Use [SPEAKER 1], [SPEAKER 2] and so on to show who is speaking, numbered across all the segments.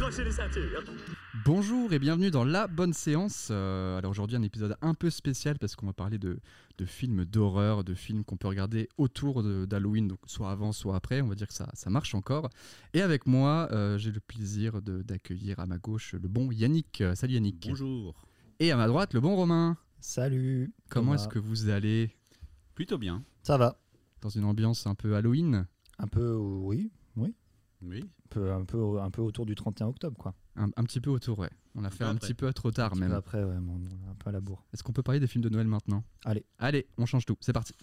[SPEAKER 1] lâcher les ceintures.
[SPEAKER 2] Bonjour et bienvenue dans La Bonne Séance. Euh, alors aujourd'hui un épisode un peu spécial parce qu'on va parler de, de films d'horreur, de films qu'on peut regarder autour de- d'Halloween, donc soit avant, soit après, on va dire que ça, ça marche encore. Et avec moi, euh, j'ai le plaisir de- d'accueillir à ma gauche le bon Yannick. Euh, Salut Yannick.
[SPEAKER 3] Bonjour.
[SPEAKER 2] Et à ma droite, le bon Romain.
[SPEAKER 4] Salut.
[SPEAKER 2] Comment
[SPEAKER 4] Thomas.
[SPEAKER 2] est-ce que vous allez
[SPEAKER 3] Plutôt bien.
[SPEAKER 4] ça va
[SPEAKER 2] dans une ambiance un peu Halloween
[SPEAKER 4] Un peu, euh, oui,
[SPEAKER 3] Oui.
[SPEAKER 4] un peu, un peu, un peu autour du 31 octobre, quoi.
[SPEAKER 2] un, un petit peu autour, ouais. On a fait un
[SPEAKER 3] après.
[SPEAKER 2] petit peu trop tard
[SPEAKER 4] Un peu
[SPEAKER 2] même.
[SPEAKER 4] Après, ouais, on on est un peu à la bourre.
[SPEAKER 2] Est-ce qu'on peut parler des films de Noël maintenant
[SPEAKER 4] Allez.
[SPEAKER 2] Allez, on change tout, c'est parti.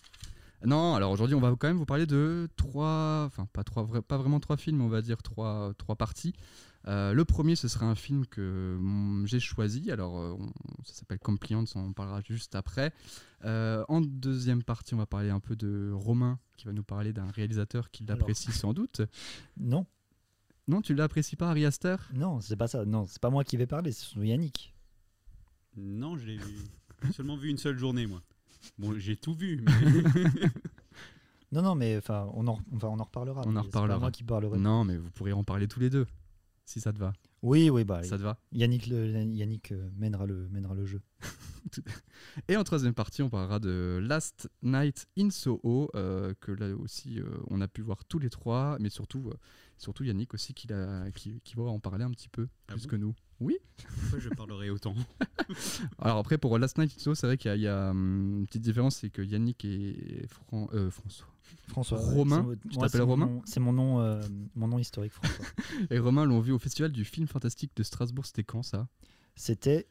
[SPEAKER 2] Non, alors aujourd'hui, on va quand même vous parler de trois, enfin pas trois, vra- pas vraiment trois films, on va dire trois, trois parties. Euh, le premier, ce sera un film que mm, j'ai choisi. Alors, euh, on- ça s'appelle Compliance, on en parlera juste après. Euh, en deuxième partie, on va parler un peu de Romain, qui va nous parler d'un réalisateur qui
[SPEAKER 4] Alors.
[SPEAKER 2] l'apprécie sans doute.
[SPEAKER 4] Non,
[SPEAKER 2] Non, tu l'apprécies pas, Ari Aster
[SPEAKER 4] non, c'est pas ça. Non, c'est pas moi qui vais parler, c'est surtout Yannick.
[SPEAKER 3] Non, je l'ai vu. J'ai seulement vu une seule journée, moi. Bon, j'ai tout vu, mais
[SPEAKER 4] Non, non, mais enfin, on en, enfin, on en reparlera.
[SPEAKER 2] On en
[SPEAKER 4] mais C'est
[SPEAKER 2] reparlera.
[SPEAKER 4] pas moi qui parlerai.
[SPEAKER 2] Non, mais vous pourrez en parler tous les deux, si ça te va.
[SPEAKER 4] Oui, oui, bah, allez.
[SPEAKER 2] Ça te va
[SPEAKER 4] Yannick, le- Yannick euh, mènera le, mènera le jeu.
[SPEAKER 2] Et en troisième partie, on parlera de Last Night in Soho, euh, que là aussi euh, on a pu voir tous les trois, mais surtout, euh, surtout Yannick aussi qui, l'a- qui, qui va en parler un petit peu
[SPEAKER 3] Ah
[SPEAKER 2] plus
[SPEAKER 3] bon
[SPEAKER 2] que nous. Oui.
[SPEAKER 3] pourquoi je parlerai autant
[SPEAKER 2] Alors après pour Last Night in Soho, c'est vrai qu'il y a, il y a, hum, une petite différence, c'est que Yannick et Fran- euh, François
[SPEAKER 4] François.
[SPEAKER 2] Romain,
[SPEAKER 4] c'est-
[SPEAKER 2] tu
[SPEAKER 4] moi,
[SPEAKER 2] t'appelles
[SPEAKER 4] c'est mon
[SPEAKER 2] Romain
[SPEAKER 4] nom- C'est mon nom, euh, mon nom historique, François.
[SPEAKER 2] et Romain l'ont vu au festival du film fantastique de Strasbourg. C'était quand ça
[SPEAKER 4] C'était,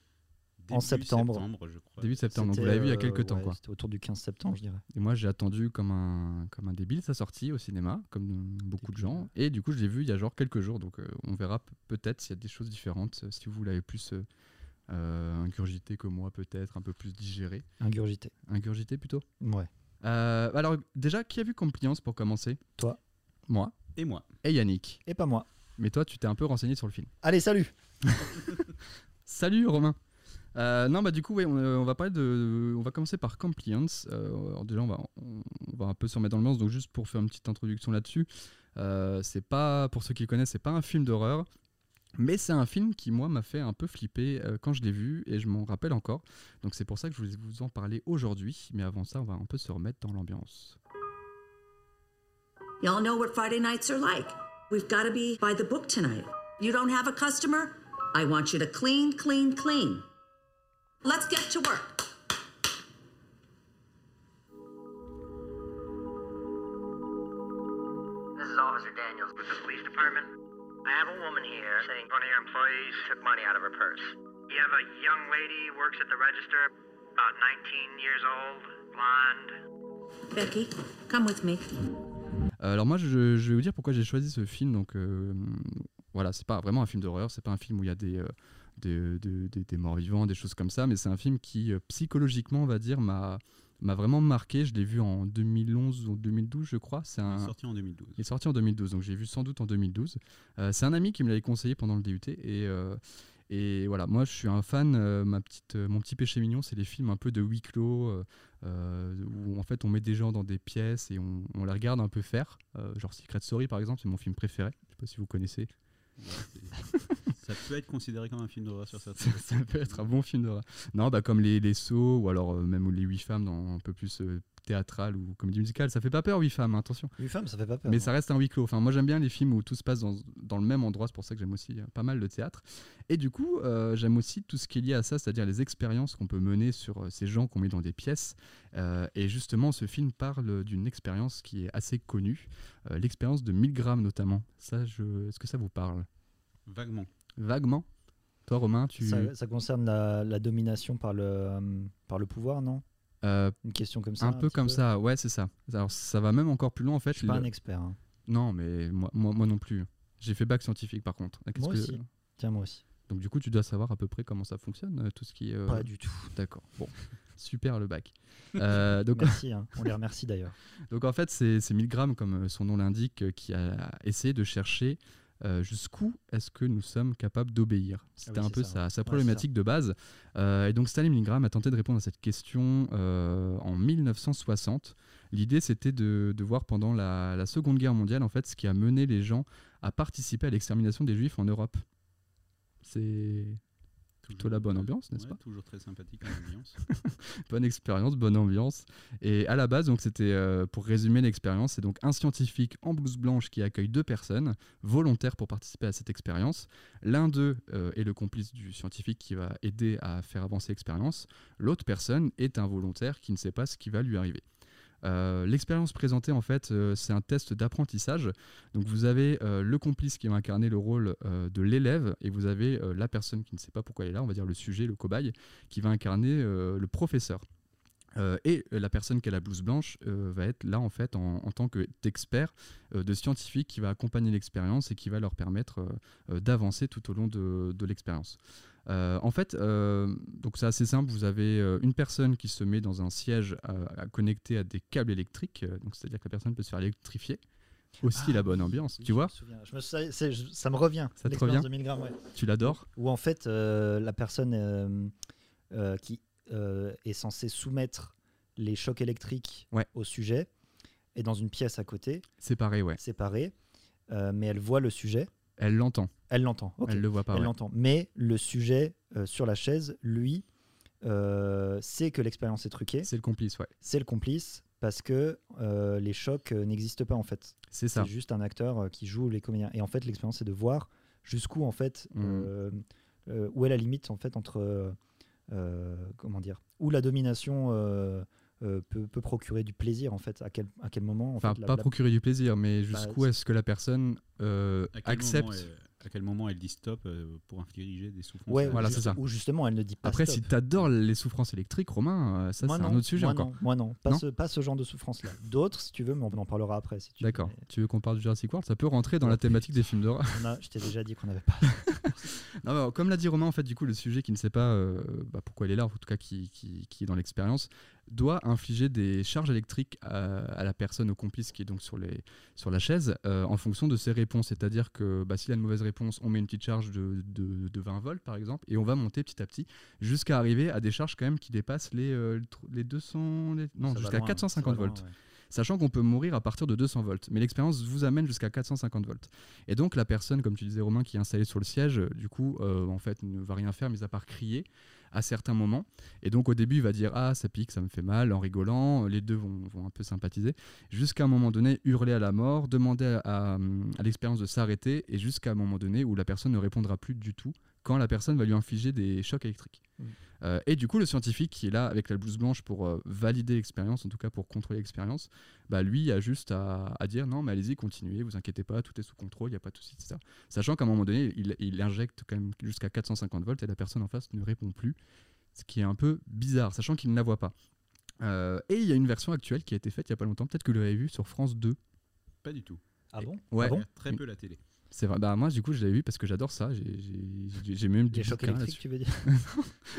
[SPEAKER 3] Début
[SPEAKER 4] septembre.
[SPEAKER 3] je crois.
[SPEAKER 2] Début septembre. Donc vous
[SPEAKER 4] c'était,
[SPEAKER 2] l'avez vu il y a
[SPEAKER 4] euh,
[SPEAKER 2] quelques temps
[SPEAKER 4] ouais,
[SPEAKER 2] quoi.
[SPEAKER 4] C'était autour du 15 septembre, je dirais.
[SPEAKER 2] Et moi, j'ai attendu comme un, comme un débile sa sortie au cinéma, comme beaucoup de gens. Et du coup, je l'ai vu il y a genre quelques jours. Donc, euh, on verra p- peut-être s'il y a des choses différentes. euh, Si vous l'avez plus euh, euh, ingurgité que moi, peut-être, un peu plus digéré.
[SPEAKER 4] Ingurgité.
[SPEAKER 2] Ingurgité plutôt.
[SPEAKER 4] Ouais.
[SPEAKER 2] Euh, alors, déjà, qui a vu Compliance pour commencer
[SPEAKER 4] Toi.
[SPEAKER 2] Moi.
[SPEAKER 3] Et moi.
[SPEAKER 2] Et Yannick.
[SPEAKER 4] Et pas moi.
[SPEAKER 2] Mais toi, tu t'es un peu renseigné sur le film.
[SPEAKER 4] Allez, salut.
[SPEAKER 2] Salut Romain Euh, non bah du coup ouais, on, euh, on va parler de on va commencer par compliance Euh, alors déjà on va on, on va un peu se remettre dans l'ambiance donc juste pour faire une petite introduction là-dessus euh, c'est pas pour ceux qui connaissent c'est pas un film d'horreur mais c'est un film qui moi m'a fait un peu flipper euh, quand je l'ai vu et je m'en rappelle encore donc c'est pour ça que je voulais vous en parler aujourd'hui mais avant ça on va un peu se remettre dans l'ambiance
[SPEAKER 5] Y'all know what Friday nights are like. We've got to be by the book tonight. You don't have a customer? I want you to clean, clean, clean. Let's get to work.
[SPEAKER 6] This is Officer Daniels with the police department. I have a woman here saying one of your employees took money out of her purse. You have a young lady works at the register, about 19 years old, blonde.
[SPEAKER 5] Becky, come with me.
[SPEAKER 2] Euh, Alors moi, je, je vais vous dire pourquoi j'ai choisi ce film. Donc euh, voilà, c'est pas vraiment un film d'horreur, c'est pas un film où il y a des, euh, des, des- des- des morts vivants, des choses comme ça, mais c'est un film qui euh, psychologiquement, on va dire, m'a m'a vraiment marqué. Je l'ai vu en 2011 ou 2012, je crois. C'est un,
[SPEAKER 3] Sorti en 2012.
[SPEAKER 2] il est sorti en 2012, donc j'ai vu sans doute en 2012. Euh, c'est un ami qui me l'avait conseillé pendant le DUT. Et, euh, et voilà, moi je suis un fan. euh, ma petite, euh, mon petit péché mignon, c'est les films un peu de huis clos, euh, euh, où en fait on met des gens dans des pièces et on, on les regarde un peu faire. Euh, genre Secret Story par exemple, c'est mon film préféré. Je sais pas si vous connaissez.
[SPEAKER 3] Ouais, c'est- ça peut être considéré comme un film d'horreur sur certains.
[SPEAKER 2] ça peut être un bon film d'horreur. Non, bah comme les, les Sceaux, ou alors euh, même les Huit Femmes, dans un peu plus euh, théâtral ou comédie musicale. Ça fait pas peur, Huit Femmes, hein, attention.
[SPEAKER 4] Une femme, ça fait pas peur.
[SPEAKER 2] Mais ça reste un huis clos. Enfin, moi j'aime bien les films où tout se passe dans, dans le même endroit, c'est pour ça que j'aime aussi euh, pas mal le théâtre. Et du coup, euh, j'aime aussi tout ce qui est lié à ça, c'est-à-dire les expériences qu'on peut mener sur euh, ces gens qu'on met dans des pièces. Euh, et justement, ce film parle d'une expérience qui est assez connue, euh, l'expérience de 1000 grammes notamment. Ça, je... Est-ce que ça vous parle
[SPEAKER 3] Vaguement.
[SPEAKER 2] Vaguement Toi Romain, tu...
[SPEAKER 4] Ça, ça concerne la, la domination par le, euh, par le pouvoir, non
[SPEAKER 2] Euh,
[SPEAKER 4] Une question comme ça.
[SPEAKER 2] un peu
[SPEAKER 4] petit
[SPEAKER 2] comme ça, ouais, c'est ça. Alors ça va même encore plus loin en fait.
[SPEAKER 4] Je suis pas
[SPEAKER 2] Le-
[SPEAKER 4] un expert. hein.
[SPEAKER 2] Non, mais moi, moi, moi non plus. J'ai fait bac scientifique par contre. Qu'est-ce
[SPEAKER 4] Moi
[SPEAKER 2] que-
[SPEAKER 4] aussi. Tiens, moi aussi.
[SPEAKER 2] Donc du coup, tu dois savoir à peu près comment ça fonctionne, euh, tout ce qui est... euh,
[SPEAKER 4] Pas du tout.
[SPEAKER 2] D'accord. Bon. Super le bac. Euh, donc,
[SPEAKER 4] Merci. hein. On les remercie d'ailleurs.
[SPEAKER 2] donc en fait, c'est c'est 1000 grammes, comme euh, son nom l'indique, euh, qui a essayé de chercher euh, jusqu'où est-ce que nous sommes capables d'obéir. C'était
[SPEAKER 4] Ah oui,
[SPEAKER 2] un
[SPEAKER 4] c'est
[SPEAKER 2] peu
[SPEAKER 4] ça,
[SPEAKER 2] sa, sa
[SPEAKER 4] Ouais,
[SPEAKER 2] problématique de base. Euh, et donc Stanley Milgram a tenté de répondre à cette question euh, en 1960. L'idée, c'était de, de voir pendant la, la Seconde Guerre mondiale, en fait, ce qui a mené les gens à participer à l'extermination des Juifs en Europe. c'est plutôt la bonne ambiance, n'est-ce
[SPEAKER 3] Ouais,
[SPEAKER 2] pas
[SPEAKER 3] Toujours très sympathique en ambiance.
[SPEAKER 2] bonne expérience, bonne ambiance. Et à la base, donc c'était euh, pour résumer l'expérience, c'est donc un scientifique en blouse blanche qui accueille deux personnes volontaires pour participer à cette expérience. L'un d'eux euh, est le complice du scientifique qui va aider à faire avancer l'expérience. L'autre personne est un volontaire qui ne sait pas ce qui va lui arriver. Euh, L'expérience présentée, en fait, euh, c'est un test d'apprentissage. Donc, vous avez euh, le complice qui va incarner le rôle euh, de l'élève et vous avez euh, la personne qui ne sait pas pourquoi elle est là, on va dire le sujet, le cobaye, qui va incarner euh, le professeur. Euh, et la personne qui a la blouse blanche euh, va être là en fait en, en tant que d'expert, euh, de scientifique qui va accompagner l'expérience et qui va leur permettre euh, euh, d'avancer tout au long de, de l'expérience. Euh, en fait, euh, donc c'est assez simple. Vous avez euh, une personne qui se met dans un siège euh, à- connecté à des câbles électriques, euh, donc c'est-à-dire que la personne peut se faire électrifier. Aussi
[SPEAKER 4] Ah
[SPEAKER 2] la bonne ambiance, tu vois,
[SPEAKER 4] je me souviens. Je me sou- c'est- je- ça me revient.
[SPEAKER 2] Ça te
[SPEAKER 4] l'expérience
[SPEAKER 2] revient
[SPEAKER 4] de 1000 grammes, ouais.
[SPEAKER 2] tu l'adores.
[SPEAKER 4] Où en fait, euh, la personne euh, euh, qui euh, est censée soumettre les chocs électriques
[SPEAKER 2] Ouais.
[SPEAKER 4] au sujet est dans une pièce à côté,
[SPEAKER 2] C'est pareil, ouais.
[SPEAKER 4] séparée, euh, mais elle voit le sujet.
[SPEAKER 2] Elle l'entend,
[SPEAKER 4] Elle l'entend. ok.
[SPEAKER 2] elle le voit pas.
[SPEAKER 4] elle
[SPEAKER 2] ouais.
[SPEAKER 4] l'entend. Mais le sujet euh, sur la chaise, lui, euh, sait que l'expérience est truquée.
[SPEAKER 2] C'est le complice, ouais.
[SPEAKER 4] C'est le complice parce que euh, les chocs euh, n'existent pas en fait.
[SPEAKER 2] C'est ça.
[SPEAKER 4] C'est juste un acteur euh, qui joue les comédiens. Et en fait, l'expérience c'est de voir jusqu'où en fait
[SPEAKER 2] Mm.
[SPEAKER 4] euh, euh, où est la limite en fait entre euh, euh, comment dire où la domination euh, euh, peut, peut procurer du plaisir en fait à quel à quel moment en
[SPEAKER 2] Enfin,
[SPEAKER 4] fait, la- Bah,
[SPEAKER 2] pas
[SPEAKER 4] la-
[SPEAKER 2] procurer du plaisir, mais jusqu'où
[SPEAKER 4] c'est-
[SPEAKER 2] est-ce que la personne euh,
[SPEAKER 3] À quel
[SPEAKER 2] accepte
[SPEAKER 3] moment elle- à quel moment elle dit stop euh, pour infliger des souffrances
[SPEAKER 4] Ouais,
[SPEAKER 3] à-
[SPEAKER 2] Voilà, c'est ça.
[SPEAKER 4] où justement elle ne dit pas
[SPEAKER 2] Après,
[SPEAKER 4] Ah, stop.
[SPEAKER 2] si t'adores les souffrances électriques, Romain, euh, ça
[SPEAKER 4] Moi,
[SPEAKER 2] c'est un
[SPEAKER 4] non,
[SPEAKER 2] autre sujet
[SPEAKER 4] moi,
[SPEAKER 2] encore.
[SPEAKER 4] non, moi non, pas,
[SPEAKER 2] Non
[SPEAKER 4] ce, pas ce genre de souffrance-là. D'autres, si tu veux, mais on en parlera après. Si tu veux.
[SPEAKER 2] D'accord.
[SPEAKER 4] Mais
[SPEAKER 2] Tu veux qu'on parle du Jurassic World Ça peut rentrer
[SPEAKER 4] Bah,
[SPEAKER 2] dans la thématique des films d'horreur.
[SPEAKER 4] on a- je t'ai déjà dit qu'on n'avait pas.
[SPEAKER 2] Non, mais alors, comme l'a dit Romain, en fait, du coup, le sujet qui ne sait pas euh, bah, pourquoi il est là, en tout cas qui, qui- qui est dans l'expérience, doit infliger des charges électriques à, à la personne, au complice qui est donc sur, les, sur la chaise, euh, en fonction de ses réponses. C'est-à-dire que bah, s'il a une mauvaise réponse, on met une petite charge de, de- de 20 volts, par exemple, et on va monter petit à petit jusqu'à arriver à des charges quand même qui dépassent les, euh, les 200, les- non,
[SPEAKER 4] Ça va
[SPEAKER 2] jusqu'à
[SPEAKER 4] loin,
[SPEAKER 2] 450
[SPEAKER 4] ça va
[SPEAKER 2] volts
[SPEAKER 4] loin, ouais.
[SPEAKER 2] sachant qu'on peut mourir à partir de 200 volts. Mais l'expérience vous amène jusqu'à 450 volts. Et donc la personne, comme tu disais Romain, qui est installée sur le siège, euh, du coup, euh, en fait, ne va rien faire, mis à part crier à certains moments. Et donc au début, il va dire ah ça pique, ça me fait mal, en rigolant. Les deux vont, vont un peu sympathiser, jusqu'à un moment donné hurler à la mort, demander à, à, à l'expérience de s'arrêter, et jusqu'à un moment donné où la personne ne répondra plus du tout quand la personne va lui infliger des chocs électriques.
[SPEAKER 4] Mm.
[SPEAKER 2] Euh, et du coup, le scientifique qui est là avec la blouse blanche pour euh, valider l'expérience, en tout cas pour contrôler l'expérience, bah lui a juste à, à dire non, mais allez-y, continuez, vous inquiétez pas, tout est sous contrôle, il n'y a pas de souci, etc. Sachant qu'à un moment donné, il, il injecte quand même jusqu'à 450 volts et la personne en face ne répond plus, ce qui est un peu bizarre, sachant qu'il ne la voit pas. Euh, et il y a une version actuelle qui a été faite il n'y a pas longtemps, peut-être que vous l'avez vue sur France 2.
[SPEAKER 3] Pas du tout.
[SPEAKER 4] Ah bon
[SPEAKER 2] Ouais,
[SPEAKER 4] Ah bon
[SPEAKER 3] Très peu la télé.
[SPEAKER 2] c'est vrai. Bah, moi, du coup, je l'avais vu parce que j'adore ça. J'ai- j'ai- J'ai j'ai même du
[SPEAKER 4] Les chocs
[SPEAKER 2] bouquin
[SPEAKER 4] électriques, tu veux dire
[SPEAKER 2] là-dessus.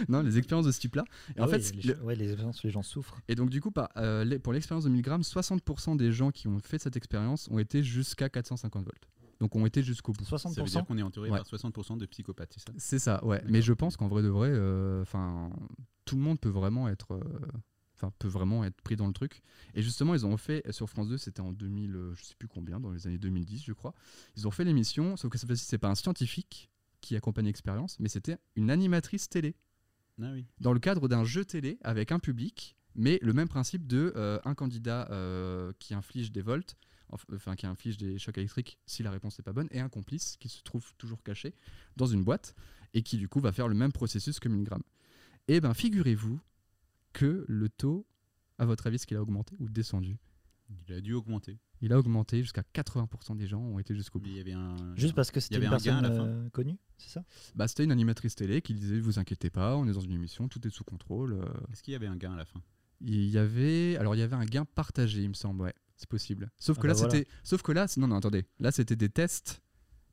[SPEAKER 2] Non, les expériences de ce type-là. Et en
[SPEAKER 4] Ah oui,
[SPEAKER 2] fait,
[SPEAKER 4] les,
[SPEAKER 2] le-
[SPEAKER 4] cho- ouais, les, gens- les gens souffrent.
[SPEAKER 2] Et donc, du coup, par- euh, les- pour l'expérience de 1000 grammes, 60% des gens qui ont fait cette expérience ont été jusqu'à 450 volts. Donc, ont été jusqu'au bout.
[SPEAKER 3] Ça veut dire
[SPEAKER 4] 60%
[SPEAKER 3] qu'on est entouré
[SPEAKER 2] Ouais.
[SPEAKER 3] par 60% de psychopathes, c'est ça
[SPEAKER 2] C'est ça, ouais. Mais
[SPEAKER 3] D'accord.
[SPEAKER 2] je pense qu'en vrai de vrai, euh, enfin, tout le monde peut vraiment être, euh, enfin, peut vraiment être pris dans le truc. Et justement, ils ont fait sur France 2, c'était en 2000, euh, je sais plus combien, dans les années 2010, je crois. Ils ont fait l'émission, sauf que cette fois-ci, c'est pas un scientifique qui accompagne l'expérience, mais c'était une animatrice télé
[SPEAKER 3] Ah oui.
[SPEAKER 2] dans le cadre d'un jeu télé avec un public, mais le même principe de euh, un candidat euh, qui inflige des volts, enf- enfin qui inflige des chocs électriques si la réponse n'est pas bonne, et un complice qui se trouve toujours caché dans une boîte et qui du coup va faire le même processus que Milgram. Eh ben figurez-vous que le taux, à votre avis, est-ce qu'il a augmenté ou descendu
[SPEAKER 3] Il a dû augmenter.
[SPEAKER 2] Il a augmenté jusqu'à 80% des gens ont été jusqu'au
[SPEAKER 3] Mais
[SPEAKER 2] bout.
[SPEAKER 3] il y avait un.
[SPEAKER 4] Juste parce que c'était
[SPEAKER 3] Il y
[SPEAKER 4] une
[SPEAKER 3] avait un gain à
[SPEAKER 4] personne
[SPEAKER 3] la fin.
[SPEAKER 4] euh, connue, c'est ça
[SPEAKER 2] Bah, c'était une animatrice télé qui disait vous inquiétez pas, on est dans une émission, tout est sous contrôle. euh.
[SPEAKER 3] Est-ce qu'il y avait un gain à la fin
[SPEAKER 2] Il y avait, alors il y avait un gain partagé, il me semble, ouais, c'est possible. Sauf
[SPEAKER 4] Ah
[SPEAKER 2] que là,
[SPEAKER 4] bah voilà.
[SPEAKER 2] c'était, sauf que là, c'est- non, non, attendez, là c'était des tests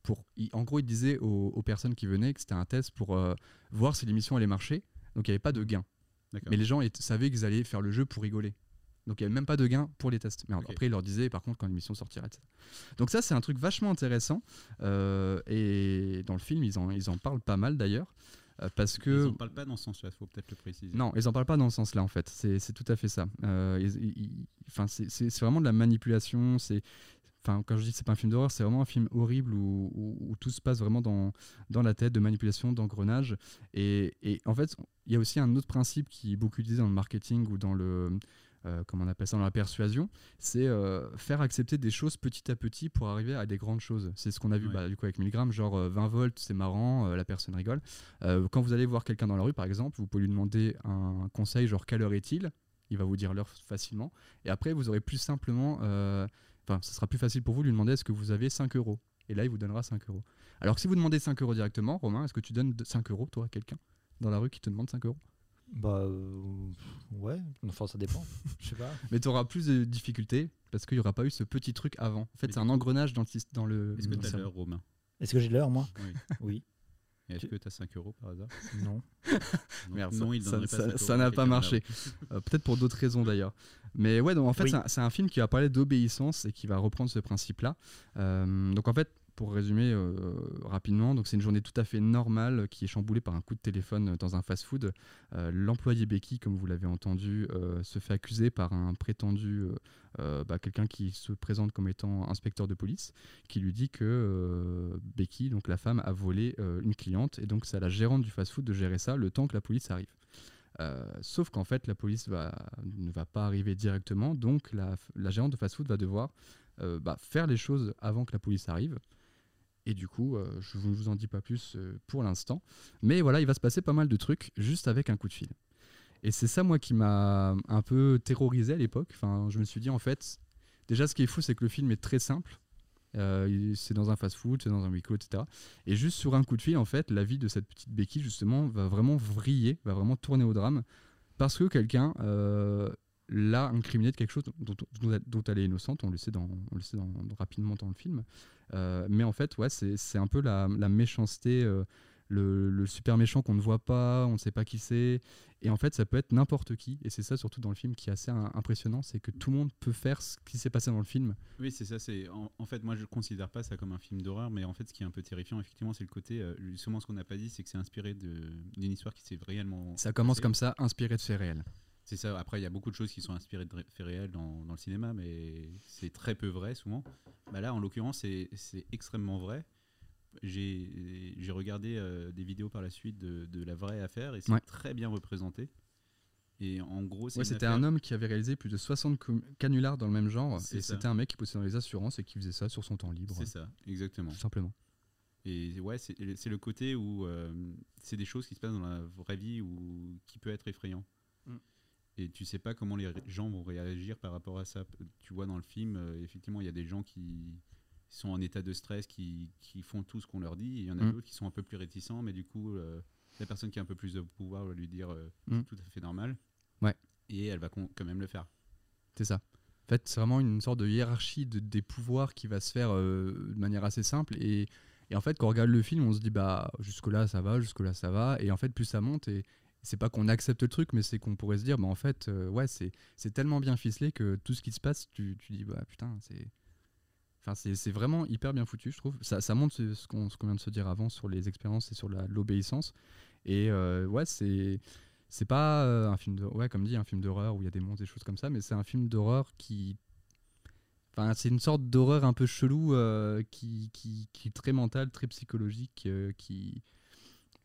[SPEAKER 2] pour, il- en gros, il disait aux, aux personnes qui venaient que c'était un test pour euh, voir si l'émission allait marcher, donc il n'y avait pas de gain.
[SPEAKER 3] D'accord.
[SPEAKER 2] Mais les gens étaient- savaient qu'ils allaient faire le jeu pour rigoler. Donc il n'y avait même pas de gain pour les tests. Mais
[SPEAKER 3] Ok.
[SPEAKER 2] après, il leur disait, par contre, quand l'émission sortira, etc. Donc ça, c'est un truc vachement intéressant. euh, et dans le film, ils en, ils en parlent pas mal d'ailleurs. euh, parce que
[SPEAKER 3] Ils en parlent pas dans ce sens-là, faut peut-être le préciser.
[SPEAKER 2] non, ils en parlent pas dans le sens là en fait. C'est c'est tout à fait ça. Euh, ils- ils- ils- Enfin, c'est- c'est c'est vraiment de la manipulation. C'est Enfin, quand je dis que c'est pas un film d'horreur, c'est vraiment un film horrible où, où- où tout se passe vraiment dans, dans la tête, de manipulation, d'engrenage. Et, et en fait, il y a aussi un autre principe qui est beaucoup utilisé dans le marketing ou dans le. euh, comment on appelle ça Dans la persuasion, c'est euh, faire accepter des choses petit à petit pour arriver à des grandes choses. C'est ce qu'on a vu
[SPEAKER 3] Ouais.
[SPEAKER 2] bah, du coup avec 1000 grammes, genre euh, 20 volts, c'est marrant, euh, la personne rigole. Euh, quand vous allez voir quelqu'un dans la rue, par exemple, vous pouvez lui demander un conseil, genre quelle heure est-il Il va vous dire l'heure facilement. Et après, vous aurez plus simplement. euh, Enfin, ce sera plus facile pour vous de lui demander est-ce que vous avez 5 euros Et là, il vous donnera 5 euros. Alors que si vous demandez 5 euros directement, Romain, est-ce que tu donnes de- 5 euros, toi, à quelqu'un dans la rue qui te demande 5 euros
[SPEAKER 4] Bah euh, ouais, enfin ça dépend. Je sais pas.
[SPEAKER 2] Mais tu auras plus de difficultés parce qu'il n'y aura pas eu ce petit truc avant. En fait,
[SPEAKER 3] Mais
[SPEAKER 2] c'est
[SPEAKER 3] du
[SPEAKER 2] un engrenage dans le. syst- Dans le
[SPEAKER 3] Est-ce que
[SPEAKER 2] dans le
[SPEAKER 3] t'as
[SPEAKER 2] cerveau.
[SPEAKER 3] l'heure, Romain
[SPEAKER 4] Est-ce que j'ai l'heure moi
[SPEAKER 3] Oui.
[SPEAKER 4] Oui.
[SPEAKER 3] Et Est-ce
[SPEAKER 4] Tu-
[SPEAKER 3] que t'as 5 euros par hasard
[SPEAKER 4] Non.
[SPEAKER 3] Non,
[SPEAKER 2] Merde,
[SPEAKER 3] non,
[SPEAKER 2] ça-
[SPEAKER 3] il
[SPEAKER 2] ça-
[SPEAKER 3] donnerait
[SPEAKER 2] ça-
[SPEAKER 3] cinq euros
[SPEAKER 2] ça
[SPEAKER 3] à
[SPEAKER 2] n'a pas
[SPEAKER 3] quelqu'un dans la
[SPEAKER 2] marché.
[SPEAKER 3] rue.
[SPEAKER 2] Euh, Peut-être pour d'autres raisons d'ailleurs. Mais ouais, donc en fait,
[SPEAKER 4] Oui.
[SPEAKER 2] c'est un- c'est un, film qui va parler d'obéissance et qui va reprendre ce principe-là. Euh, donc en fait, pour résumer euh, rapidement, donc c'est une journée tout à fait normale euh, qui est chamboulée par un coup de téléphone euh, dans un fast-food. Euh, L'employé Becky, comme vous l'avez entendu, euh, se fait accuser par un prétendu, euh, euh, bah, quelqu'un qui se présente comme étant inspecteur de police, qui lui dit que euh, Becky, donc la femme, a volé euh, une cliente et donc c'est à la gérante du fast-food de gérer ça le temps que la police arrive. Euh, sauf qu'en fait, la police va, ne va pas arriver directement, donc la, la gérante de fast-food va devoir euh, bah, faire les choses avant que la police arrive. Et du coup, euh, je ne vous en dis pas plus euh, pour l'instant. Mais voilà, il va se passer pas mal de trucs juste avec un coup de fil. Et c'est ça, moi, qui m'a un peu terrorisé à l'époque. Enfin, je me suis dit, en fait, déjà, ce qui est fou, c'est que le film est très simple. Euh, il- c'est dans un fast-food, c'est dans un huis clos, etc. Et juste sur un coup de fil, en fait, la vie de cette petite béquille, justement, va vraiment vriller, va vraiment tourner au drame, parce que quelqu'un euh, l'a incriminé de quelque chose dont, dont- dont elle est innocente, on le sait, dans, on le sait dans- rapidement dans le film. Euh, mais en fait, ouais, c'est c'est un peu la, la méchanceté, euh, le, le super méchant qu'on ne voit pas, on ne sait pas qui c'est. Et en fait, ça peut être n'importe qui. Et c'est ça, surtout dans le film, qui est assez euh, impressionnant, c'est que tout le monde peut faire ce qui s'est passé dans le film.
[SPEAKER 3] Oui, c'est ça. C'est en, en fait, moi, je considère pas ça comme un film d'horreur, mais en fait, ce qui est un peu terrifiant, effectivement, c'est le côté. euh, justement, ce qu'on n'a pas dit, c'est que c'est inspiré de- d'une histoire qui s'est réellement.
[SPEAKER 2] Ça commence
[SPEAKER 3] passée.
[SPEAKER 2] comme ça, inspiré de faits réels.
[SPEAKER 3] C'est ça. Après, il y a beaucoup de choses qui sont inspirées de ré- faits réels dans, dans le cinéma, mais c'est très peu vrai souvent. Bah là, en l'occurrence, c'est c'est extrêmement vrai. J'ai j'ai regardé euh, des vidéos par la suite de, de la vraie affaire et c'est
[SPEAKER 2] Ouais.
[SPEAKER 3] très bien représenté. Et en gros, c'est
[SPEAKER 2] Ouais,
[SPEAKER 3] une
[SPEAKER 2] c'était
[SPEAKER 3] affaire-
[SPEAKER 2] un homme qui avait réalisé plus de 60 com- canulars dans le même genre.
[SPEAKER 3] C'est
[SPEAKER 2] Et
[SPEAKER 3] ça.
[SPEAKER 2] c'était un mec qui possédait dans les assurances et qui faisait ça sur son temps libre.
[SPEAKER 3] C'est ça, exactement.
[SPEAKER 2] Tout simplement.
[SPEAKER 3] Et ouais, c'est c'est le côté où euh, c'est des choses qui se passent dans la vraie vie ou qui peut être effrayant.
[SPEAKER 2] Mm.
[SPEAKER 3] Et tu sais pas comment les ré- gens vont réagir par rapport à ça. Tu vois dans le film, euh, effectivement, il y a des gens qui sont en état de stress, qui, qui font tout ce qu'on leur dit. et Il y en a
[SPEAKER 2] Mm.
[SPEAKER 3] d'autres qui sont un peu plus réticents, mais du coup, euh, la personne qui a un peu plus de pouvoir va lui dire euh,
[SPEAKER 2] Mm.
[SPEAKER 3] c'est tout à fait normal.
[SPEAKER 2] Ouais.
[SPEAKER 3] Et elle va con- quand même le faire.
[SPEAKER 2] C'est ça. En fait, c'est vraiment une sorte de hiérarchie de- des pouvoirs qui va se faire euh, de manière assez simple. Et, et en fait, quand on regarde le film, on se dit, bah, jusque-là, ça va, jusque-là, ça va. Et en fait, plus ça monte, et c'est pas qu'on accepte le truc, mais c'est qu'on pourrait se dire, bah, en fait, euh, ouais, c'est c'est tellement bien ficelé que tout ce qui se passe, tu, tu dis, bah, putain, c'est. Enfin, c'est c'est vraiment hyper bien foutu, je trouve. Ça, ça montre ce, ce qu'on ce qu'on vient de se dire avant sur les expériences et sur la- l'obéissance. Et euh, ouais, c'est c'est pas euh, un film de ouais comme dit un film d'horreur où il y a des monstres des choses comme ça mais c'est un film d'horreur qui enfin c'est une sorte d'horreur un peu chelou euh, qui, qui qui est très mentale très psychologique euh, qui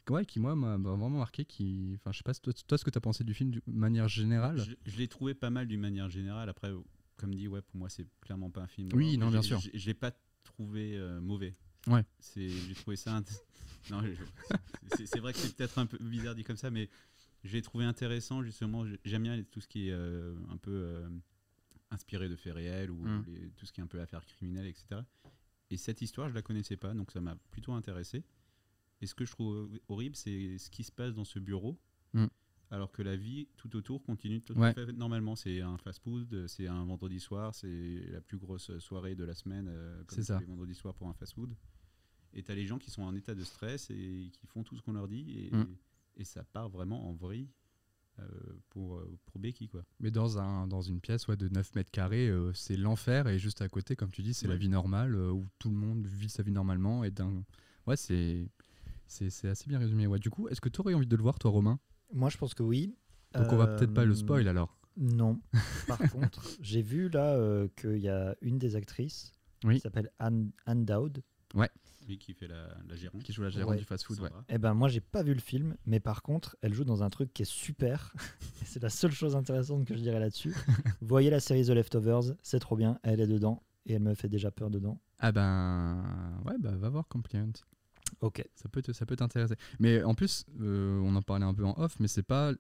[SPEAKER 2] ouais qui moi m'a m'a vraiment marqué qui enfin je sais pas toi, toi, ce que t'as pensé du film de manière générale
[SPEAKER 3] Je, je l'ai trouvé pas mal d'une manière générale. Après, comme dit, ouais, pour moi, c'est clairement pas un film.
[SPEAKER 2] Oui,
[SPEAKER 3] d'horreur.
[SPEAKER 2] non, bien
[SPEAKER 3] J'ai-
[SPEAKER 2] sûr.
[SPEAKER 3] j'ai- Je l'ai pas trouvé euh, mauvais.
[SPEAKER 2] Ouais.
[SPEAKER 3] C'est- J'ai trouvé ça. int- non, je- c'est- c'est vrai que c'est peut-être un peu bizarre dit comme ça, mais je l'ai trouvé intéressant, justement. J'ai- J'aime bien tout ce qui est euh, un peu euh, inspiré de faits réels ou
[SPEAKER 2] Mm.
[SPEAKER 3] les- tout ce qui est un peu affaires criminelles, etc. Et cette histoire, je la connaissais pas, donc ça m'a plutôt intéressé. Et ce que je trouve horrible, c'est ce qui se passe dans ce bureau,
[SPEAKER 2] Mm.
[SPEAKER 3] alors que la vie tout autour continue tout
[SPEAKER 2] Ouais.
[SPEAKER 3] à fait normalement. C'est un fast-food, c'est un vendredi soir, c'est la plus grosse soirée de la semaine, euh,
[SPEAKER 2] C'est
[SPEAKER 3] comme
[SPEAKER 2] ça.
[SPEAKER 3] ça. les vendredis soirs pour un fast-food. Et t'as les gens qui sont en état de stress et qui font tout ce qu'on leur dit, et,
[SPEAKER 2] Mm.
[SPEAKER 3] et ça part vraiment en vrille euh, pour, euh, pour Becky, quoi.
[SPEAKER 2] mais dans un dans une pièce ouais, de 9 mètres carrés euh, c'est l'enfer et juste à côté comme tu dis c'est la
[SPEAKER 3] Ouais.
[SPEAKER 2] vie normale euh, où tout le monde vit sa vie normalement et d'un ouais c'est c'est c'est assez bien résumé ouais du coup est-ce que tu aurais envie de le voir toi Romain
[SPEAKER 4] Moi je pense que oui.
[SPEAKER 2] Donc on va peut-être pas le
[SPEAKER 4] Euh,
[SPEAKER 2] spoil alors.
[SPEAKER 4] Non. Par contre, j'ai vu là euh, qu'il y a une des actrices
[SPEAKER 2] Oui.
[SPEAKER 4] qui s'appelle Anne, Anne Dowd.
[SPEAKER 3] Lui qui fait la, la gérante.
[SPEAKER 2] qui joue la gérante
[SPEAKER 4] Ouais.
[SPEAKER 2] du fast-food. Ouais.
[SPEAKER 3] Sandra.
[SPEAKER 4] Eh ben moi j'ai pas vu le film, mais par contre elle joue dans un truc qui est super. Et c'est la seule chose intéressante que je dirais là-dessus. Voyez la série The Leftovers, c'est trop bien, elle est dedans et elle me fait déjà peur dedans.
[SPEAKER 2] Ah ben, ouais, bah va voir Compliant.
[SPEAKER 4] Ok.
[SPEAKER 2] Ça peut te- ça peut t'intéresser. Mais en plus, euh, on en parlait un peu en off, mais c'est pas l-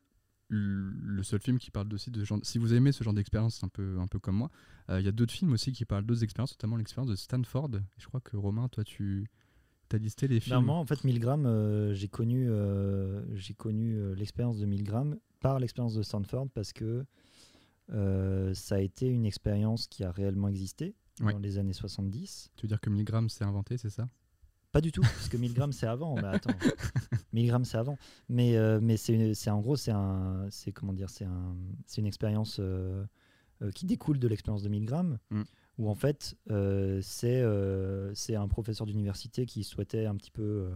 [SPEAKER 2] le seul film qui parle aussi de ce genre. Si vous aimez ce genre d'expérience, un peu, un peu comme moi, euh, il y a d'autres films aussi qui parlent d'autres expériences, notamment l'expérience de Stanford. Et je crois que Romain, toi, tu as listé les films.
[SPEAKER 4] Clairement, en fait, 1000 grammes, euh, j'ai connu, euh, j'ai connu euh, l'expérience de 1000 grammes par l'expérience de Stanford parce que euh, ça a été une expérience qui a réellement existé
[SPEAKER 2] Ouais.
[SPEAKER 4] dans les années 70.
[SPEAKER 2] Tu veux dire que Milgram s'est inventé, c'est ça
[SPEAKER 4] Pas du tout, parce que 1000 grammes c'est avant. Mais attends, 1000 grammes c'est avant. Mais, euh, mais c'est une- c'est en gros, c'est un, c'est comment dire, c'est un, c'est une expérience euh, euh, qui découle de l'expérience de 1000 grammes,
[SPEAKER 2] Mm.
[SPEAKER 4] où en fait euh, c'est euh, c'est un professeur d'université qui souhaitait un petit peu euh,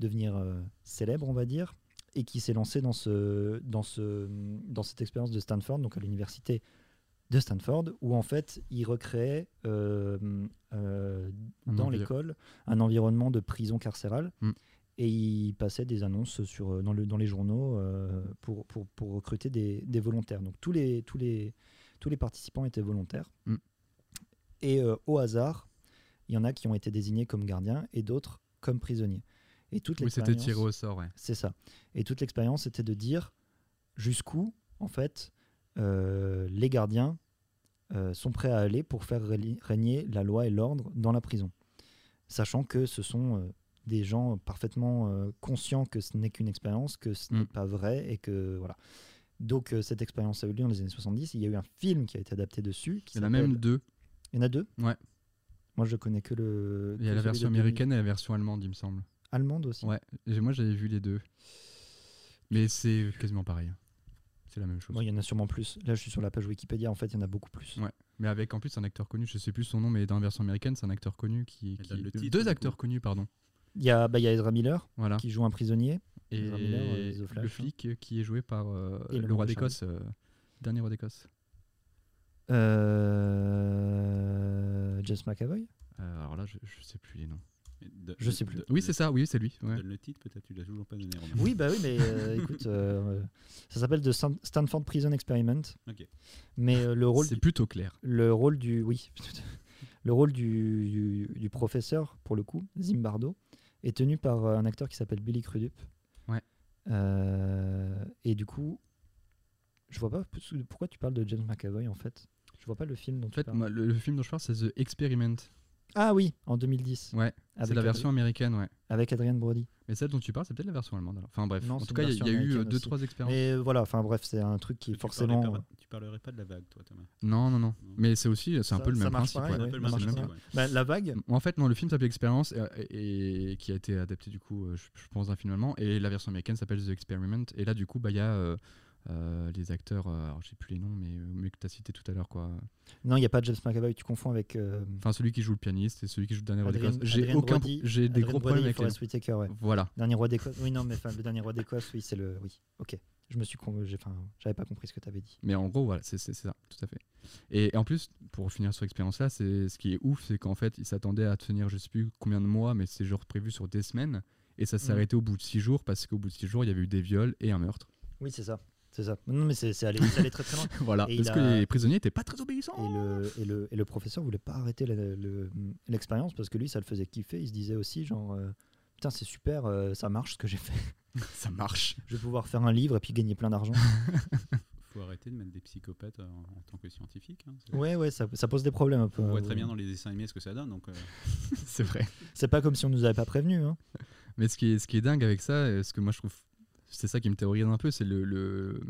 [SPEAKER 4] devenir euh, célèbre, on va dire, et qui s'est lancé dans ce, dans ce, dans cette expérience de Stanford, donc à l'université de Stanford, où en fait il recréait euh, euh,
[SPEAKER 2] Un
[SPEAKER 4] dans
[SPEAKER 2] envi-
[SPEAKER 4] l'école un environnement de prison carcérale
[SPEAKER 2] Mm.
[SPEAKER 4] et il passait des annonces sur, euh, dans, le, dans les journaux euh, pour, pour, pour recruter des, des volontaires. Donc tous les, tous, les, tous les participants étaient volontaires.
[SPEAKER 2] Mm.
[SPEAKER 4] Et euh, au hasard, il y en a qui ont été désignés comme gardiens et d'autres comme prisonniers. Et toute
[SPEAKER 2] Oui, c'était
[SPEAKER 4] l'expérience-
[SPEAKER 2] tiré au sort, ouais.
[SPEAKER 4] c'est ça. Et toute l'expérience était de dire jusqu'où, en fait, euh, les gardiens euh, sont prêts à aller pour faire régli- régner la loi et l'ordre dans la prison. Sachant que ce sont euh, des gens parfaitement euh, conscients que ce n'est qu'une expérience, que ce n'est
[SPEAKER 2] Mm.
[SPEAKER 4] pas vrai et que voilà. Donc euh, cette expérience a eu lieu dans les années 70. Il y a eu un film qui a été adapté dessus. Qui
[SPEAKER 2] Il y en a
[SPEAKER 4] s'appelle-
[SPEAKER 2] même deux.
[SPEAKER 4] Il y en a deux.
[SPEAKER 2] Ouais.
[SPEAKER 4] Moi je connais que le.
[SPEAKER 2] Il y a
[SPEAKER 4] que
[SPEAKER 2] la
[SPEAKER 4] celui de
[SPEAKER 2] version
[SPEAKER 4] 2000
[SPEAKER 2] américaine et la version allemande, il me semble.
[SPEAKER 4] Allemande aussi.
[SPEAKER 2] Ouais, j'ai- moi j'avais vu les deux. Mais c'est quasiment pareil. C'est la même chose.
[SPEAKER 4] Bon, il y en a sûrement plus. Là je suis sur la page Wikipédia. En fait il y en a beaucoup plus.
[SPEAKER 2] Ouais. Mais avec en plus un acteur connu, je sais plus son nom, mais dans la version américaine, c'est un acteur connu qui.
[SPEAKER 3] Elle
[SPEAKER 2] qui-
[SPEAKER 3] donne le titre, du
[SPEAKER 2] deux
[SPEAKER 3] coup.
[SPEAKER 2] acteurs connus, pardon.
[SPEAKER 4] Il y, a, bah, il y a Ezra Miller
[SPEAKER 2] Voilà.
[SPEAKER 4] qui joue un prisonnier.
[SPEAKER 2] Et
[SPEAKER 4] Ezra Miller, euh, The Flash,
[SPEAKER 2] le flic euh, qui est joué par euh,
[SPEAKER 4] Et le
[SPEAKER 2] le,
[SPEAKER 4] monde
[SPEAKER 2] roi
[SPEAKER 4] de
[SPEAKER 2] d'Écosse, euh, dernier roi d'Écosse.
[SPEAKER 4] Euh... James McAvoy
[SPEAKER 2] Euh, alors là, je, je sais plus les noms.
[SPEAKER 3] Mais do-
[SPEAKER 4] Je sais plus.
[SPEAKER 3] do-
[SPEAKER 2] Oui, c'est ça. Oui, c'est lui. ouais.
[SPEAKER 3] Donne le titre, peut-être, tu l'as toujours pas donné. Romain.
[SPEAKER 4] Oui, bah oui, mais euh, écoute, euh, ça s'appelle The Stan- Stanford Prison Experiment.
[SPEAKER 3] Ok.
[SPEAKER 4] Mais euh, le rôle,
[SPEAKER 2] C'est
[SPEAKER 4] du,
[SPEAKER 2] plutôt clair.
[SPEAKER 4] le rôle du, oui, le rôle du, du- du professeur pour le coup, Zimbardo, est tenu par euh, un acteur qui s'appelle Billy Crudup.
[SPEAKER 2] Ouais.
[SPEAKER 4] Euh, et du coup, je vois pas p- pourquoi tu parles de James McAvoy en fait. Je vois pas le film dont
[SPEAKER 2] En fait,
[SPEAKER 4] tu parles.
[SPEAKER 2] moi, le, le film dont je parle, c'est The Experiment.
[SPEAKER 4] Ah oui, en 2010.
[SPEAKER 2] Ouais. C'est
[SPEAKER 4] Avec
[SPEAKER 2] la
[SPEAKER 4] Adrien-
[SPEAKER 2] version américaine, ouais.
[SPEAKER 4] avec Adrien Brody.
[SPEAKER 2] Mais celle dont tu parles, c'est peut-être la version allemande. alors. Enfin bref.
[SPEAKER 4] Non,
[SPEAKER 2] en
[SPEAKER 4] c'est
[SPEAKER 2] tout
[SPEAKER 4] une
[SPEAKER 2] cas, il y a-
[SPEAKER 4] version
[SPEAKER 2] il y, a eu euh,
[SPEAKER 4] américaine
[SPEAKER 2] deux
[SPEAKER 4] aussi.
[SPEAKER 2] trois expériences.
[SPEAKER 4] Mais voilà, enfin bref, c'est un truc qui
[SPEAKER 3] Tu
[SPEAKER 4] est
[SPEAKER 3] parlerais
[SPEAKER 4] forcément.
[SPEAKER 3] pas- tu parlerais pas de la vague, toi, Thomas.
[SPEAKER 2] Non, non, non. Mais c'est aussi, c'est un
[SPEAKER 4] Ça-
[SPEAKER 2] peu le
[SPEAKER 4] ça
[SPEAKER 2] même
[SPEAKER 4] marche
[SPEAKER 2] principe.
[SPEAKER 4] pareil,
[SPEAKER 2] ouais.
[SPEAKER 4] ouais,
[SPEAKER 3] Un peu le
[SPEAKER 4] ça
[SPEAKER 3] même
[SPEAKER 4] marche
[SPEAKER 3] principe,
[SPEAKER 4] bien.
[SPEAKER 3] ouais.
[SPEAKER 4] Bah, la vague,
[SPEAKER 2] En fait, non, le film s'appelle Expérience euh, et, et qui a été adapté du coup, euh, je, je pense, d'un film allemand. Et la version américaine s'appelle The Experiment. Et là, du coup, bah, il y a euh, euh, les acteurs, euh, alors je sais plus les noms, mais, euh, mais que tu as cité tout à l'heure. quoi.
[SPEAKER 4] non, il n'y a pas James McAvoy, tu confonds avec euh,
[SPEAKER 2] Enfin, celui qui joue le pianiste et celui qui joue le dernier roi
[SPEAKER 4] Adrien-
[SPEAKER 2] d'Écosse. J'ai
[SPEAKER 4] Adrien
[SPEAKER 2] aucun,
[SPEAKER 4] Brody-
[SPEAKER 2] j'ai des
[SPEAKER 4] Adrien
[SPEAKER 2] gros
[SPEAKER 4] Brody
[SPEAKER 2] problèmes
[SPEAKER 4] et
[SPEAKER 2] avec les
[SPEAKER 4] Forest Whitaker, ouais.
[SPEAKER 2] noms. Voilà.
[SPEAKER 4] Dernier roi d'Écosse. Oui, non, mais enfin, le dernier roi d'Écosse, oui, c'est le. Oui, ok. Je me suis. con- j'ai- Enfin, j'avais pas compris ce que tu avais dit.
[SPEAKER 2] Mais en gros, voilà, c'est c'est- c'est ça, tout à fait. Et, et en plus, pour finir sur l'expérience-là, c'est- ce qui est ouf, c'est qu'en fait, ils s'attendaient à tenir, je sais plus combien de mois, mais c'est genre prévu sur des semaines. Et ça s'est
[SPEAKER 4] Mhm.
[SPEAKER 2] arrêté au bout de six jours parce qu'au bout de six jours, il y avait eu des viols et un meurtre.
[SPEAKER 4] Oui, c'est ça. C'est ça. Non, mais c'est c'est allé, c'est allé très très loin.
[SPEAKER 2] Voilà,
[SPEAKER 4] Et
[SPEAKER 2] parce
[SPEAKER 4] il
[SPEAKER 2] que
[SPEAKER 4] a-
[SPEAKER 2] les prisonniers étaient pas très
[SPEAKER 4] Et
[SPEAKER 2] obéissants.
[SPEAKER 4] le, et, le, et le professeur voulait pas arrêter la- le- l'expérience parce que lui, ça le faisait kiffer. Il se disait aussi, genre, euh, putain, c'est super, euh, ça marche ce que j'ai fait.
[SPEAKER 2] Ça marche.
[SPEAKER 4] Je vais pouvoir faire un livre et puis gagner plein d'argent.
[SPEAKER 3] Faut arrêter de mettre des psychopathes euh, en, en tant que scientifiques. hein. C'est-
[SPEAKER 4] Ouais, ouais, ça, ça pose des problèmes un peu.
[SPEAKER 3] On voit
[SPEAKER 4] euh,
[SPEAKER 3] très bien dans les dessins animés ce que ça donne. Donc, euh,
[SPEAKER 2] c'est vrai.
[SPEAKER 4] C'est pas comme si on nous avait pas prévenus. Hein.
[SPEAKER 2] Mais ce qui est, ce qui est dingue avec ça, euh, ce que moi je trouve, c'est ça qui me terrorise un peu, c'est le- le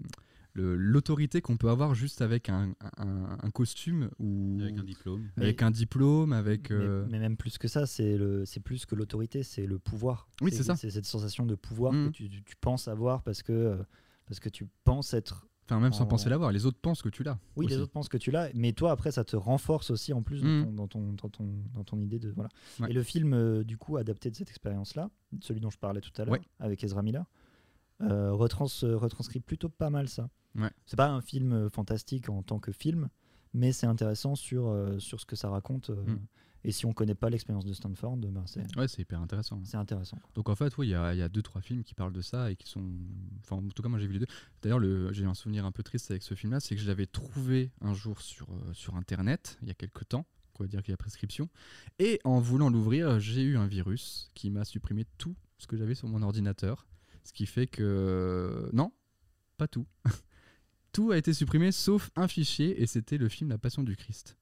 [SPEAKER 2] le- l'autorité qu'on peut avoir juste avec un, un- un costume
[SPEAKER 4] Mm.
[SPEAKER 2] ou
[SPEAKER 3] avec un diplôme.
[SPEAKER 2] avec un diplôme, avec.
[SPEAKER 4] Mais-
[SPEAKER 2] euh,
[SPEAKER 4] Mais, même plus que ça, c'est le, c'est plus que l'autorité, c'est le pouvoir.
[SPEAKER 2] Oui, c'est ça.
[SPEAKER 4] C'est cette sensation de pouvoir
[SPEAKER 2] Mhm.
[SPEAKER 4] que tu, tu- tu penses avoir parce que euh, parce que tu penses être.
[SPEAKER 2] Enfin, même sans
[SPEAKER 4] en-
[SPEAKER 2] penser l'avoir, les autres pensent que tu l'as.
[SPEAKER 4] Oui, les
[SPEAKER 2] aussi.
[SPEAKER 4] autres pensent que tu l'as, mais toi après ça te renforce aussi en plus
[SPEAKER 2] Mhm.
[SPEAKER 4] dans, ton, dans, ton, dans, ton, dans ton idée de voilà.
[SPEAKER 2] Ouais.
[SPEAKER 4] Et le film euh, du coup adapté de cette expérience-là, celui dont je parlais tout à l'heure
[SPEAKER 2] Ouais.
[SPEAKER 4] avec Ezra Miller, euh, retrans- euh, retranscrit plutôt pas mal ça.
[SPEAKER 2] Ouais.
[SPEAKER 4] C'est pas un film euh, fantastique en tant que film, mais c'est intéressant sur, euh, sur ce que ça raconte. euh,
[SPEAKER 2] Mm.
[SPEAKER 4] Et si on connaît pas l'expérience de Stanford, ben c'est
[SPEAKER 2] Ouais, c'est hyper intéressant.
[SPEAKER 4] c'est intéressant.
[SPEAKER 2] Donc en fait, oui, il y a, il y a deux trois films qui parlent de ça et qui sont, enfin en tout cas moi j'ai vu les deux. D'ailleurs, le- j'ai un souvenir un peu triste avec ce film-là, c'est que je l'avais trouvé un jour sur euh, sur internet il y a quelque temps, quoi dire qu'il y a prescription, et en voulant l'ouvrir, j'ai eu un virus qui m'a supprimé tout ce que j'avais sur mon ordinateur, ce qui fait que euh, non, pas tout, tout a été supprimé sauf un fichier et c'était le film La Passion du Christ.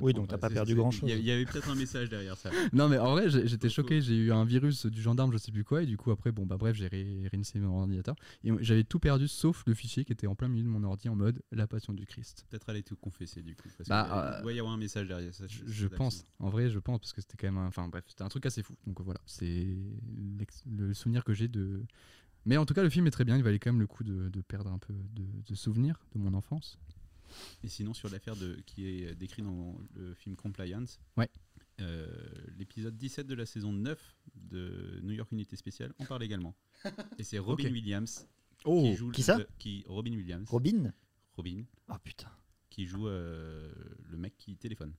[SPEAKER 4] Oui, donc t'as pas perdu grand-chose.
[SPEAKER 3] Il y avait peut-être un message derrière ça.
[SPEAKER 2] Non mais en vrai j'ai- j'étais
[SPEAKER 3] Faut- faut-
[SPEAKER 2] choqué, j'ai eu un virus du gendarme je sais plus quoi et du coup après bon bah bref j'ai ré- réinitié mon ordinateur et j'avais tout perdu sauf le fichier qui était en plein milieu de mon ordi en mode la passion du Christ.
[SPEAKER 3] Peut-être aller tout confesser du coup. Parce
[SPEAKER 2] Bah,
[SPEAKER 3] que,
[SPEAKER 2] euh,
[SPEAKER 3] il doit y avoir un message derrière ça.
[SPEAKER 2] Je,
[SPEAKER 3] c'est-
[SPEAKER 2] je
[SPEAKER 3] c'est
[SPEAKER 2] pense,
[SPEAKER 3] d'accident.
[SPEAKER 2] en vrai je pense parce que c'était quand même un... enfin bref c'était un truc assez fou donc voilà c'est l'ex- le souvenir que j'ai de... Mais en tout cas le film est très bien, il valait quand même le coup de, de perdre un peu de, de souvenirs de mon enfance.
[SPEAKER 3] Et sinon, sur l'affaire de- qui est décrite dans le film Compliance,
[SPEAKER 2] Ouais.
[SPEAKER 3] euh, l'épisode 17 de la saison 9 de New York Unité Spéciale en parle également. Et c'est Robin
[SPEAKER 2] Ok.
[SPEAKER 3] Williams
[SPEAKER 2] Oh
[SPEAKER 3] qui joue.
[SPEAKER 4] qui
[SPEAKER 3] le-
[SPEAKER 4] ça
[SPEAKER 3] le- qui, Robin Williams.
[SPEAKER 4] Robin
[SPEAKER 3] Robin,
[SPEAKER 4] Ah putain,
[SPEAKER 3] qui joue euh, le mec qui téléphone.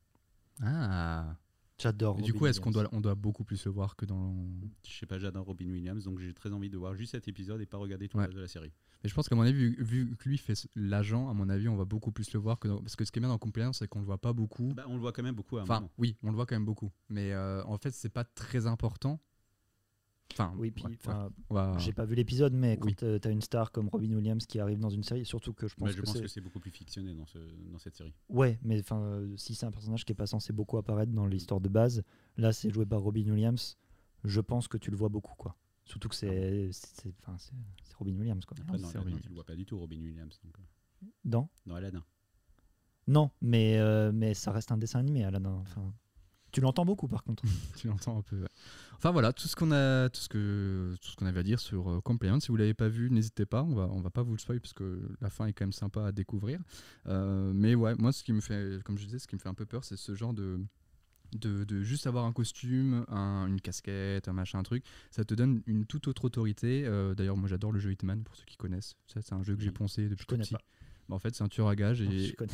[SPEAKER 2] Ah
[SPEAKER 4] j'adore.
[SPEAKER 2] Et Du
[SPEAKER 4] Ah. Robin
[SPEAKER 2] coup est-ce qu'on doit,
[SPEAKER 4] Williams.
[SPEAKER 2] on doit beaucoup plus le voir que dans...
[SPEAKER 3] Je sais pas, j'adore Robin Williams, donc j'ai très envie de voir juste cet épisode et pas regarder tout
[SPEAKER 2] Ouais.
[SPEAKER 3] le reste de la série.
[SPEAKER 2] Mais je pense qu'à mon avis, vu, vu que lui fait ce- l'agent, à mon avis, on va beaucoup plus le voir que dans- parce que ce qui est bien dans Compliance, c'est qu'on le voit pas beaucoup.
[SPEAKER 3] Bah, on le voit quand même beaucoup à un
[SPEAKER 2] enfin,
[SPEAKER 3] moment.
[SPEAKER 2] oui, on le voit quand même beaucoup, mais euh, en fait, c'est pas très important. Enfin,
[SPEAKER 4] Oui, puis
[SPEAKER 2] ouais,
[SPEAKER 4] enfin,
[SPEAKER 2] on va-
[SPEAKER 4] j'ai pas vu l'épisode, mais
[SPEAKER 2] Oui.
[SPEAKER 4] quand euh, t'as une star comme Robin Williams qui arrive dans une série, surtout que je pense
[SPEAKER 3] Bah, je
[SPEAKER 4] que
[SPEAKER 3] pense
[SPEAKER 4] c'est
[SPEAKER 3] que c'est beaucoup plus fictionné dans, ce, dans cette série.
[SPEAKER 4] Ouais, mais enfin, euh, si c'est un personnage qui est pas censé beaucoup apparaître dans l'histoire de base, là c'est joué par Robin Williams, je pense que tu le vois beaucoup quoi. Surtout que c'est c'est enfin, c'est- c'est Robin Williams quoi.
[SPEAKER 3] Après, dans
[SPEAKER 2] c'est
[SPEAKER 3] Aladdin,
[SPEAKER 2] Robin
[SPEAKER 3] tu le vois pas du tout, Robin Williams. donc, euh,
[SPEAKER 4] Dans
[SPEAKER 3] dans Aladdin.
[SPEAKER 4] Non, mais euh, mais ça reste un dessin animé Aladdin. Enfin, tu l'entends beaucoup par contre.
[SPEAKER 2] tu l'entends un peu. ouais. Enfin voilà, tout ce qu'on a, tout ce que, tout ce qu'on avait à dire sur euh, Compliance. Si vous l'avez pas vu, n'hésitez pas. On va, on va pas vous le spoiler parce que la fin est quand même sympa à découvrir. Euh, mais ouais, moi ce qui me fait, comme je disais, ce qui me fait un peu peur, c'est ce genre de de, de juste avoir un costume, un- une casquette, un machin, un truc, ça te donne une toute autre autorité. Euh, D'ailleurs, moi j'adore le jeu Hitman pour ceux qui connaissent. Ça, c'est un jeu que j'ai
[SPEAKER 3] Oui.
[SPEAKER 2] poncé depuis
[SPEAKER 4] Mm. Je
[SPEAKER 2] tout
[SPEAKER 4] connais
[SPEAKER 2] petit.
[SPEAKER 4] pas. Ah,
[SPEAKER 2] Bah, en fait, c'est un tueur à gage
[SPEAKER 4] Je
[SPEAKER 2] et,
[SPEAKER 4] connais.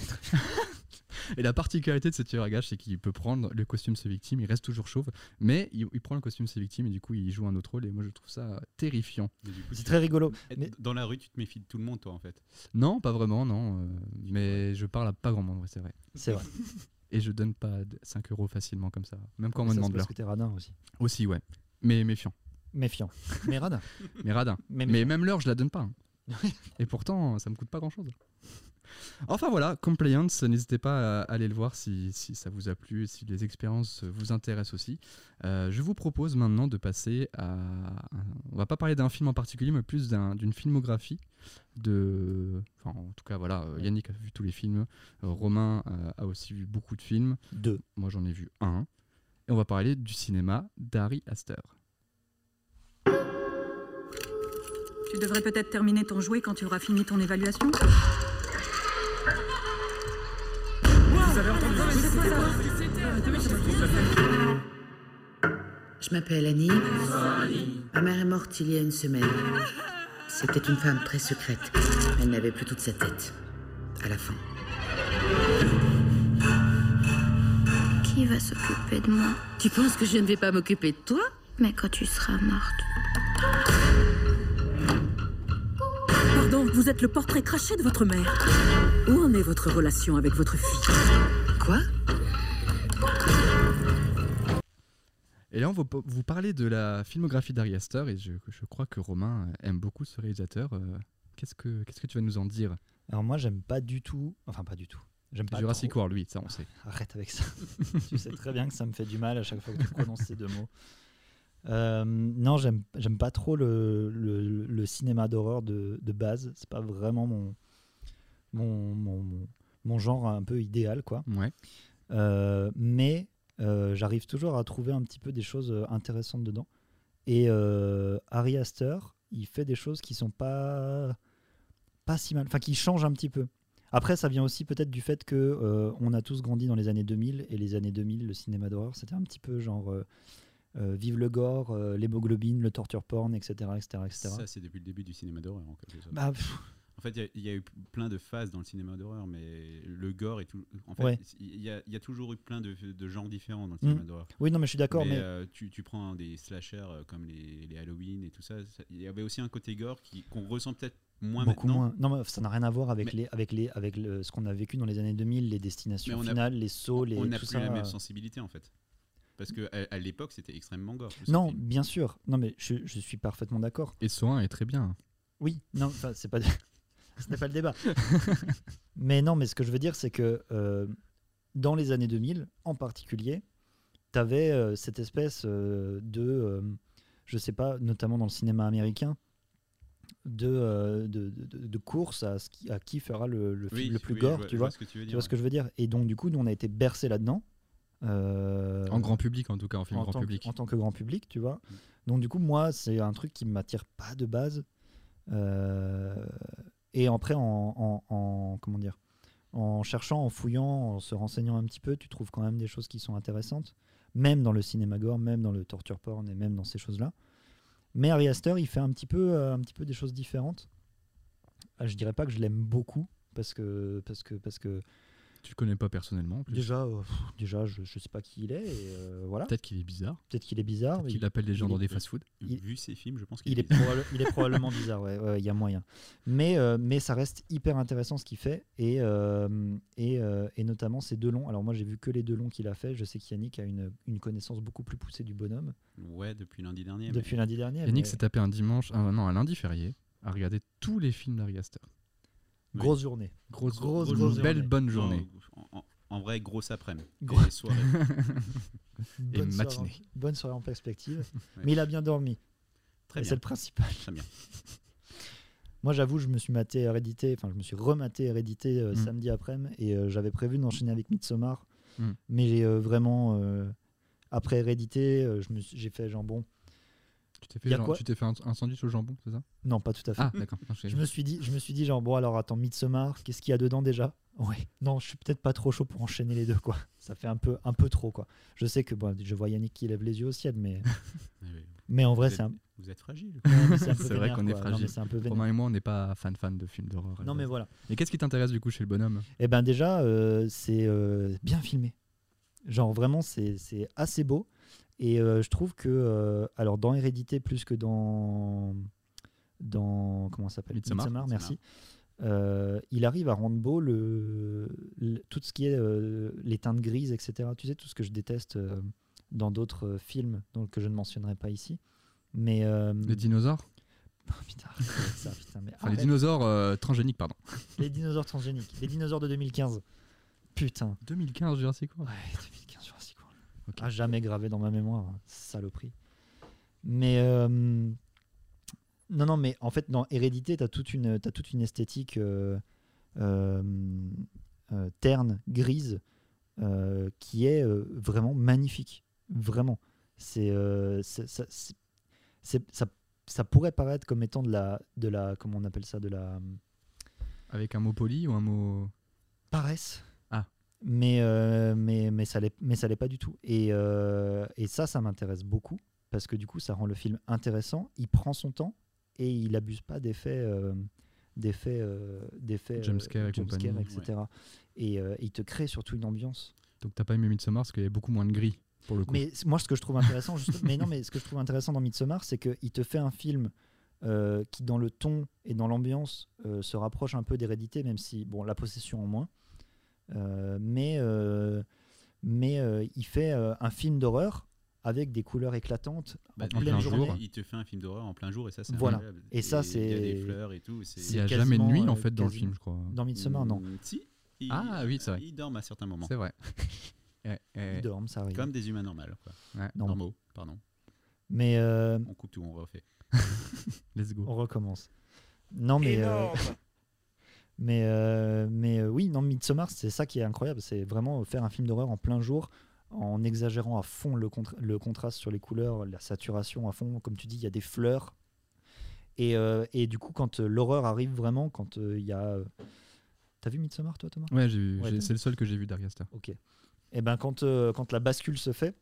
[SPEAKER 2] et la particularité de ce tueur à gage, c'est qu'il peut prendre le costume de ses victimes, il reste toujours chauve, mais il, il prend le costume de ses victimes et du coup il joue un autre rôle. Et moi je trouve ça terrifiant.
[SPEAKER 3] Mais du coup,
[SPEAKER 4] C'est
[SPEAKER 3] tu-
[SPEAKER 4] très rigolo.
[SPEAKER 3] Eh,
[SPEAKER 4] mais-
[SPEAKER 3] Dans la rue, tu te méfies de tout le monde, toi, en fait.
[SPEAKER 2] Non, pas vraiment, non. euh, mais je parle à pas grand monde, ouais, c'est vrai.
[SPEAKER 4] C'est vrai.
[SPEAKER 2] Et je donne pas d- 5 euros facilement comme ça, même quand on me
[SPEAKER 4] Ça, c'est
[SPEAKER 2] demande
[SPEAKER 4] parce
[SPEAKER 2] l'heure.
[SPEAKER 4] que t'es radin aussi.
[SPEAKER 2] Aussi, ouais. Mais méfiant.
[SPEAKER 4] Méfiant. Mais radin.
[SPEAKER 2] Mais radin.
[SPEAKER 4] Mais,
[SPEAKER 2] Mais même l'heure, je la donne pas. hein. Et pourtant, ça me coûte pas grand chose. Enfin voilà, Compliance, n'hésitez pas à aller le voir si, si ça vous a plu et si les expériences vous intéressent aussi. Euh, je vous propose maintenant de passer à. un- On va pas parler d'un film en particulier, mais plus d'un- d'une filmographie de. Enfin, en tout cas, voilà, euh, Yannick a vu tous les films, euh, Romain euh, a aussi vu beaucoup de films,
[SPEAKER 4] Deux.
[SPEAKER 2] moi j'en ai vu un. Et on va parler du cinéma d'Harry Astor.
[SPEAKER 1] Tu devrais peut-être terminer ton jouet quand tu auras fini ton évaluation.
[SPEAKER 7] Je m'appelle Annie. Ma mère est morte il y a une semaine. C'était une femme très secrète. Elle n'avait plus toute sa tête. À la fin.
[SPEAKER 8] Qui va s'occuper de moi
[SPEAKER 7] Tu penses que je ne vais pas m'occuper de toi
[SPEAKER 8] Mais quand tu seras morte.
[SPEAKER 1] Pardon, vous êtes le portrait craché de votre mère. Où en est votre relation avec votre fille
[SPEAKER 7] Quoi
[SPEAKER 2] Et là, on va po- vous parler de la filmographie d'Ari Aster, et je, je crois que Romain euh, aime beaucoup ce réalisateur. Euh, Qu'est-ce que, qu'est-ce que tu vas nous en dire
[SPEAKER 4] Alors moi j'aime pas du tout. Enfin pas du tout. J'aime pas.
[SPEAKER 2] Jurassic
[SPEAKER 4] trop-
[SPEAKER 2] World, lui, ça on sait.
[SPEAKER 4] Arrête avec ça. tu sais très bien que ça me fait du mal à chaque fois que tu prononces ces deux mots. Euh, non, j'aime j'aime pas trop le, le- le cinéma d'horreur de, de base. C'est pas vraiment mon, mon, mon, mon- mon genre un peu idéal, quoi.
[SPEAKER 2] Ouais.
[SPEAKER 4] Euh, mais euh, j'arrive toujours à trouver un petit peu des choses euh, intéressantes dedans. Et euh, Harry Astor, il fait des choses qui sont pas pas si mal, enfin qui changent un petit peu. Après, ça vient aussi peut-être du fait que euh, on a tous grandi dans les années 2000 et les années 2000, le cinéma d'horreur, c'était un petit peu genre euh, euh, vive le gore, euh, l'hémoglobine, le torture porn, etc., etc., etc.
[SPEAKER 3] Ça, c'est depuis le début du cinéma d'horreur, en quelque sorte.
[SPEAKER 4] Bah, pff,
[SPEAKER 3] en En fait, il y a- il y, a eu plein de phases dans le cinéma d'horreur, mais le gore et tout. En fait,
[SPEAKER 4] Ouais.
[SPEAKER 3] il y, a, il y a toujours eu plein de, de genres différents dans le cinéma d'horreur.
[SPEAKER 4] Oui, non, mais je suis d'accord,
[SPEAKER 3] Mais,
[SPEAKER 4] mais,
[SPEAKER 3] euh, tu, tu prends des slashers euh, comme les, les Halloween et tout ça. ça- Il y avait aussi un côté gore qui- qu'on ressent peut-être moins
[SPEAKER 4] beaucoup
[SPEAKER 3] maintenant.
[SPEAKER 4] moins. Non, mais ça n'a rien à voir avec,
[SPEAKER 3] Mais-
[SPEAKER 4] les, avec, les, avec le- ce qu'on a vécu dans les années 2000, les
[SPEAKER 3] Mais
[SPEAKER 4] destinations
[SPEAKER 3] on a-
[SPEAKER 4] finales, les sauts, les.
[SPEAKER 3] On n'a
[SPEAKER 4] tout
[SPEAKER 3] plus
[SPEAKER 4] ça,
[SPEAKER 3] la
[SPEAKER 4] euh,
[SPEAKER 3] même sensibilité en fait. Parce que à, à l'époque, c'était extrêmement gore. tout ce
[SPEAKER 4] Non,
[SPEAKER 3] film.
[SPEAKER 4] bien sûr. Non, mais je, je suis parfaitement d'accord.
[SPEAKER 2] Et Soin est très bien.
[SPEAKER 4] Oui, non, enfin, c'est pas. ce n'est pas le débat. mais non, mais ce que je veux dire, c'est que euh, dans les années 2000, en particulier, tu avais cette espèce euh, de, euh, je sais pas, notamment dans le cinéma américain, de, euh, de, de- de course à, ce qui, à qui fera le, le film
[SPEAKER 3] Oui,
[SPEAKER 4] le plus
[SPEAKER 3] oui, je
[SPEAKER 4] gore,
[SPEAKER 3] vois-
[SPEAKER 4] tu
[SPEAKER 3] je
[SPEAKER 4] vois.
[SPEAKER 3] ce que tu veux
[SPEAKER 4] Tu
[SPEAKER 3] dire.
[SPEAKER 4] vois ce que je veux dire Et donc, du coup, nous, on a été bercés là-dedans. euh,
[SPEAKER 2] En grand public, en tout cas, en film
[SPEAKER 4] en
[SPEAKER 2] grand
[SPEAKER 4] tant que-
[SPEAKER 2] public. Mm.
[SPEAKER 4] en tant que grand public, tu vois. Donc du coup, moi, c'est un truc qui m'attire pas de base. Euh, et après, en, en- en- comment dire, en cherchant, en fouillant, en se renseignant un petit peu, tu trouves quand même des choses qui sont intéressantes, même dans le cinéma gore, même dans le torture porn et même dans ces choses-là. Mais Ari Aster, il fait un petit peu, euh, un petit peu des choses différentes. Ah, je dirais pas que je l'aime beaucoup parce que parce que parce que
[SPEAKER 2] Tu le connais pas personnellement, en plus.
[SPEAKER 4] déjà euh, pff, déjà je, je sais pas qui il est et euh, voilà
[SPEAKER 2] Peut-être qu'il est bizarre.
[SPEAKER 4] peut-être qu'il est bizarre
[SPEAKER 2] peut-être
[SPEAKER 4] mais
[SPEAKER 2] qu'il appelle les gens
[SPEAKER 4] il
[SPEAKER 2] dans des
[SPEAKER 4] est-
[SPEAKER 2] fast-food.
[SPEAKER 4] il-
[SPEAKER 3] Vu ces films, je pense qu'il
[SPEAKER 4] il est,
[SPEAKER 3] est.
[SPEAKER 4] probable- il est probablement bizarre, ouais, ouais, il y a moyen. Mais, euh, mais ça reste hyper intéressant ce qu'il fait, et, euh, et, euh, et notamment ces deux longs. Alors moi j'ai vu que les deux longs qu'il a fait, je sais qu'Yannick a une, une connaissance beaucoup plus poussée du bonhomme
[SPEAKER 3] Ouais, depuis lundi dernier. mais-
[SPEAKER 4] depuis lundi dernier.
[SPEAKER 2] Eh Yannick
[SPEAKER 4] mais
[SPEAKER 2] s'est tapé un dimanche, un, non, un lundi férié, à regarder tous les films d'Ari Aster.
[SPEAKER 4] Grosse journée.
[SPEAKER 2] Grosse,
[SPEAKER 4] Grosse,
[SPEAKER 2] une
[SPEAKER 4] grosse
[SPEAKER 2] belle
[SPEAKER 4] journée.
[SPEAKER 2] bonne
[SPEAKER 3] Non,
[SPEAKER 2] journée.
[SPEAKER 3] En, en- en vrai, grosse après-midi.
[SPEAKER 4] Gros-
[SPEAKER 3] Et soirée.
[SPEAKER 4] Bonne soirée
[SPEAKER 2] matinée.
[SPEAKER 4] en- bonne soirée en perspective.
[SPEAKER 3] Ouais.
[SPEAKER 4] Mais il a bien dormi,
[SPEAKER 3] Très
[SPEAKER 4] et
[SPEAKER 3] bien.
[SPEAKER 4] c'est le principal.
[SPEAKER 3] Très bien.
[SPEAKER 4] Moi j'avoue, je me suis maté Hérédité, enfin je me suis rematé Hérédité euh,
[SPEAKER 2] Mm.
[SPEAKER 4] samedi après-midi, et euh, j'avais prévu d'enchaîner avec Midsommar,
[SPEAKER 2] Mm.
[SPEAKER 4] mais j'ai euh, vraiment... euh, après Hérédité, euh, je me suis- j'ai fait genre bon,
[SPEAKER 2] Tu t'es fait,
[SPEAKER 4] Y a
[SPEAKER 2] genre-
[SPEAKER 4] quoi
[SPEAKER 2] tu t'es fait un, un sandwich au jambon, c'est ça
[SPEAKER 4] Non, pas tout à fait.
[SPEAKER 2] Ah, d'accord. Non, je-
[SPEAKER 4] Je me suis dit, je me suis dit genre bon alors attends Midsommar, qu'est-ce qu'il y a dedans déjà Ouais. Non, je suis peut-être pas trop chaud pour enchaîner les deux quoi. Ça fait un peu un peu trop quoi. Je sais que bon, je vois Yannick qui lève les yeux au ciel, mais
[SPEAKER 2] Ah
[SPEAKER 3] Mais oui,
[SPEAKER 4] mais en vrai
[SPEAKER 3] vous,
[SPEAKER 4] c'est un,
[SPEAKER 3] êtes, vous êtes fragile.
[SPEAKER 2] Bah,
[SPEAKER 4] mais c'est un peu
[SPEAKER 2] C'est vrai
[SPEAKER 4] vénère,
[SPEAKER 2] qu'on est
[SPEAKER 4] quoi. Non, mais
[SPEAKER 2] fragile.
[SPEAKER 4] c'est un peu vénère.
[SPEAKER 2] Romain et moi, on n'est pas fan-fan de films d'horreur.
[SPEAKER 4] Non mais voilà.
[SPEAKER 2] Et qu'est-ce qui t'intéresse du coup chez le bonhomme
[SPEAKER 4] Eh ben déjà euh, c'est euh, bien filmé. Genre vraiment c'est c'est assez beau et euh, je trouve que euh, alors dans Hérédité plus que dans dans comment ça s'appelle
[SPEAKER 2] Midsommar.
[SPEAKER 4] merci. Euh, il arrive à rendre beau le, le- tout ce qui est euh, les teintes grises, etc. Tu sais, tout ce que je déteste euh, dans d'autres euh, films donc, que je ne mentionnerai pas ici. Mais. euh,
[SPEAKER 2] Les dinosaures
[SPEAKER 4] putain, arrête avec ça, putain, Ah, mais
[SPEAKER 2] Enfin, les
[SPEAKER 4] arrête.
[SPEAKER 2] dinosaures euh, transgéniques, pardon.
[SPEAKER 4] Les dinosaures transgéniques. Les dinosaures de 2015. Putain.
[SPEAKER 2] 2015, Jurassic
[SPEAKER 4] Ouais,
[SPEAKER 2] World.
[SPEAKER 4] 2015 Jurassic World.
[SPEAKER 2] Ok.
[SPEAKER 4] À Ah, jamais gravé dans ma mémoire, hein, saloperie. Mais euh, non, non, mais en fait, dans Hérédité, t'as toute une, t'as toute une esthétique euh, euh, euh, terne, grise, euh, qui est euh, vraiment magnifique, vraiment. C'est, euh, c'est- ça, c'est- c'est- ça, ça pourrait paraître comme étant de la, de la, comment on appelle ça, de la
[SPEAKER 2] Avec un mot poli ou un mot.
[SPEAKER 4] paresse.
[SPEAKER 2] Ah.
[SPEAKER 4] Mais, euh, mais, mais ça l'est mais ça l'est pas du tout. Et, euh, et ça, ça m'intéresse beaucoup parce que du coup, ça rend le film intéressant. Il prend son temps et il abuse pas d'effets. euh, d'effets euh, d'effets
[SPEAKER 2] Jumpscare et
[SPEAKER 4] jumpscare,
[SPEAKER 2] compagnie.
[SPEAKER 4] etc et euh, il te crée surtout une ambiance
[SPEAKER 2] Donc t'as pas aimé Midsommar parce qu'il y avait beaucoup moins de gris pour le coup.
[SPEAKER 4] mais c- moi, ce que je trouve intéressant, juste- mais non, mais ce que je trouve intéressant dans Midsommar, c'est qu'il te fait un film euh, qui, dans le ton et dans l'ambiance, euh, se rapproche un peu d'Hérédité, même si, bon, la possession en moins. Euh, mais euh, mais euh, il fait euh, un film d'horreur avec des couleurs éclatantes.
[SPEAKER 3] Bah,
[SPEAKER 4] en
[SPEAKER 3] il-
[SPEAKER 4] pleine
[SPEAKER 3] il-
[SPEAKER 4] journée.
[SPEAKER 3] Il te fait un film d'horreur en plein jour et ça, c'est
[SPEAKER 4] Voilà.
[SPEAKER 3] incroyable.
[SPEAKER 4] Et ça,
[SPEAKER 3] Il y a
[SPEAKER 4] c'est-
[SPEAKER 3] des fleurs et tout. c'est-
[SPEAKER 2] Il n'y a
[SPEAKER 4] c'est
[SPEAKER 2] jamais de nuit
[SPEAKER 4] quasiment,
[SPEAKER 2] en
[SPEAKER 4] euh,
[SPEAKER 2] fait dans le
[SPEAKER 4] quasiment-
[SPEAKER 2] film, je crois.
[SPEAKER 4] Dans Midsommar, non.
[SPEAKER 3] Mm, Si. il-
[SPEAKER 2] Ah oui, c'est vrai.
[SPEAKER 3] Ils dorment à certains moments.
[SPEAKER 2] C'est vrai. Ouais, ouais.
[SPEAKER 4] Ils dorment, ça arrive.
[SPEAKER 3] Comme des humains normaux. Quoi.
[SPEAKER 2] Ouais.
[SPEAKER 4] Non.
[SPEAKER 3] Normaux, pardon.
[SPEAKER 4] Mais euh,
[SPEAKER 3] On coupe tout, on refait.
[SPEAKER 2] Let's go.
[SPEAKER 4] on recommence. Non, mais. euh, Mais, euh, mais euh, oui, non, Midsommar, c'est ça qui est incroyable. C'est vraiment faire un film d'horreur en plein jour, en exagérant à fond le, contra- le contraste sur les couleurs, la saturation à fond. Comme tu dis, il y a des fleurs. Et, euh, et du coup, quand euh, l'horreur arrive vraiment, quand euh, il y a. euh, T'as vu Midsommar, toi, Thomas
[SPEAKER 2] Ouais, j'ai vu-
[SPEAKER 4] Ouais,
[SPEAKER 2] j'ai-
[SPEAKER 4] t'as-
[SPEAKER 2] c'est le seul que j'ai vu d'Ari Aster.
[SPEAKER 4] Ok. Et ben quand, euh, quand la bascule se fait,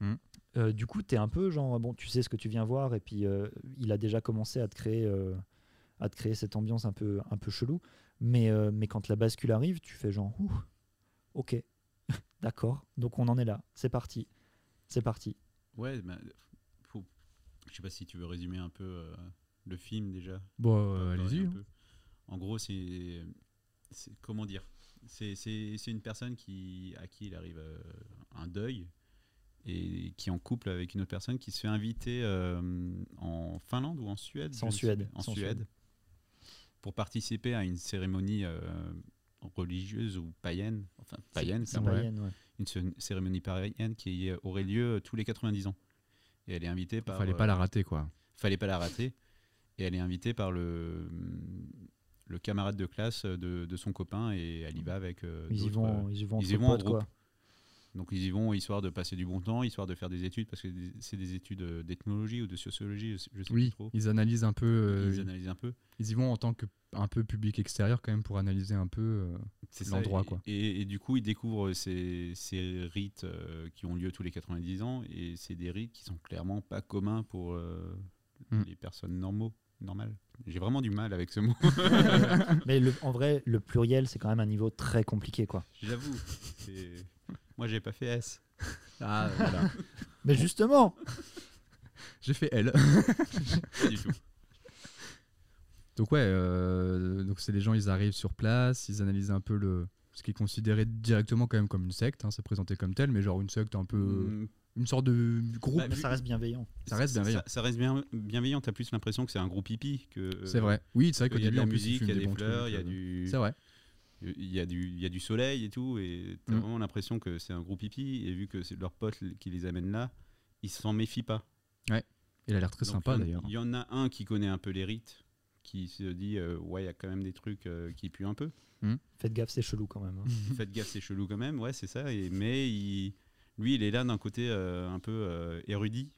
[SPEAKER 2] Mm.
[SPEAKER 4] euh, du coup, tu es un peu genre, bon, tu sais ce que tu viens voir, et puis euh, il a déjà commencé à te créer, euh, à te créer cette ambiance un peu, un peu chelou. Mais, euh, mais quand la bascule arrive, tu fais genre, Ouh, ok, d'accord, donc on en est là, c'est parti, c'est parti.
[SPEAKER 3] Ouais, bah, faut- je sais pas si tu veux résumer un peu euh, le film déjà.
[SPEAKER 2] Bon,
[SPEAKER 3] Euh,
[SPEAKER 2] euh,
[SPEAKER 3] parler
[SPEAKER 2] allez-y.
[SPEAKER 3] un
[SPEAKER 2] hein.
[SPEAKER 3] peu. En gros, c'est. c'est- Comment dire C'est c'est- c'est une personne qui, à qui il arrive euh, un deuil et qui est en couple avec une autre personne qui se fait inviter euh, en Finlande ou en Suède
[SPEAKER 4] C'est
[SPEAKER 3] je
[SPEAKER 4] en
[SPEAKER 3] ne sais
[SPEAKER 4] Suède,
[SPEAKER 3] plus. En
[SPEAKER 4] c'est en
[SPEAKER 3] Suède.
[SPEAKER 4] Suède.
[SPEAKER 3] Pour participer à une cérémonie euh, religieuse ou païenne. Enfin, païenne,
[SPEAKER 4] C'est
[SPEAKER 3] clairement
[SPEAKER 4] moyenne, ouais.
[SPEAKER 3] une cé- cérémonie païenne qui euh, aurait lieu euh, tous les 90 ans. Et elle est invitée par.
[SPEAKER 2] Fallait
[SPEAKER 3] euh,
[SPEAKER 2] pas la rater, quoi.
[SPEAKER 3] fallait pas la rater. Et elle est invitée par le, le camarade de classe de, de son copain et elle y va avec. euh,
[SPEAKER 4] Ils y
[SPEAKER 3] d'autres,
[SPEAKER 4] vont,
[SPEAKER 3] euh,
[SPEAKER 4] ils y vont
[SPEAKER 3] ils
[SPEAKER 4] entre
[SPEAKER 3] y vont en
[SPEAKER 4] potes, quoi.
[SPEAKER 3] groupe. donc ils y vont histoire de passer du bon temps, histoire de faire des études, parce que des- c'est des études euh, d'ethnologie ou de sociologie, je sais, je sais plus
[SPEAKER 2] Oui,
[SPEAKER 3] trop.
[SPEAKER 2] ils analysent un peu. euh,
[SPEAKER 3] Ils analysent un peu.
[SPEAKER 2] ils y vont en tant que un peu public extérieur quand même pour analyser un peu. euh,
[SPEAKER 3] C'est
[SPEAKER 2] L'endroit,
[SPEAKER 3] et-
[SPEAKER 2] quoi.
[SPEAKER 3] Et, et du coup, ils découvrent ces, ces rites euh, qui ont lieu tous les 90 ans, et c'est des rites qui sont clairement pas communs pour euh,
[SPEAKER 2] Mm.
[SPEAKER 3] les personnes normaux, normales. J'ai vraiment du mal avec ce mot.
[SPEAKER 4] Mais le- en vrai, le pluriel, c'est quand même un niveau très compliqué, quoi.
[SPEAKER 3] J'avoue. c'est- Moi, j'ai pas fait S.
[SPEAKER 2] Ah, voilà.
[SPEAKER 4] Mais justement,
[SPEAKER 2] J'ai fait L.
[SPEAKER 3] Pas du tout.
[SPEAKER 2] Donc ouais, euh, donc c'est les gens, ils arrivent sur place, ils analysent un peu le ce qui est considéré directement quand même comme une secte, hein, c'est présenté comme tel, mais genre une secte un peu,
[SPEAKER 3] Mm,
[SPEAKER 2] une sorte de groupe.
[SPEAKER 3] Bah,
[SPEAKER 4] mais
[SPEAKER 3] vu-
[SPEAKER 4] ça reste bienveillant.
[SPEAKER 2] ça reste bienveillant.
[SPEAKER 3] Ça, ça reste bien, bienveillant. T'as plus l'impression que c'est un groupe hippie. Que,
[SPEAKER 2] c'est vrai. Oui, c'est vrai qu'au
[SPEAKER 3] Il euh, y a de
[SPEAKER 2] début
[SPEAKER 3] la
[SPEAKER 2] en plus, ils
[SPEAKER 3] musique, il y a
[SPEAKER 2] fument
[SPEAKER 3] des
[SPEAKER 2] bons
[SPEAKER 3] fleurs,
[SPEAKER 2] trucs,
[SPEAKER 3] il y a
[SPEAKER 2] euh,
[SPEAKER 3] du.
[SPEAKER 2] C'est vrai.
[SPEAKER 3] il y a du il y a du soleil et tout et t'as
[SPEAKER 2] Mm.
[SPEAKER 3] vraiment l'impression que c'est un groupe hippie et vu que c'est leurs potes qui les amènent là ils s'en méfient pas
[SPEAKER 2] Il a l'air très
[SPEAKER 3] Donc,
[SPEAKER 2] sympa
[SPEAKER 3] il y en-
[SPEAKER 2] d'ailleurs.
[SPEAKER 3] il y en a un qui connaît un peu les rites qui se dit euh, ouais il y a quand même des trucs euh, qui puent un peu
[SPEAKER 4] Faites gaffe, c'est chelou quand même. hein.
[SPEAKER 3] faites gaffe c'est chelou quand même ouais c'est ça et mais il- lui il est là d'un côté euh, un peu euh, érudit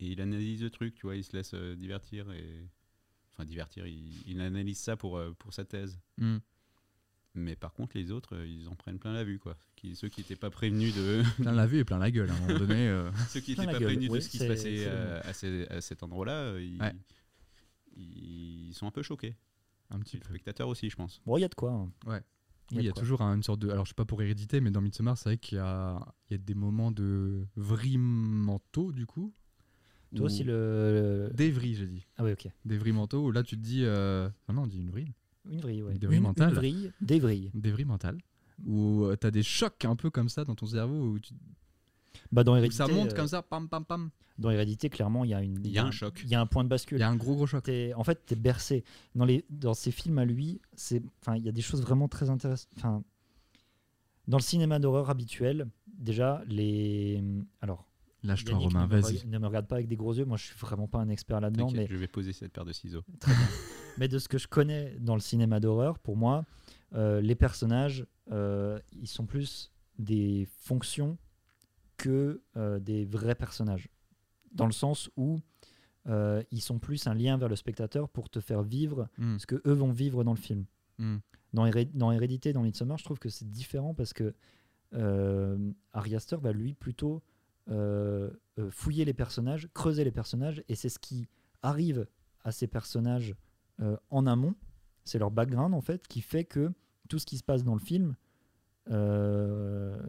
[SPEAKER 3] et il analyse le truc tu vois il se laisse euh, divertir et enfin divertir il, il analyse ça pour euh, pour sa thèse
[SPEAKER 4] Hmm.
[SPEAKER 2] Mm.
[SPEAKER 3] Mais par contre, les autres, euh, ils en prennent plein la vue, quoi. Qui, ceux qui n'étaient pas prévenus de,
[SPEAKER 2] Plein la vue et plein la gueule. hein, À un moment donné, euh,
[SPEAKER 3] ceux qui
[SPEAKER 4] Plein
[SPEAKER 3] étaient
[SPEAKER 4] la
[SPEAKER 3] pas
[SPEAKER 4] gueule,
[SPEAKER 3] prévenus de
[SPEAKER 4] oui,
[SPEAKER 3] ce qui se
[SPEAKER 4] c'est-
[SPEAKER 3] passait
[SPEAKER 4] c'est le
[SPEAKER 3] euh, à, ces- à cet endroit-là, euh, ils,
[SPEAKER 2] Ouais.
[SPEAKER 3] ils sont un peu choqués.
[SPEAKER 2] un petit
[SPEAKER 3] Les
[SPEAKER 2] peu.
[SPEAKER 3] spectateurs aussi, je pense.
[SPEAKER 4] Bon, il y a de quoi. hein.
[SPEAKER 2] Ouais.
[SPEAKER 4] Il
[SPEAKER 2] Oui, il y
[SPEAKER 4] de
[SPEAKER 2] a
[SPEAKER 4] quoi.
[SPEAKER 2] toujours hein, une sorte de. Alors, je sais pas pour héréditer, mais dans Midsommar, c'est vrai qu'il y a, il y a des moments de vris mentaux, du coup.
[SPEAKER 4] Toi aussi, le.
[SPEAKER 2] Des vris, j'ai dit.
[SPEAKER 4] Ah, ouais, ok.
[SPEAKER 2] Des vris mentaux, où là, tu te dis. euh, Ah non, on dit une vrille.
[SPEAKER 4] Une vrille, ouais.
[SPEAKER 2] Une vrille
[SPEAKER 4] Une-
[SPEAKER 2] mentale.
[SPEAKER 4] Une vrille, des vrilles.
[SPEAKER 2] Des vrilles mentales. Où tu as des chocs un peu comme ça dans ton cerveau, où, tu- où
[SPEAKER 4] Bah, dans Hérédité,
[SPEAKER 2] ça monte
[SPEAKER 4] euh,
[SPEAKER 2] comme ça, pam, pam, pam.
[SPEAKER 4] Dans Hérédité, clairement, il y a une.
[SPEAKER 3] Il y a un choc.
[SPEAKER 4] Il y a un point de
[SPEAKER 2] Il
[SPEAKER 4] bascule.
[SPEAKER 2] y a un gros, gros choc.
[SPEAKER 4] T'es- en fait, tu es bercé. Dans, les, dans ces films à lui, c'est, enfin, il y a des choses vraiment très intéressantes. Enfin, dans le cinéma d'horreur habituel, déjà, les. Alors,
[SPEAKER 2] Lâche-toi,
[SPEAKER 4] Yannick,
[SPEAKER 2] Romain,
[SPEAKER 4] ne me
[SPEAKER 2] vas-y.
[SPEAKER 4] reg- ne me regarde pas avec des gros yeux. Moi, je suis vraiment pas un expert là-dedans.
[SPEAKER 3] T'inquiète,
[SPEAKER 4] Mais,
[SPEAKER 3] Je vais poser cette paire de ciseaux.
[SPEAKER 4] mais de ce que je connais dans le cinéma d'horreur, pour moi, euh, les personnages, euh, ils sont plus des fonctions que euh, des vrais personnages. Dans le sens où euh, ils sont plus un lien vers le spectateur pour te faire vivre
[SPEAKER 2] Mm.
[SPEAKER 4] ce que eux vont vivre dans le film.
[SPEAKER 2] Mm.
[SPEAKER 4] Dans, Héré- dans Hérédité, dans Midsommar, je trouve que c'est différent parce que euh, Ari Aster va lui plutôt euh, euh, fouiller les personnages, creuser les personnages, et c'est ce qui arrive à ces personnages euh, en amont, c'est leur background en fait, qui fait que tout ce qui se passe dans le film euh,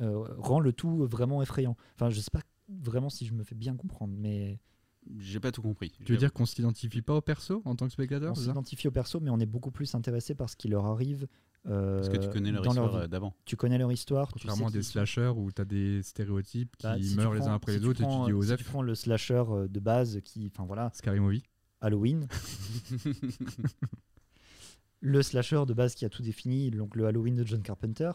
[SPEAKER 4] euh, rend le tout vraiment effrayant. Enfin, je sais pas vraiment si je me fais bien comprendre, mais
[SPEAKER 3] J'ai pas tout compris.
[SPEAKER 2] Tu veux dire qu'on s'identifie pas au perso en tant que
[SPEAKER 4] on
[SPEAKER 2] spectateur, c'est ça
[SPEAKER 4] s'identifie au perso, mais on est beaucoup plus intéressé par ce qui leur arrive. euh,
[SPEAKER 3] Parce que tu connais leur
[SPEAKER 4] dans leur
[SPEAKER 3] histoire
[SPEAKER 4] vie.
[SPEAKER 3] euh, d'avant.
[SPEAKER 4] tu connais leur histoire. tu
[SPEAKER 2] Contrairement
[SPEAKER 4] sais
[SPEAKER 2] à des
[SPEAKER 4] qui ils sont.
[SPEAKER 2] slashers où t'as des stéréotypes qui
[SPEAKER 4] Bah, si tu
[SPEAKER 2] meurent les
[SPEAKER 4] prends-
[SPEAKER 2] uns après
[SPEAKER 4] si
[SPEAKER 2] les autres et tu
[SPEAKER 4] prends,
[SPEAKER 2] dis
[SPEAKER 4] euh,
[SPEAKER 2] aux
[SPEAKER 4] si
[SPEAKER 2] F,
[SPEAKER 4] tu prends le slasher euh, de base qui, enfin voilà,
[SPEAKER 2] Scary Movie.
[SPEAKER 4] Halloween. le slasher de base qui a tout défini, donc le Halloween de John Carpenter.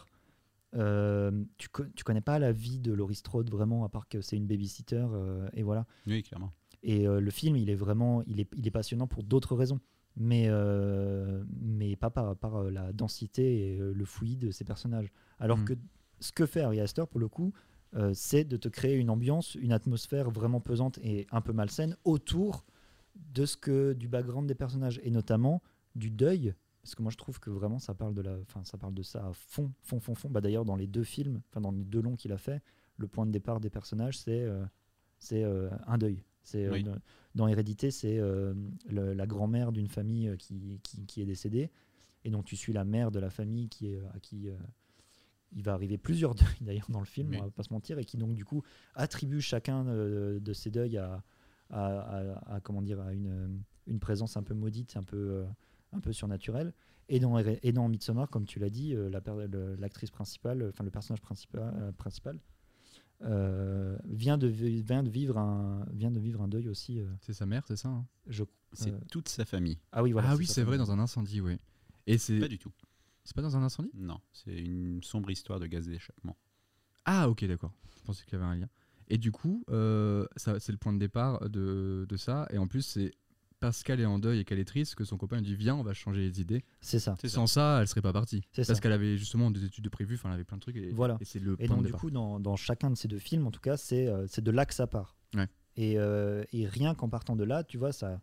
[SPEAKER 4] euh, tu, co- tu connais pas la vie de Laurie Strode vraiment, à part que c'est une babysitter euh, et voilà.
[SPEAKER 3] Oui, clairement.
[SPEAKER 4] Et euh, le film, il est vraiment, il est, il est passionnant pour d'autres raisons, mais, euh, mais pas par, par euh, la densité et euh, le fouillis de ces personnages. Alors
[SPEAKER 2] Mm.
[SPEAKER 4] que ce que fait Ari Aster, pour le coup, euh, c'est de te créer une ambiance, une atmosphère vraiment pesante et un peu malsaine autour de ce que du background des personnages et notamment du deuil. Parce que moi, je trouve que vraiment, ça parle de la, enfin, ça parle de ça à fond, fond, fond, fond. Bah d'ailleurs, dans les deux films, enfin dans les deux longs qu'il a fait, le point de départ des personnages, c'est euh, c'est euh, un deuil. C'est euh,
[SPEAKER 3] Oui.
[SPEAKER 4] dans- dans Hérédité, c'est euh, le- la grand-mère d'une famille euh, qui, qui, qui est décédée, et donc tu suis la mère de la famille qui est euh, à qui euh, il va arriver plusieurs deuils d'ailleurs dans le film,
[SPEAKER 3] Oui.
[SPEAKER 4] on va pas se mentir, et qui donc du coup attribue chacun euh, de ces deuils à, à, à- à- comment dire à une, euh, une présence un peu maudite, un peu euh, un peu surnaturelle. Et dans, Héré- et dans Midsommar, comme tu l'as dit, euh, la per- le- l'actrice principale, euh, enfin le personnage principal, euh, principal euh, vient, de, vi- vient, de vivre un, vient de vivre un deuil aussi. euh,
[SPEAKER 2] C'est sa mère, c'est ça hein
[SPEAKER 4] je,
[SPEAKER 3] C'est
[SPEAKER 4] Euh,
[SPEAKER 3] toute sa famille.
[SPEAKER 4] ah oui, voilà,
[SPEAKER 2] Ah oui,
[SPEAKER 4] ça.
[SPEAKER 2] c'est vrai, dans un incendie, oui. Et c'est.
[SPEAKER 3] Pas du tout.
[SPEAKER 2] C'est pas dans un incendie
[SPEAKER 3] Non, c'est une sombre histoire de gaz d'échappement.
[SPEAKER 2] Ah, ok, d'accord. Je pensais qu'il y avait un lien. Et du coup, euh, ça, c'est le point de départ de, de ça. Et en plus, c'est parce qu'elle est en deuil et qu'elle est triste que son copain lui dit Viens, on va changer les idées.
[SPEAKER 4] C'est ça.
[SPEAKER 3] C'est
[SPEAKER 2] Sans ça, elle serait pas partie.
[SPEAKER 4] C'est
[SPEAKER 2] Parce
[SPEAKER 4] ça.
[SPEAKER 2] qu'elle avait justement des études de prévues, enfin, elle avait plein de trucs. Et,
[SPEAKER 4] Voilà.
[SPEAKER 2] et c'est le
[SPEAKER 4] Et
[SPEAKER 2] point
[SPEAKER 4] donc,
[SPEAKER 2] de
[SPEAKER 4] du
[SPEAKER 2] départ.
[SPEAKER 4] coup, dans, dans chacun de ces deux films, en tout cas, c'est euh, c'est de là que ça part.
[SPEAKER 2] Ouais.
[SPEAKER 4] Et, euh, et rien qu'en partant de là, tu vois, ça.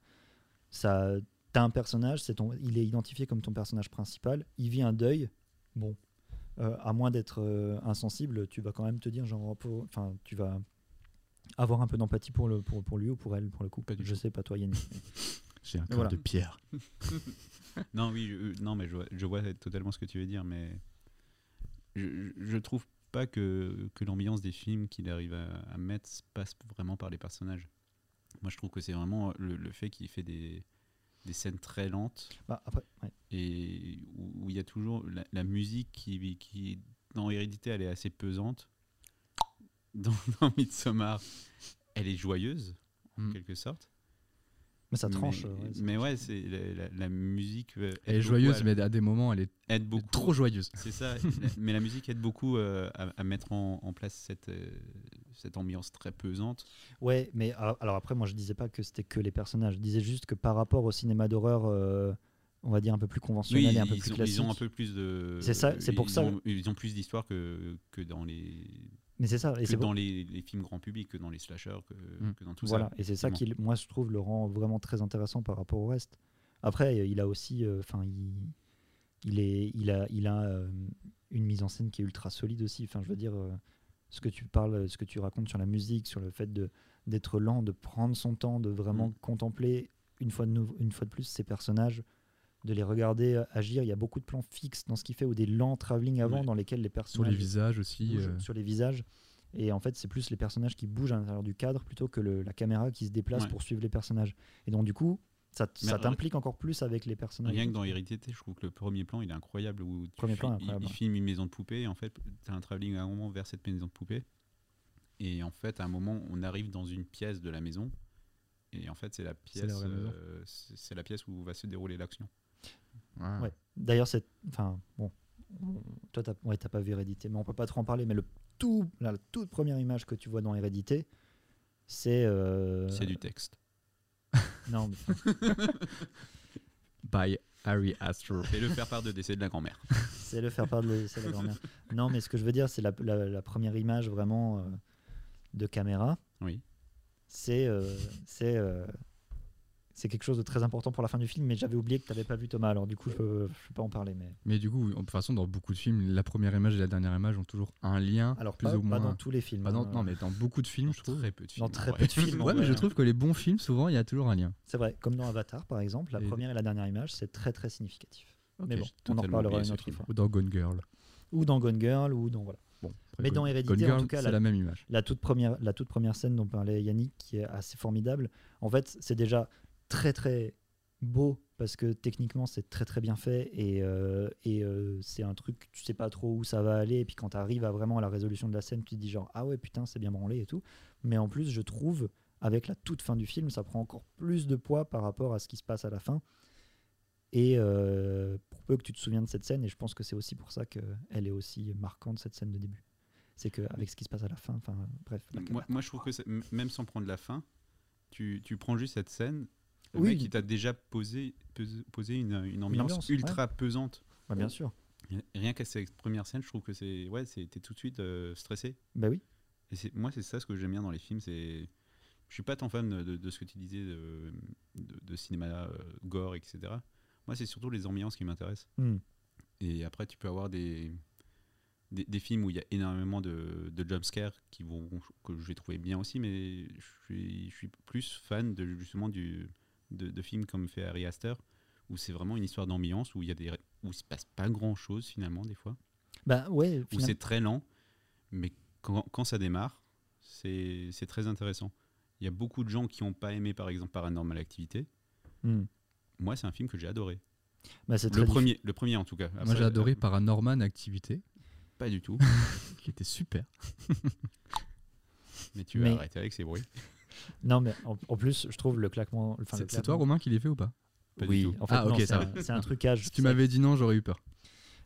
[SPEAKER 4] ça T'as un personnage, c'est ton, il est identifié comme ton personnage principal, il vit un deuil. Bon, euh, à moins d'être euh, insensible, tu vas quand même te dire, genre, pour- enfin, tu vas avoir un peu d'empathie pour, le, pour, pour lui ou pour elle, pour le coup.
[SPEAKER 3] Pas du
[SPEAKER 4] Je sais pas, toi, Yannick.
[SPEAKER 2] J'ai un cœur
[SPEAKER 4] voilà.
[SPEAKER 2] de pierre.
[SPEAKER 3] Non, oui, je, euh, non, mais je vois, je vois totalement ce que tu veux dire, mais je, je- je trouve pas que, que l'ambiance des films qu'il arrive à, à mettre se passe vraiment par les personnages. Moi, je trouve que c'est vraiment le, le fait qu'il fait des, des scènes très lentes
[SPEAKER 4] Bah, après, ouais.
[SPEAKER 3] et où où il y a toujours la, la musique qui, qui, dans Hérédité, elle est assez pesante. Dans, dans Midsommar, elle est joyeuse, en
[SPEAKER 2] Mm.
[SPEAKER 3] quelque sorte.
[SPEAKER 4] Mais ça tranche.
[SPEAKER 3] Mais
[SPEAKER 4] euh, ouais,
[SPEAKER 3] mais
[SPEAKER 4] ça-
[SPEAKER 3] ouais, c'est la, la- la musique. euh,
[SPEAKER 2] Elle
[SPEAKER 3] aide
[SPEAKER 2] est
[SPEAKER 3] beaucoup
[SPEAKER 2] joyeuse,
[SPEAKER 3] à-
[SPEAKER 2] mais à des moments, elle est
[SPEAKER 3] aide beaucoup.
[SPEAKER 2] trop joyeuse.
[SPEAKER 3] C'est ça, la- mais la musique aide beaucoup euh, à, à mettre en, en place cette, euh, cette ambiance très pesante.
[SPEAKER 4] Ouais, mais a- alors après, moi je disais pas que c'était que les personnages. Je disais juste que par rapport au cinéma d'horreur, euh, on va dire un peu plus conventionnel et un peu
[SPEAKER 3] ils,
[SPEAKER 4] plus
[SPEAKER 3] ont,
[SPEAKER 4] classique.
[SPEAKER 3] ils ont un peu plus de.
[SPEAKER 4] C'est ça, c'est pour
[SPEAKER 3] ils
[SPEAKER 4] ça.
[SPEAKER 3] ont- ils ont plus d'histoire que, que dans les
[SPEAKER 4] Mais c'est ça, et
[SPEAKER 3] que
[SPEAKER 4] c'est
[SPEAKER 3] dans
[SPEAKER 4] pour-
[SPEAKER 3] les, les films grand public, que dans les slashers, que,
[SPEAKER 2] Mm.
[SPEAKER 3] que dans tout
[SPEAKER 4] voilà,
[SPEAKER 3] ça.
[SPEAKER 4] et c'est ça qui,
[SPEAKER 3] Exactement.
[SPEAKER 4] moi je trouve, le rend vraiment très intéressant par rapport au reste. Après, euh, il a aussi, enfin, il, il est, il a, il a euh, une mise en scène qui est ultra solide aussi. Enfin, je veux dire, euh, ce que tu parles, ce que tu racontes sur la musique, sur le fait de d'être lent, de prendre son temps, de vraiment
[SPEAKER 3] Mm.
[SPEAKER 4] contempler une fois de nou- une fois de plus ces personnages de les regarder euh, agir. Il y a beaucoup de plans fixes dans ce qu'il fait ou des lents travelling avant
[SPEAKER 3] Ouais.
[SPEAKER 4] dans lesquels
[SPEAKER 2] Sur
[SPEAKER 4] les
[SPEAKER 2] les
[SPEAKER 4] personnages
[SPEAKER 2] visages aussi.
[SPEAKER 4] bougent
[SPEAKER 2] euh,
[SPEAKER 4] sur les visages. Et en fait, c'est plus les personnages qui bougent à l'intérieur du cadre plutôt que le- la caméra qui se déplace
[SPEAKER 3] Ouais.
[SPEAKER 4] pour suivre les personnages. Et donc, du coup, ça, t-
[SPEAKER 3] Mais
[SPEAKER 4] ça
[SPEAKER 3] re-
[SPEAKER 4] t'implique encore plus avec les personnages.
[SPEAKER 3] Rien que dans Hérédité, je trouve que le premier plan, il est incroyable. Où tu
[SPEAKER 4] Premier plan
[SPEAKER 3] fil-
[SPEAKER 4] est incroyable,
[SPEAKER 3] il, il
[SPEAKER 4] ouais.
[SPEAKER 3] filme une maison de poupée, et en fait, tu as un travelling à un moment vers cette maison de poupée. Et en fait, à un moment, on arrive dans une pièce de la maison. Et en fait, c'est la
[SPEAKER 2] C'est la
[SPEAKER 3] pièce,
[SPEAKER 2] vraie maison.
[SPEAKER 3] euh, c'est c'est la pièce où va se dérouler l'action.
[SPEAKER 2] ouais.
[SPEAKER 4] Ouais. D'ailleurs, c'est. Enfin, bon. Toi, t'as ouais, t'as pas vu Hérédité, mais on peut pas trop en parler. Mais le tout, la toute première image que tu vois dans Hérédité, c'est. euh,
[SPEAKER 3] C'est du texte.
[SPEAKER 4] Non, mais-
[SPEAKER 2] By Harry Astro.
[SPEAKER 3] C'est le faire part de décès de la grand-mère.
[SPEAKER 4] C'est le faire part de la- c'est la grand-mère. Non, mais ce que je veux dire, c'est la, la- la première image vraiment euh, de caméra.
[SPEAKER 3] Oui.
[SPEAKER 4] C'est euh, c'est euh, c'est quelque chose de très important pour la fin du film, mais j'avais oublié que tu n'avais pas vu Thomas, alors du coup, je peux, je peux pas en parler. Mais...
[SPEAKER 2] Mais du coup, en- de toute façon, dans beaucoup de films, la première image et la dernière image ont toujours un lien,
[SPEAKER 4] Alors,
[SPEAKER 2] plus
[SPEAKER 4] pas,
[SPEAKER 2] ou moins.
[SPEAKER 4] pas dans tous les films.
[SPEAKER 2] Pas dans-
[SPEAKER 4] hein.
[SPEAKER 2] non, mais dans beaucoup de films, je trouve.
[SPEAKER 3] très peu de films.
[SPEAKER 4] Dans très
[SPEAKER 3] en
[SPEAKER 4] peu
[SPEAKER 3] vrai.
[SPEAKER 4] de films.
[SPEAKER 2] Ouais,
[SPEAKER 4] en
[SPEAKER 2] mais je
[SPEAKER 4] vrai. hein.
[SPEAKER 2] trouve que les bons films, souvent, il y a toujours un lien.
[SPEAKER 4] C'est vrai, comme dans Avatar, par exemple, la
[SPEAKER 2] Et-
[SPEAKER 4] première et la dernière image, c'est très très significatif.
[SPEAKER 2] Ok.
[SPEAKER 4] mais bon,
[SPEAKER 3] j'ai
[SPEAKER 4] on en
[SPEAKER 3] totalement
[SPEAKER 4] reparlera une
[SPEAKER 3] oublié ce
[SPEAKER 4] autre
[SPEAKER 3] film.
[SPEAKER 4] fois.
[SPEAKER 2] Ou dans Gone Girl.
[SPEAKER 4] Ou dans Gone Girl, ou dans. Voilà.
[SPEAKER 2] Bon, après,
[SPEAKER 4] Mais
[SPEAKER 2] Gone-
[SPEAKER 4] dans Hérédité,
[SPEAKER 2] Gone
[SPEAKER 4] en
[SPEAKER 2] Girl,
[SPEAKER 4] tout cas,
[SPEAKER 2] c'est
[SPEAKER 4] la-
[SPEAKER 2] la... même image.
[SPEAKER 4] la toute première la toute première scène dont parlait Yannick qui est assez formidable en fait c'est déjà très très beau parce que techniquement c'est très très bien fait et, euh, et euh, c'est un truc tu sais pas trop où ça va aller et puis quand tu arrives à vraiment à la résolution de la scène tu te dis genre ah ouais putain c'est bien branlé et tout mais en plus je trouve avec la toute fin du film ça prend encore plus de poids par rapport à ce qui se passe à la fin et euh, pour peu que tu te souviens de cette scène et je pense que c'est aussi pour ça que elle est aussi marquante cette scène de début c'est que avec ce qui se passe à la fin enfin euh, bref la
[SPEAKER 3] Moi,
[SPEAKER 4] caverne.
[SPEAKER 3] moi, je trouve que c'est- m- même sans prendre la fin, tu, tu prends juste cette scène. Le
[SPEAKER 4] Oui.
[SPEAKER 3] mec, il t'a déjà posé, pes- posé une, une ambiance
[SPEAKER 4] ambiance,
[SPEAKER 3] ultra pesante.
[SPEAKER 4] Bah, bien sûr
[SPEAKER 3] Rien qu'à cette première scène, je trouve que c'est. Ouais, c'est- t'es tout de suite euh, stressé.
[SPEAKER 4] bah oui
[SPEAKER 3] Et c'est- moi, c'est ça ce que j'aime bien dans les films. C'est, je suis pas tant fan de, de ce que tu disais de, de- de cinéma euh, gore, etc. Moi, c'est surtout les ambiances qui m'intéressent.
[SPEAKER 4] Hmm.
[SPEAKER 3] Et après, tu peux avoir des, des, des films où il y a énormément de, de jumpscares qui vont, que j'ai trouvé bien aussi, mais je suis, je suis plus fan de, justement du, de, de films comme fait Harry Astor, où c'est vraiment une histoire d'ambiance, où il y a des, où il se passe pas grand chose finalement des fois,
[SPEAKER 4] Bah ouais,
[SPEAKER 3] où
[SPEAKER 4] finalement-
[SPEAKER 3] c'est très lent, mais quand, quand ça démarre, c'est c'est très intéressant. Il y a beaucoup de gens qui n'ont pas aimé par exemple Paranormal Activité.
[SPEAKER 4] Hmm.
[SPEAKER 3] Moi, c'est un film que j'ai adoré.
[SPEAKER 4] Bah, c'est très
[SPEAKER 3] Le
[SPEAKER 4] diffi-
[SPEAKER 3] premier, le premier en tout cas.
[SPEAKER 2] Moi
[SPEAKER 3] Après,
[SPEAKER 2] j'ai adoré
[SPEAKER 3] euh,
[SPEAKER 2] Paranorman Activité,
[SPEAKER 3] Pas du tout.
[SPEAKER 2] qui était super.
[SPEAKER 3] Mais tu vas
[SPEAKER 4] Mais-
[SPEAKER 3] arrêter avec ces bruits.
[SPEAKER 4] Non, mais en, en plus, je trouve le claquement. enfin, le
[SPEAKER 2] c'est c'est toi
[SPEAKER 4] claquement-
[SPEAKER 2] Romain qui l'ai fait ou pas
[SPEAKER 3] Pas du
[SPEAKER 4] oui,
[SPEAKER 3] tout.
[SPEAKER 4] en fait,
[SPEAKER 2] Ah,
[SPEAKER 4] non,
[SPEAKER 2] ok,
[SPEAKER 4] c'est
[SPEAKER 2] ça
[SPEAKER 4] un-
[SPEAKER 2] va.
[SPEAKER 4] c'est un trucage.
[SPEAKER 2] Si
[SPEAKER 4] c'est-
[SPEAKER 2] tu m'avais dit non, j'aurais eu peur.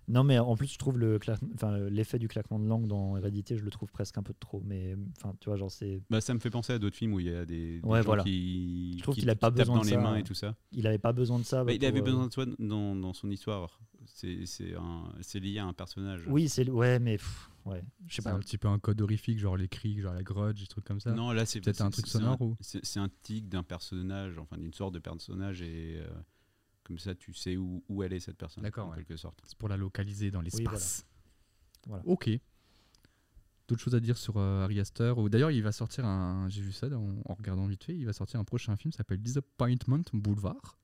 [SPEAKER 4] Non, mais en plus, je trouve le cla- enfin, l'effet du claquement de langue dans Hérédité, je le trouve presque un peu de trop. Mais enfin, tu vois, genre, c'est.
[SPEAKER 3] Bah, ça me fait penser à d'autres films où il y a des, des
[SPEAKER 4] Ouais,
[SPEAKER 3] gens
[SPEAKER 4] voilà.
[SPEAKER 3] qui,
[SPEAKER 4] Je trouve
[SPEAKER 3] qui
[SPEAKER 4] qu'il a pas
[SPEAKER 3] tapent
[SPEAKER 4] besoin
[SPEAKER 3] dans
[SPEAKER 4] de
[SPEAKER 3] les
[SPEAKER 4] ça.
[SPEAKER 3] mains et tout ça.
[SPEAKER 4] Il avait pas besoin de ça.
[SPEAKER 3] Bah, il
[SPEAKER 4] pour,
[SPEAKER 3] avait
[SPEAKER 4] euh,
[SPEAKER 3] besoin de toi dans, dans son histoire. C'est c'est un- c'est lié à un personnage.
[SPEAKER 4] Oui, c'est. Ouais, mais. pff, ouais, je sais
[SPEAKER 2] C'est
[SPEAKER 4] pas.
[SPEAKER 2] un petit peu un code horrifique, genre les cris, genre la grudge, des trucs comme ça.
[SPEAKER 3] Non, là c'est
[SPEAKER 2] Peut-être
[SPEAKER 3] c'est-
[SPEAKER 2] un truc
[SPEAKER 3] c'est
[SPEAKER 2] sonore ou-
[SPEAKER 3] C'est c'est un tic d'un personnage, enfin d'une sorte de personnage et euh, comme ça tu sais où, où elle est cette personne.
[SPEAKER 2] D'accord,
[SPEAKER 3] En
[SPEAKER 2] ouais.
[SPEAKER 3] quelque sorte.
[SPEAKER 2] C'est pour la localiser dans
[SPEAKER 4] voilà.
[SPEAKER 2] l'espace.
[SPEAKER 4] Voilà.
[SPEAKER 2] Ok. D'autres choses à dire sur euh, Ari Aster ou D'ailleurs, il va sortir un. J'ai vu ça dans- en regardant vite fait. Il va sortir un prochain film, ça s'appelle Disappointment Boulevard.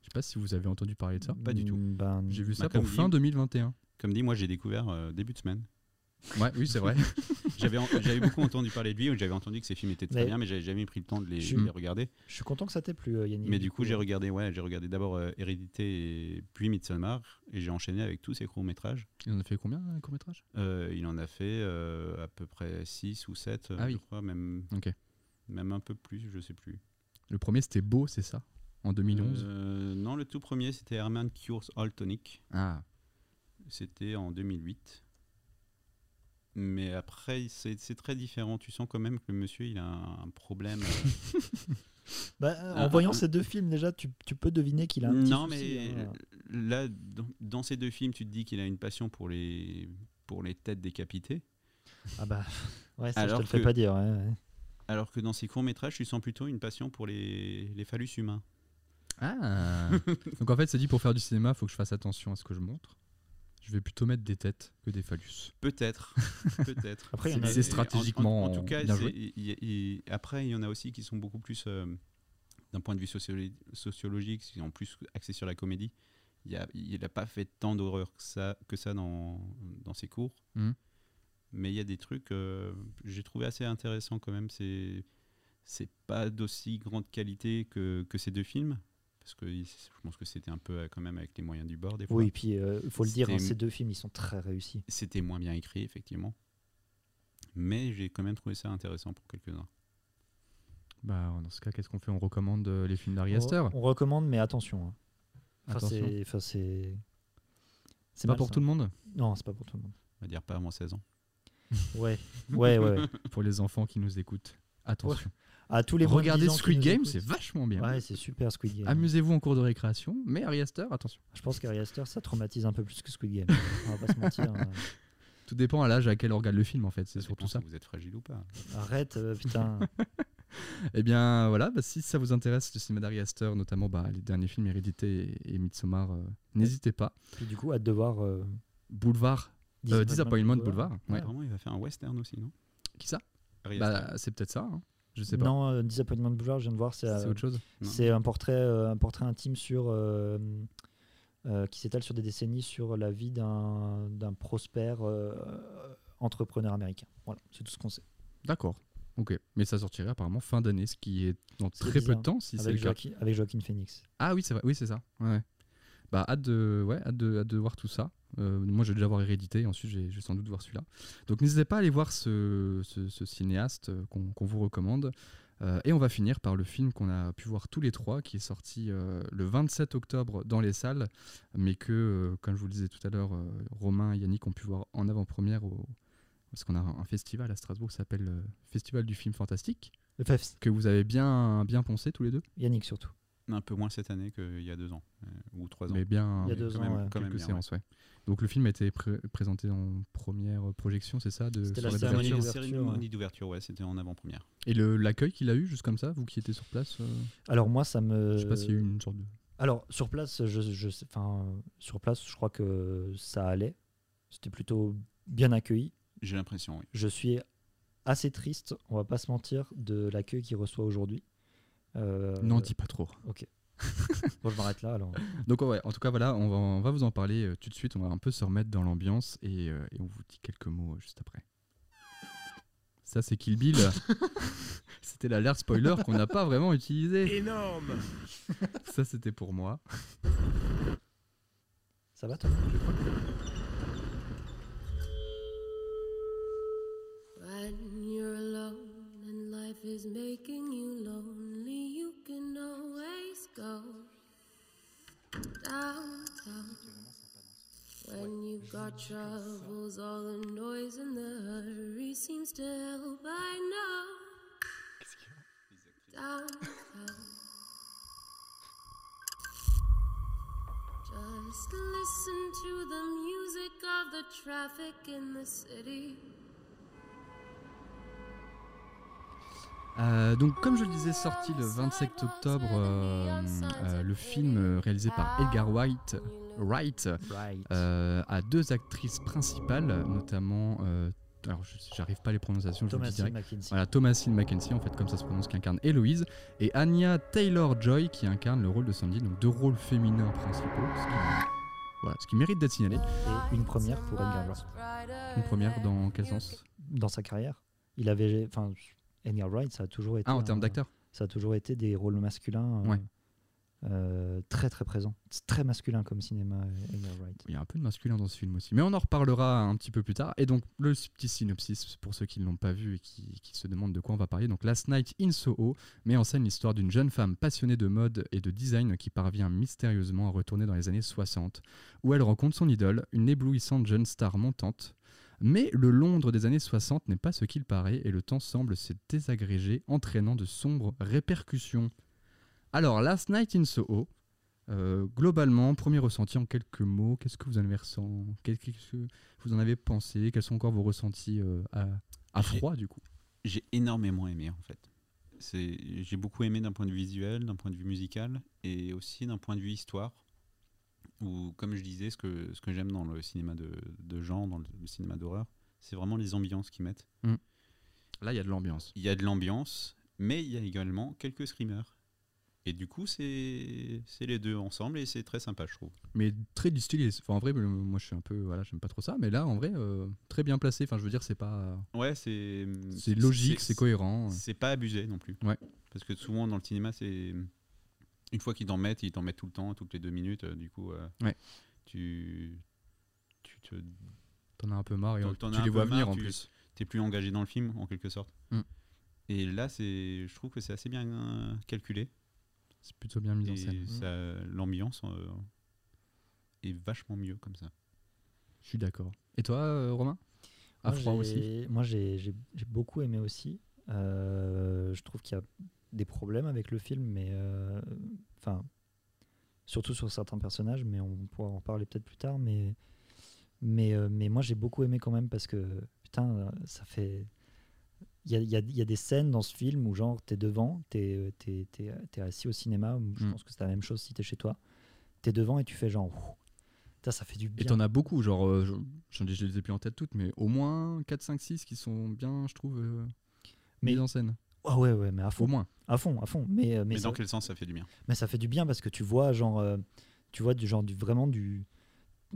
[SPEAKER 2] Je sais pas si vous avez entendu parler de ça.
[SPEAKER 3] Pas du tout.
[SPEAKER 4] Mm, ben,
[SPEAKER 2] J'ai vu ça
[SPEAKER 3] Malcolm
[SPEAKER 2] pour fin
[SPEAKER 3] Lee.
[SPEAKER 2] 2021.
[SPEAKER 3] Comme dit, moi j'ai découvert euh, début de semaine.
[SPEAKER 2] Ouais, oui, c'est vrai.
[SPEAKER 3] J'avais en- j'avais beaucoup entendu parler de lui, j'avais entendu que ses films étaient très
[SPEAKER 4] Mais-
[SPEAKER 3] bien, mais j'avais jamais pris le temps de les,
[SPEAKER 4] Je-
[SPEAKER 3] les regarder.
[SPEAKER 4] Je suis content que ça t'ait plu, euh, Yannick.
[SPEAKER 3] Mais du coup, j'ai regardé, ouais, j'ai regardé d'abord euh, Hérédité et puis Midsommar, et j'ai enchaîné avec tous ces courts métrages.
[SPEAKER 2] Il en a fait combien, un court-métrage
[SPEAKER 3] il en a fait euh, à peu près 6 ou 7
[SPEAKER 2] Ah oui.
[SPEAKER 3] je crois, même,
[SPEAKER 2] Ok.
[SPEAKER 3] même un peu plus, je sais plus.
[SPEAKER 2] Le premier, c'était Beau, c'est ça En 2011.
[SPEAKER 3] Euh, non, le tout premier, c'était Herman Cures All Tonic.
[SPEAKER 2] Ah,
[SPEAKER 3] C'était en 2008. Mais après, c'est c'est très différent. Tu sens quand même que le monsieur, il a un, un problème. euh,
[SPEAKER 4] Bah, euh, en
[SPEAKER 3] Ah,
[SPEAKER 4] voyant
[SPEAKER 3] ah,
[SPEAKER 4] ces deux films, déjà, tu, tu peux deviner qu'il a un petit
[SPEAKER 3] non,
[SPEAKER 4] souci,
[SPEAKER 3] mais
[SPEAKER 4] hein.
[SPEAKER 3] là, dans, dans ces deux films, tu te dis qu'il a une passion pour les, pour les têtes décapitées.
[SPEAKER 4] Ah bah, ouais, ça, je
[SPEAKER 3] Alors
[SPEAKER 4] te le fais
[SPEAKER 3] que-
[SPEAKER 4] pas dire. ouais, ouais.
[SPEAKER 3] Alors que dans ces courts-métrages, tu sens plutôt une passion pour les, les phallus humains.
[SPEAKER 2] Ah Donc en fait, c'est dit pour faire du cinéma, faut que je fasse attention à ce que je montre. Je vais plutôt mettre des têtes que des phallus.
[SPEAKER 3] Peut-être. Peut-être.
[SPEAKER 4] Après, il y en a-
[SPEAKER 3] Mais
[SPEAKER 4] C'est
[SPEAKER 2] stratégiquement
[SPEAKER 3] En, en- en tout cas,
[SPEAKER 2] bien
[SPEAKER 3] c'est-
[SPEAKER 2] joué.
[SPEAKER 3] il y a- il- après, il y en a aussi qui sont beaucoup plus, euh, d'un point de vue sociolo- sociologique, qui sont plus axés sur la comédie. Il y a- Il n'a pas fait tant d'horreur que ça, que ça dans, dans ses cours.
[SPEAKER 4] Mmh.
[SPEAKER 2] Mhm.
[SPEAKER 3] Mais il y a des trucs euh, que j'ai trouvé assez intéressants quand même. C'est c'est pas d'aussi grande qualité que, que ces deux films. Parce que il- je pense que c'était un peu euh, quand même avec les moyens du bord des fois.
[SPEAKER 4] Oui, et puis il faut le dire, hein,
[SPEAKER 3] C'était-
[SPEAKER 4] ces deux films, ils sont très réussis.
[SPEAKER 3] C'était moins bien écrit, effectivement. Mais j'ai quand même trouvé ça intéressant pour quelques-uns.
[SPEAKER 2] Bah, dans ce cas, qu'est-ce qu'on fait On recommande euh, les films d'Ari
[SPEAKER 4] On-
[SPEAKER 2] Aster
[SPEAKER 4] On, recommande, mais attention. hein. Enfin,
[SPEAKER 2] Attention.
[SPEAKER 4] Oh. c'est- enfin, c'est.
[SPEAKER 2] C'est pas pour tout le monde
[SPEAKER 4] monde. Non, c'est pas pour tout le monde.
[SPEAKER 3] On va dire pas avant 16 ans.
[SPEAKER 4] Ouais, ouais, ouais. ouais.
[SPEAKER 2] Pour les enfants qui nous écoutent, attention.
[SPEAKER 4] À tous les moins de 10
[SPEAKER 2] Regardez
[SPEAKER 4] ans qui
[SPEAKER 2] Squid
[SPEAKER 4] nous
[SPEAKER 2] Game,
[SPEAKER 4] écoutent.
[SPEAKER 2] c'est vachement bien.
[SPEAKER 4] Ouais, c'est super Squid Game.
[SPEAKER 2] Amusez-vous en cours de récréation, mais Ari Aster, attention.
[SPEAKER 4] Je pense qu'Harry Astor, ça traumatise un peu plus que Squid Game. on va pas se mentir. hein.
[SPEAKER 2] Tout dépend à l'âge à quel on regarde le film, en fait, c'est
[SPEAKER 3] dépend
[SPEAKER 2] surtout ça.
[SPEAKER 3] si Vous êtes fragile ou pas
[SPEAKER 4] Arrête, euh, putain.
[SPEAKER 2] Eh bien, voilà, bah, si ça vous intéresse, le cinéma d'Ari Aster, notamment bah, les derniers films Hérédité et, et Midsommar, euh, n'hésitez pas.
[SPEAKER 4] Puis du coup, hâte de voir. euh,
[SPEAKER 2] Boulevard, euh, Disappointment Boulevard, ouais.
[SPEAKER 3] Apparemment, il va faire un western aussi, non
[SPEAKER 2] qui ça
[SPEAKER 3] Ari Aster.
[SPEAKER 2] Bah, c'est peut-être ça, hein. je sais pas.
[SPEAKER 4] Non, euh, Disappointment Boulevard, je viens de voir, c'est
[SPEAKER 2] C'est
[SPEAKER 4] euh,
[SPEAKER 2] autre chose.
[SPEAKER 3] Non.
[SPEAKER 4] c'est un portrait, euh, un portrait intime sur euh, euh, qui s'étale sur des décennies sur la vie d'un d'un prospère euh, entrepreneur américain. Voilà, c'est tout ce qu'on sait.
[SPEAKER 2] D'accord. Ok. Mais ça sortirait apparemment fin d'année, ce qui est dans
[SPEAKER 4] C'est
[SPEAKER 2] très peu
[SPEAKER 4] bizarre.
[SPEAKER 2] de temps, si c'est le
[SPEAKER 4] avec,
[SPEAKER 2] cas.
[SPEAKER 4] Joaquin, avec Joaquin Phoenix.
[SPEAKER 2] Ah oui, c'est vrai. Oui, c'est ça. Ouais. Bah, hâte de, ouais, hâte de, hâte de voir tout ça. Euh, moi, je vais déjà voir Hérédité, et ensuite, je vais- je vais sans doute voir celui-là. Donc, n'hésitez pas à aller voir ce, ce- ce cinéaste euh, qu'on qu'on vous recommande. Euh, et on va finir par le film qu'on a pu voir tous les trois, qui est sorti euh, le 27 octobre dans les salles, mais que, euh, comme je vous le disais tout à l'heure, euh, Romain et Yannick ont pu voir en avant-première, au- parce qu'on a un festival à Strasbourg qui s'appelle le Festival du film fantastique,
[SPEAKER 4] Enfin,
[SPEAKER 2] que vous avez bien, bien poncé tous les deux,
[SPEAKER 4] Euh, Yannick surtout.
[SPEAKER 3] Un peu moins cette année qu'il y a deux ans. euh, ou trois ans.
[SPEAKER 2] mais bien,
[SPEAKER 4] Il y a
[SPEAKER 3] mais
[SPEAKER 4] deux
[SPEAKER 3] quand
[SPEAKER 4] ans,
[SPEAKER 3] même-
[SPEAKER 4] ouais.
[SPEAKER 3] quand même
[SPEAKER 2] quelques
[SPEAKER 3] bien,
[SPEAKER 2] séances, ouais. Donc le film a été pré- présenté en première projection, c'est ça, de
[SPEAKER 4] C'était
[SPEAKER 2] sur
[SPEAKER 4] la
[SPEAKER 3] ouais.
[SPEAKER 4] série
[SPEAKER 3] Cérémonie
[SPEAKER 2] couverture.
[SPEAKER 4] d'ouverture,
[SPEAKER 3] cérémonie d'ouverture, ouais, c'était en avant-première.
[SPEAKER 2] Et le- l'accueil qu'il a eu, juste comme ça, vous qui étiez sur place, euh,
[SPEAKER 4] Alors moi, ça me.
[SPEAKER 2] je sais pas s'il y a eu une sorte de.
[SPEAKER 4] Alors sur place, je, je sais- enfin euh, sur place, je crois que ça allait. C'était plutôt bien accueilli.
[SPEAKER 3] J'ai l'impression, oui.
[SPEAKER 4] Je suis assez triste, on va pas se mentir, de l'accueil qu'il reçoit aujourd'hui. Euh,
[SPEAKER 2] N'en dis pas trop.
[SPEAKER 4] bon, je m'arrête là alors.
[SPEAKER 2] Donc ouais, en tout cas voilà, on va, on va vous en parler euh, tout de suite, on va un peu se remettre dans l'ambiance et, euh, et on vous dit quelques mots euh, juste après. Ça c'est Kill Bill. c'était l'alerte spoiler qu'on n'a pas vraiment utilisée.
[SPEAKER 9] Énorme
[SPEAKER 2] Ça c'était pour moi.
[SPEAKER 4] Ça va toi
[SPEAKER 10] When you're alone and life is making you lonely, you can always go downtown. When you've got troubles, all the noise and the hurry seems to help. I know. Downtown. Just listen to the music of the traffic in the city.
[SPEAKER 2] Euh, donc comme je le disais, sorti le 27 octobre, euh, euh, le film euh, réalisé par Edgar White, Wright euh, a deux actrices principales, notamment... euh, alors je- j'arrive pas à les prononciations, je vous le
[SPEAKER 4] Thomas
[SPEAKER 2] dis direct.
[SPEAKER 4] Mackenzie.
[SPEAKER 2] Voilà, Thomasine Mackenzie, en fait, comme ça se prononce, qui incarne Héloïse, et Anya Taylor-Joy, qui incarne le rôle de Sandy, donc deux rôles féminins principaux, ce qui, voilà, ce qui mérite d'être signalé.
[SPEAKER 4] Et une première pour Edgar Wright
[SPEAKER 2] Une première dans quel sens
[SPEAKER 4] dans sa carrière. Il avait, enfin, Edgar Wright, ça a toujours été.
[SPEAKER 2] Ah, en
[SPEAKER 4] un-
[SPEAKER 2] termes d'acteur
[SPEAKER 4] Ça a toujours été des rôles masculins. euh,
[SPEAKER 2] Ouais.
[SPEAKER 4] euh, très très présents. C'est très masculin comme cinéma, euh, Edgar Wright.
[SPEAKER 2] Il y a un peu de masculin dans ce film aussi, mais on en reparlera un petit peu plus tard. Et donc, le petit synopsis, pour ceux qui ne l'ont pas vu et qui, qui se demandent de quoi on va parler, donc Last Night in Soho met en scène l'histoire d'une jeune femme passionnée de mode et de design qui parvient mystérieusement à retourner dans les années 60, où elle rencontre son idole, une éblouissante jeune star montante. Mais le Londres des années 60 n'est pas ce qu'il paraît et le temps semble se désagréger, entraînant de sombres répercussions. Alors, Last Night in Soho, euh, globalement, premier ressenti en quelques mots, qu'est-ce que vous en avez ressenti Qu'est- Qu'est-ce que vous en avez pensé Quels sont encore vos ressentis euh, à, à
[SPEAKER 3] J'ai-
[SPEAKER 2] froid du coup
[SPEAKER 3] J'ai énormément aimé en fait. C'est, j'ai beaucoup aimé d'un point de vue visuel, d'un point de vue musical et aussi d'un point de vue histoire. Où, comme je disais, ce que, ce que j'aime dans le cinéma de, de genre, dans le, le cinéma d'horreur, c'est vraiment les ambiances qu'ils mettent.
[SPEAKER 2] Là, il y a de l'ambiance.
[SPEAKER 3] Il y a de l'ambiance, mais il y a également quelques screamers. Et du coup, c'est, c'est les deux ensemble et c'est très sympa, je trouve.
[SPEAKER 2] Mais très distillé. Enfin, en vrai, le- moi je suis un peu. Voilà, j'aime pas trop ça. Mais là, en vrai, euh, très bien placé. Enfin, je veux dire, c'est pas.
[SPEAKER 3] Ouais, Mm, c'est.
[SPEAKER 2] C'est logique, c'est cohérent.
[SPEAKER 3] C'est pas abusé non plus.
[SPEAKER 2] Ouais.
[SPEAKER 3] Parce que souvent dans le cinéma, c'est. Une fois qu'ils t'en mettent, ils t'en mettent tout le temps, toutes les deux minutes. euh, du coup, euh,
[SPEAKER 2] Ouais.
[SPEAKER 3] tu. Tu te.
[SPEAKER 2] T'en as un peu marre et
[SPEAKER 3] T'en-
[SPEAKER 2] en-
[SPEAKER 3] t'en
[SPEAKER 2] tu
[SPEAKER 3] as un
[SPEAKER 2] les
[SPEAKER 3] peu
[SPEAKER 2] vois venir
[SPEAKER 3] marre,
[SPEAKER 2] en
[SPEAKER 3] tu-
[SPEAKER 2] plus.
[SPEAKER 3] T'es plus engagé dans le film, en quelque sorte.
[SPEAKER 2] Mm.
[SPEAKER 3] Et là, c'est. Je trouve que c'est assez bien euh, calculé.
[SPEAKER 2] C'est plutôt bien mis en
[SPEAKER 3] Et
[SPEAKER 2] scène.
[SPEAKER 3] ça- L'ambiance euh, est vachement mieux comme ça.
[SPEAKER 2] Je suis d'accord. Et toi, euh, Romain À
[SPEAKER 4] Moi,
[SPEAKER 2] froid
[SPEAKER 4] j'ai-
[SPEAKER 2] aussi
[SPEAKER 4] Moi, j'ai j'ai- j'ai beaucoup aimé aussi. Euh, je trouve qu'il y a des problèmes avec le film, mais euh, enfin, surtout sur certains personnages, mais on pourra en parler peut-être plus tard. Mais mais euh, mais moi, j'ai beaucoup aimé quand même parce que putain, euh, ça fait. Il y a, il y a- il y a des scènes dans ce film où, genre, t'es devant, t'es es, assis au cinéma, ou je
[SPEAKER 2] Mm.
[SPEAKER 4] pense que c'est la même chose si t'es chez toi. T'es devant et tu fais genre, Ouh, putain, ça fait du
[SPEAKER 2] Et
[SPEAKER 4] bien.
[SPEAKER 2] t'en as beaucoup, genre, euh, je, je- je les ai plus en tête toutes, mais au moins 4, 5, 6 qui sont bien, je trouve, euh,
[SPEAKER 4] Mais-
[SPEAKER 2] mises en scène.
[SPEAKER 4] Ah ouais, ouais, mais à fond,
[SPEAKER 2] Au moins.
[SPEAKER 4] à fond, à fond. Mais, euh, mais
[SPEAKER 3] Mais,
[SPEAKER 4] ça-
[SPEAKER 3] dans quel sens ça fait du bien
[SPEAKER 4] mais ça fait du bien parce que tu vois genre euh, tu vois du genre du vraiment du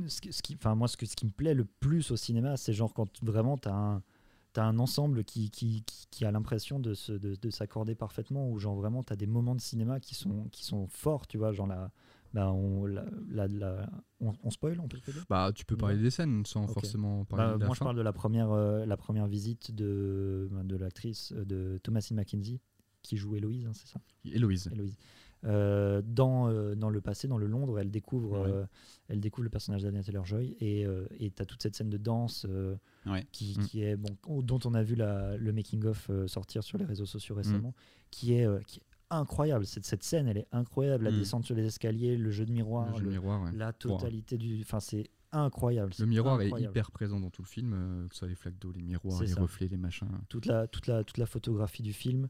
[SPEAKER 4] ce, que- ce qui enfin moi ce que ce qui me plaît le plus au cinéma c'est genre quand vraiment t'as un t'as un ensemble qui qui, qui, qui a l'impression de se de, de s'accorder parfaitement ou genre vraiment t'as des moments de cinéma qui sont qui sont forts tu vois genre la bah on la, la- la- on, on spoil on peut le dire
[SPEAKER 2] Bah, tu peux
[SPEAKER 4] Ouais.
[SPEAKER 2] parler des scènes sans
[SPEAKER 4] Ok.
[SPEAKER 2] forcément parler
[SPEAKER 4] Bah,
[SPEAKER 2] de la
[SPEAKER 4] moi, je
[SPEAKER 2] fin.
[SPEAKER 4] parle de la première, euh, la première visite de, de l'actrice euh, de Thomasine Mackenzie, qui joue Héloïse, hein, c'est ça
[SPEAKER 2] Héloïse.
[SPEAKER 4] Héloïse. Euh, dans, euh, dans le passé, dans le Londres, elle découvre,
[SPEAKER 3] Ouais.
[SPEAKER 4] euh, elle découvre le personnage d'Anna Taylor-Joy et euh, et t'as toute cette scène de danse euh,
[SPEAKER 3] Ouais.
[SPEAKER 4] qui,
[SPEAKER 2] Mm.
[SPEAKER 4] qui est bon, oh, dont on a vu la- le making-of euh, sortir sur les réseaux sociaux récemment,
[SPEAKER 2] Mm.
[SPEAKER 4] qui, est, euh, qui est incroyable. Cette, cette scène, elle est incroyable. La
[SPEAKER 3] Mm.
[SPEAKER 4] descente sur les escaliers, le jeu de miroir,
[SPEAKER 2] Le, jeu
[SPEAKER 4] le-
[SPEAKER 2] miroir, ouais.
[SPEAKER 4] la totalité du. Enfin, c'est incroyable. c'est
[SPEAKER 2] Le miroir est
[SPEAKER 4] incroyable.
[SPEAKER 2] hyper présent dans tout le film, euh, que ce soit les flaques d'eau, les miroirs,
[SPEAKER 4] C'est
[SPEAKER 2] les
[SPEAKER 4] ça. Euh,
[SPEAKER 2] reflets, les machins.
[SPEAKER 4] toute la, toute la, toute la photographie du film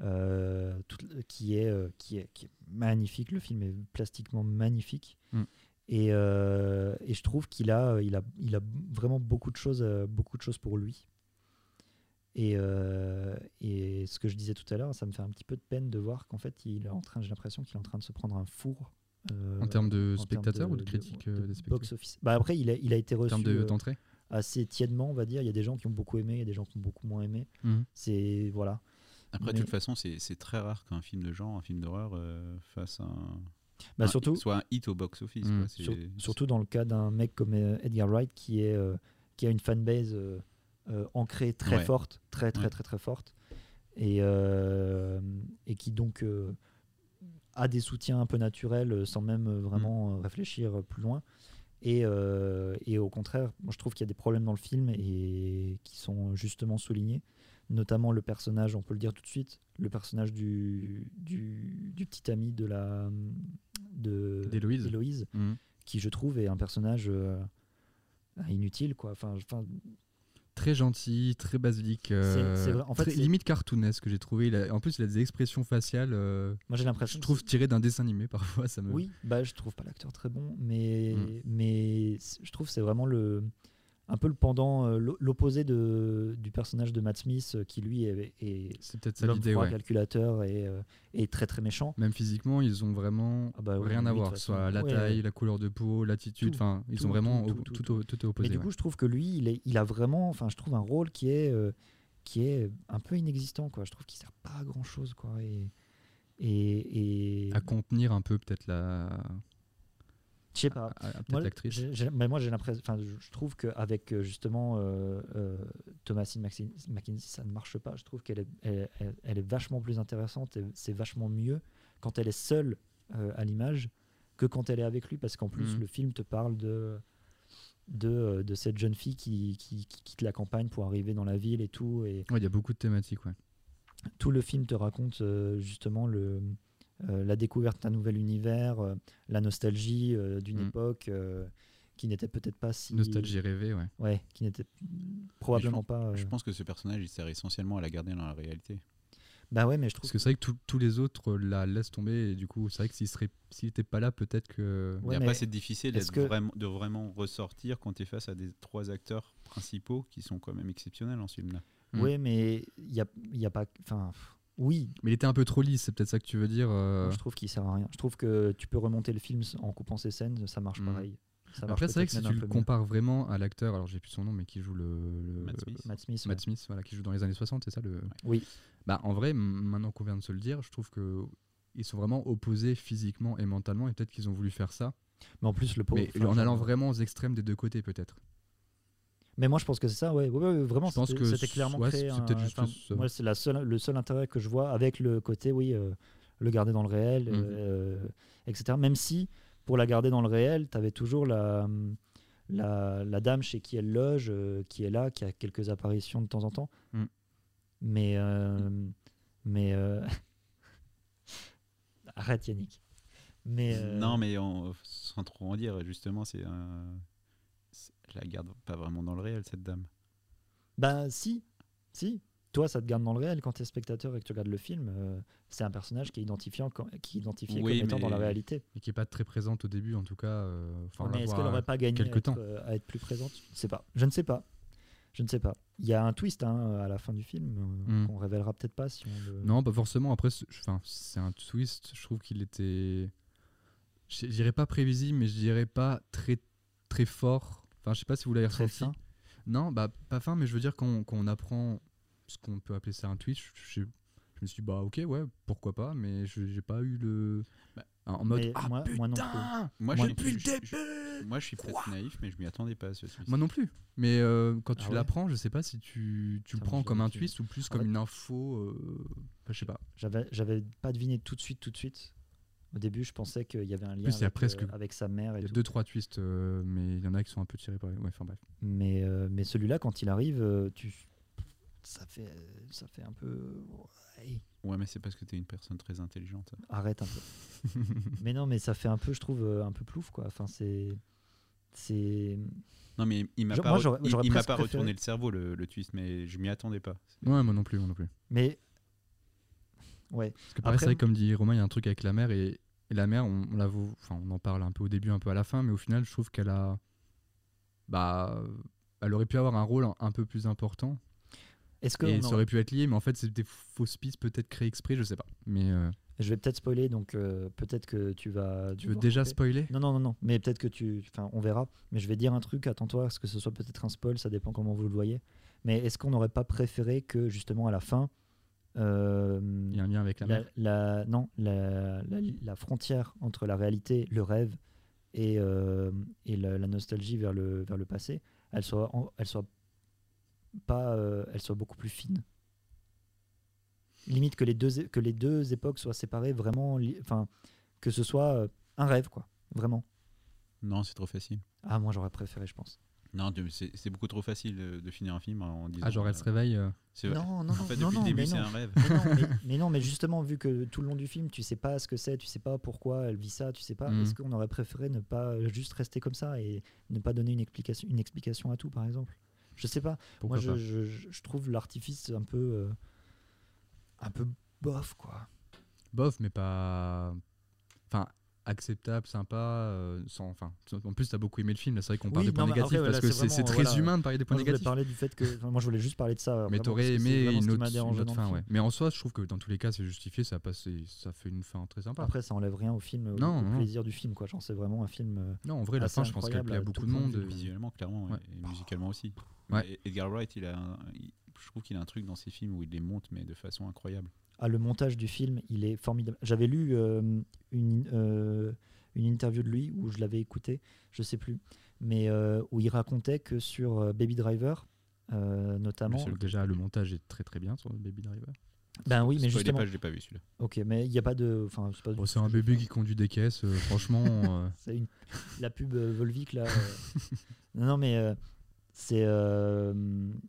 [SPEAKER 4] euh, toute- qui, est, euh, qui, est, qui est magnifique. Le film est plastiquement magnifique.
[SPEAKER 2] Mm.
[SPEAKER 4] Et, euh, et je trouve qu'il a, euh, il a, il a vraiment beaucoup de choses, euh, beaucoup de choses pour lui. Et, euh, et ce que je disais tout à l'heure, ça me fait un petit peu de peine de voir qu'en fait, il est en train, j'ai l'impression qu'il est en train de se prendre un four. euh,
[SPEAKER 2] En termes de
[SPEAKER 4] en
[SPEAKER 2] spectateurs
[SPEAKER 4] termes
[SPEAKER 2] ou de critiques euh, des spectateurs
[SPEAKER 4] box office. Bah après, il a, il a été
[SPEAKER 2] En
[SPEAKER 4] reçu
[SPEAKER 2] termes de-
[SPEAKER 4] euh,
[SPEAKER 2] d'entrée
[SPEAKER 4] assez tièdement, on va dire. Il y a des gens qui ont beaucoup aimé, il y a des gens qui ont beaucoup moins aimé.
[SPEAKER 2] Mhm.
[SPEAKER 4] C'est voilà.
[SPEAKER 3] Après,
[SPEAKER 4] Mais-
[SPEAKER 3] de toute façon, c'est c'est très rare qu'un film de genre, un film d'horreur, euh, fasse un.
[SPEAKER 4] Bah,
[SPEAKER 3] un-
[SPEAKER 4] surtout,
[SPEAKER 3] Soit un hit au box-office.
[SPEAKER 2] Mm.
[SPEAKER 3] quoi.
[SPEAKER 4] Sur-
[SPEAKER 3] Ah, C'est-
[SPEAKER 4] surtout dans le cas d'un mec comme euh, Edgar Wright qui, est, euh, qui a une fanbase euh, euh, ancrée très
[SPEAKER 3] Ouais.
[SPEAKER 4] forte, très très
[SPEAKER 3] Ouais.
[SPEAKER 4] très très forte, et, euh, et qui donc euh, a des soutiens un peu naturels euh, sans même euh, vraiment euh, réfléchir euh, plus loin. Et, euh, et au contraire, moi, je trouve qu'il y a des problèmes dans le film et qui sont justement soulignés, notamment le personnage, on peut le dire tout de suite, le personnage du, du, du petit ami de la de
[SPEAKER 2] D'Héloïse.
[SPEAKER 4] d'Héloïse,
[SPEAKER 2] Mhm.
[SPEAKER 4] qui je trouve est un personnage euh, inutile quoi enfin, je- enfin,
[SPEAKER 2] Très gentil, très basilique. euh,
[SPEAKER 4] c'est vrai. En fait,
[SPEAKER 2] très-
[SPEAKER 4] c'est-
[SPEAKER 2] limite cartoonesque que j'ai trouvé. Il a- en plus, il a des expressions faciales. euh,
[SPEAKER 4] moi j'ai
[SPEAKER 2] je
[SPEAKER 4] l'impression
[SPEAKER 2] trouve tirées d'un dessin animé parfois. Ça me.
[SPEAKER 4] oui bah je trouve pas l'acteur très bon mais
[SPEAKER 2] Mm.
[SPEAKER 4] mais c- je trouve que c'est vraiment le un peu le pendant euh, l'o- l'opposé de du personnage de Matt Smith euh, qui lui est, est
[SPEAKER 2] C'est peut-être ça
[SPEAKER 4] l'homme
[SPEAKER 2] l'idée,
[SPEAKER 4] froid
[SPEAKER 2] ouais.
[SPEAKER 4] calculateur et, euh, et très très méchant
[SPEAKER 2] Même physiquement, ils ont vraiment
[SPEAKER 4] Ah bah ouais,
[SPEAKER 2] rien à
[SPEAKER 4] lui, de
[SPEAKER 2] voir.
[SPEAKER 4] toute façon.
[SPEAKER 2] Soit la
[SPEAKER 4] Ouais,
[SPEAKER 2] taille,
[SPEAKER 4] ouais.
[SPEAKER 2] la couleur de peau, l'attitude.
[SPEAKER 4] Tout,
[SPEAKER 2] Enfin, ils
[SPEAKER 4] tout,
[SPEAKER 2] sont vraiment
[SPEAKER 4] tout,
[SPEAKER 2] au-
[SPEAKER 4] tout,
[SPEAKER 2] tout,
[SPEAKER 4] tout,
[SPEAKER 2] au- tout est opposé.
[SPEAKER 4] mais du
[SPEAKER 2] ouais.
[SPEAKER 4] coup je trouve que lui il est il a vraiment enfin je trouve un rôle qui est euh, qui est un peu inexistant quoi je trouve qu'il sert pas à grand chose quoi et et, et...
[SPEAKER 2] À contenir un peu peut-être la.
[SPEAKER 4] je sais
[SPEAKER 2] à-
[SPEAKER 4] pas
[SPEAKER 2] à-
[SPEAKER 4] Ah, Moi,
[SPEAKER 2] Ah, Peut-être l'actrice.
[SPEAKER 4] j'ai- j'ai- mais moi, j'ai l'impression. Enfin, je je trouve qu'avec justement euh, euh, Thomasine Maxi- McKenzie, ça ne marche pas. Je trouve qu'elle est, elle, elle- elle est vachement plus intéressante. et C'est vachement mieux quand elle est seule euh, à l'image que quand elle est avec lui, parce qu'en plus,
[SPEAKER 2] Mhm.
[SPEAKER 4] le film te parle de de, euh, de cette jeune fille qui, qui, qui quitte la campagne pour arriver dans la ville et tout. Et
[SPEAKER 2] Ouais, il y a beaucoup de thématiques, ouais.
[SPEAKER 4] tout le film te raconte euh, justement le, euh, la découverte d'un nouvel univers, euh, la nostalgie euh, d'une
[SPEAKER 2] Mm.
[SPEAKER 4] époque euh, qui n'était peut-être pas si
[SPEAKER 2] Nostalgie rêvée, ouais.
[SPEAKER 4] ouais, qui n'était probablement pas. euh,
[SPEAKER 3] Je pense que ce personnage, il sert essentiellement à la garder dans la réalité.
[SPEAKER 4] Bah ouais, mais je trouve.
[SPEAKER 2] Parce que c'est vrai que tout- tous les autres euh, la laissent tomber et du coup, c'est vrai que s'il serait, s'il était pas là, peut-être que.
[SPEAKER 4] Ouais,
[SPEAKER 3] et
[SPEAKER 4] mais
[SPEAKER 3] après, c'est difficile
[SPEAKER 4] est-ce
[SPEAKER 3] d'être
[SPEAKER 4] que-
[SPEAKER 3] vraiment, de vraiment ressortir quand tu es face à des trois acteurs principaux qui sont quand même exceptionnels en ce film-là.
[SPEAKER 2] Hmm.
[SPEAKER 4] Ouais, mais il y a, il y a pas. Enfin, pff, oui,
[SPEAKER 2] Mais il était un peu trop lisse, c'est peut-être ça que tu veux dire. euh.
[SPEAKER 4] moi, je trouve qu'il sert à rien. Je trouve que tu peux remonter le film en coupant ses scènes, ça marche
[SPEAKER 2] Mm.
[SPEAKER 4] pareil. Ça marche
[SPEAKER 2] Après, c'est vrai que
[SPEAKER 4] peut-être
[SPEAKER 2] si
[SPEAKER 4] même
[SPEAKER 2] tu
[SPEAKER 4] un
[SPEAKER 2] le
[SPEAKER 4] peu mieux.
[SPEAKER 2] compares vraiment à l'acteur, alors j'ai plus son nom, mais qui joue le. le-
[SPEAKER 3] Matt Smith.
[SPEAKER 4] Euh, Matt Smith,
[SPEAKER 2] Matt
[SPEAKER 4] ouais.
[SPEAKER 2] Smith, voilà, qui joue dans les années 60, c'est ça le.
[SPEAKER 4] Oui.
[SPEAKER 2] Bah, en vrai, m- maintenant qu'on vient de se le dire, je trouve que ils sont vraiment opposés physiquement et mentalement, et peut-être qu'ils ont voulu faire ça,
[SPEAKER 4] mais en plus le pauvre. euh,
[SPEAKER 2] mais
[SPEAKER 4] enfin,
[SPEAKER 2] en
[SPEAKER 4] genre,
[SPEAKER 2] allant vraiment aux extrêmes des deux côtés, peut-être.
[SPEAKER 4] Mais moi, je pense que c'est ça, ouais. Ouais, ouais, ouais, vraiment,
[SPEAKER 2] Je pense
[SPEAKER 4] c'était
[SPEAKER 2] que
[SPEAKER 4] c'était
[SPEAKER 2] c-
[SPEAKER 4] clairement
[SPEAKER 2] ouais,
[SPEAKER 4] créé.
[SPEAKER 2] c'est
[SPEAKER 4] un-
[SPEAKER 2] peut-être juste
[SPEAKER 4] enfin,
[SPEAKER 2] ce-
[SPEAKER 4] moi, c'est la seule, le seul intérêt que je vois avec le côté, oui, euh, le garder dans le réel,
[SPEAKER 2] Mhm.
[SPEAKER 4] euh, etc. Même si, pour la garder dans le réel, tu avais toujours la, hum, la, la dame chez qui elle loge, euh, qui est là, qui a quelques apparitions de temps en temps.
[SPEAKER 2] Mm.
[SPEAKER 4] Mais. euh, mais euh, Arrête, Yannick. Mais, euh,
[SPEAKER 3] Non, mais en- sans trop en dire, justement, c'est un. c'est- Je la garde pas vraiment dans le réel, cette dame.
[SPEAKER 4] Bah si, si. Toi, ça te garde dans le réel quand t'es spectateur et que tu regardes le film. euh, c'est un personnage qui est identifiant, com- qui est identifié
[SPEAKER 3] Oui,
[SPEAKER 4] comme étant dans la
[SPEAKER 3] mais-
[SPEAKER 4] réalité.
[SPEAKER 2] Et qui est pas très présente au début, en tout cas. euh, enfin, on la
[SPEAKER 4] mais est-ce
[SPEAKER 2] voit-
[SPEAKER 4] qu'elle n'aurait pas gagné à
[SPEAKER 2] quelque
[SPEAKER 4] être,
[SPEAKER 2] temps.
[SPEAKER 4] euh, à être plus présente Je ne sais pas. Je ne sais pas. Je ne sais pas. Il y a un twist hein, à la fin du film euh,
[SPEAKER 2] Hmm.
[SPEAKER 4] qu'on révélera peut-être pas si on le.
[SPEAKER 2] Non, pas forcément. Après, c'est- enfin, c'est un twist. Je trouve qu'il était, je je dirais pas prévisible, mais je dirais pas très très fort. Enfin, je sais pas si vous l'avez
[SPEAKER 4] Très
[SPEAKER 2] ressenti.
[SPEAKER 4] fin.
[SPEAKER 2] Non, bah pas fin, mais je veux dire qu'on qu'on apprend ce qu'on peut appeler ça un twist. Je, je- je me suis dit, bah ok, ouais, pourquoi pas, mais je- j'ai pas eu le
[SPEAKER 3] Bah,
[SPEAKER 2] en mode
[SPEAKER 4] mais
[SPEAKER 2] ah
[SPEAKER 4] moi-
[SPEAKER 2] putain,
[SPEAKER 4] moi non
[SPEAKER 3] Moi,
[SPEAKER 4] Moi,
[SPEAKER 3] je,
[SPEAKER 2] depuis le
[SPEAKER 3] je- je- moi, je suis peut-être naïf, mais je m'y attendais pas à ce twist.
[SPEAKER 2] moi non plus. Mais euh, quand tu
[SPEAKER 4] Ah ouais
[SPEAKER 2] l'apprends, je sais pas si tu, tu le
[SPEAKER 4] Ça,
[SPEAKER 2] prends
[SPEAKER 4] moi, je
[SPEAKER 2] comme un
[SPEAKER 4] l'avais fait. Ah
[SPEAKER 2] twist ou plus comme
[SPEAKER 4] fait-
[SPEAKER 2] une info. euh, enfin, je sais pas.
[SPEAKER 4] J'avais, j'avais pas deviné tout de suite, tout de suite. Au début, je pensais qu'il y avait un lien
[SPEAKER 2] plus, il y a
[SPEAKER 4] avec,
[SPEAKER 2] presque-
[SPEAKER 4] euh, avec sa mère. Et
[SPEAKER 2] Il y a
[SPEAKER 4] tout.
[SPEAKER 2] deux trois twists, euh, mais il y en a qui sont un peu tirés par. les- Ouais, enfin bref.
[SPEAKER 4] Mais, euh, mais celui-là, quand il arrive, euh, tu... ça, fait, euh, ça fait un peu. Ouais.
[SPEAKER 3] Ouais, mais c'est parce que t'es une personne très intelligente.
[SPEAKER 4] Arrête un peu. mais non, mais ça fait un peu, je trouve, euh, un peu plouf, quoi. Enfin, c'est. C'est.
[SPEAKER 3] Non, mais il m'a
[SPEAKER 4] Je-
[SPEAKER 3] pas,
[SPEAKER 4] moi,
[SPEAKER 3] re-
[SPEAKER 4] j'aurais-
[SPEAKER 3] il-
[SPEAKER 4] j'aurais
[SPEAKER 3] il m'a
[SPEAKER 4] presque
[SPEAKER 3] pas
[SPEAKER 4] préféré.
[SPEAKER 3] retourné le cerveau, le, le twist, mais je m'y attendais pas.
[SPEAKER 2] Ouais, moi non plus, moi non plus.
[SPEAKER 4] Mais. Ouais.
[SPEAKER 2] Parce que pareil,
[SPEAKER 4] Après-
[SPEAKER 2] c'est vrai, comme dit Romain, il y a un truc avec la mer et Et la mère, on, on la vaut- enfin, on en parle un peu au début, un peu à la fin, mais au final, je trouve qu'elle a. Bah. Elle aurait pu avoir un rôle un, un peu plus important.
[SPEAKER 4] Est-ce que
[SPEAKER 2] et
[SPEAKER 4] on en-
[SPEAKER 2] ça aurait pu être lié, mais en fait, c'est des fausses pistes peut-être créées exprès, je sais pas. Mais euh,
[SPEAKER 4] je vais peut-être spoiler, donc euh, peut-être que tu vas.
[SPEAKER 2] tu veux
[SPEAKER 4] devoir
[SPEAKER 2] déjà
[SPEAKER 4] couper.
[SPEAKER 2] spoiler
[SPEAKER 4] Non, non, non, non. Mais peut-être que tu. Enfin, on verra. Mais je vais dire un truc, attends-toi à ce que ce soit peut-être un spoil, ça dépend comment vous le voyez. Mais est-ce qu'on n'aurait pas préféré que, justement, à la fin. euh,
[SPEAKER 2] Il y a un lien avec la
[SPEAKER 4] la,
[SPEAKER 2] mère.
[SPEAKER 4] la- non, la, la- la frontière entre la réalité, le rêve et, euh, et la, la nostalgie vers le, vers le passé, elle soit, en- elle soit pas, euh, elle soit beaucoup plus fine. Limite que les deux, é- que les deux époques soient séparées vraiment, li- enfin que ce soit euh, un rêve quoi, vraiment.
[SPEAKER 3] Non, c'est trop facile.
[SPEAKER 4] Ah moi j'aurais préféré je pense.
[SPEAKER 3] Non, de- c'est c'est beaucoup trop facile de, de finir un film en disant.
[SPEAKER 2] Ah, genre, elle
[SPEAKER 3] euh,
[SPEAKER 2] se réveille. euh,
[SPEAKER 3] c'est-
[SPEAKER 4] Non, non,
[SPEAKER 3] en fait, depuis le début, c'est un rêve.
[SPEAKER 4] Mais non, mais, mais non, mais justement, vu que tout le long du film, tu sais pas ce que c'est, tu sais pas pourquoi elle vit ça, tu sais pas,
[SPEAKER 2] Mhm.
[SPEAKER 4] est-ce qu'on aurait préféré ne pas juste rester comme ça et ne pas donner une explication, une explication à tout, par exemple Je sais pas.
[SPEAKER 2] pourquoi
[SPEAKER 4] Moi,
[SPEAKER 2] pas.
[SPEAKER 4] je, je- je- je trouve l'artifice un peu. euh, un peu bof, quoi.
[SPEAKER 2] bof mais pas enfin acceptable sympa euh, sans enfin en plus t'as beaucoup aimé le film là, c'est vrai qu'on parle
[SPEAKER 4] Oui,
[SPEAKER 2] des points
[SPEAKER 4] non, mais
[SPEAKER 2] négatifs
[SPEAKER 4] après, voilà,
[SPEAKER 2] parce que
[SPEAKER 4] c'est
[SPEAKER 2] c'est c'est
[SPEAKER 4] vraiment,
[SPEAKER 2] très
[SPEAKER 4] voilà,
[SPEAKER 2] humain de parler des points
[SPEAKER 4] Moi, je voulais
[SPEAKER 2] négatif
[SPEAKER 4] parler du fait que. enfin, moi, je voulais juste parler de ça. euh,
[SPEAKER 2] mais
[SPEAKER 4] vraiment, parce
[SPEAKER 2] t'aurais
[SPEAKER 4] que c'est
[SPEAKER 2] aimé
[SPEAKER 4] vraiment ce
[SPEAKER 2] une
[SPEAKER 4] qui
[SPEAKER 2] autre,
[SPEAKER 4] m'a
[SPEAKER 2] une
[SPEAKER 4] dérangé
[SPEAKER 2] autre
[SPEAKER 4] dans le
[SPEAKER 2] fin
[SPEAKER 4] film.
[SPEAKER 2] ouais mais en soi je trouve que dans tous les cas c'est justifié ça passe c'est- ça fait une fin très sympa
[SPEAKER 4] Après, ça enlève rien au film, au,
[SPEAKER 2] Non,
[SPEAKER 4] au
[SPEAKER 2] non.
[SPEAKER 4] plaisir du film, quoi. Genre, c'est vraiment un film. euh,
[SPEAKER 2] non en vrai la
[SPEAKER 4] assez
[SPEAKER 2] fin je pense qu'elle
[SPEAKER 4] incroyable
[SPEAKER 2] plaît à
[SPEAKER 4] à
[SPEAKER 2] beaucoup
[SPEAKER 4] tout
[SPEAKER 2] de
[SPEAKER 4] point de
[SPEAKER 2] monde
[SPEAKER 4] vue.
[SPEAKER 2] euh,
[SPEAKER 3] Visuellement, clairement,
[SPEAKER 2] Ouais.
[SPEAKER 3] et, et musicalement aussi.
[SPEAKER 2] Ouais.
[SPEAKER 3] Mais Edgar Wright, il a un- il- je trouve qu'il a un truc dans ses films où il les monte, mais de façon incroyable.
[SPEAKER 4] Ah, le montage du film, il est formidable. J'avais lu euh, une, euh, une interview de lui, où je l'avais écouté, je sais plus, mais euh, où il racontait que sur euh, Baby Driver, euh, notamment.
[SPEAKER 2] le- déjà le montage est très très bien sur Baby Driver
[SPEAKER 4] Ben oui, mais
[SPEAKER 3] Spoiler
[SPEAKER 4] justement.
[SPEAKER 3] pas, je l'ai pas vu celui-là.
[SPEAKER 4] Ok, mais il n'y a pas de. Enfin, c'est pas du
[SPEAKER 2] Bon,
[SPEAKER 4] tout
[SPEAKER 2] c'est
[SPEAKER 4] ce
[SPEAKER 2] un
[SPEAKER 4] que je
[SPEAKER 2] bébé
[SPEAKER 4] fais.
[SPEAKER 2] qui conduit des caisses euh, franchement euh,
[SPEAKER 4] C'est une- la pub euh, Volvic là. euh. non, non, mais euh, c'est euh,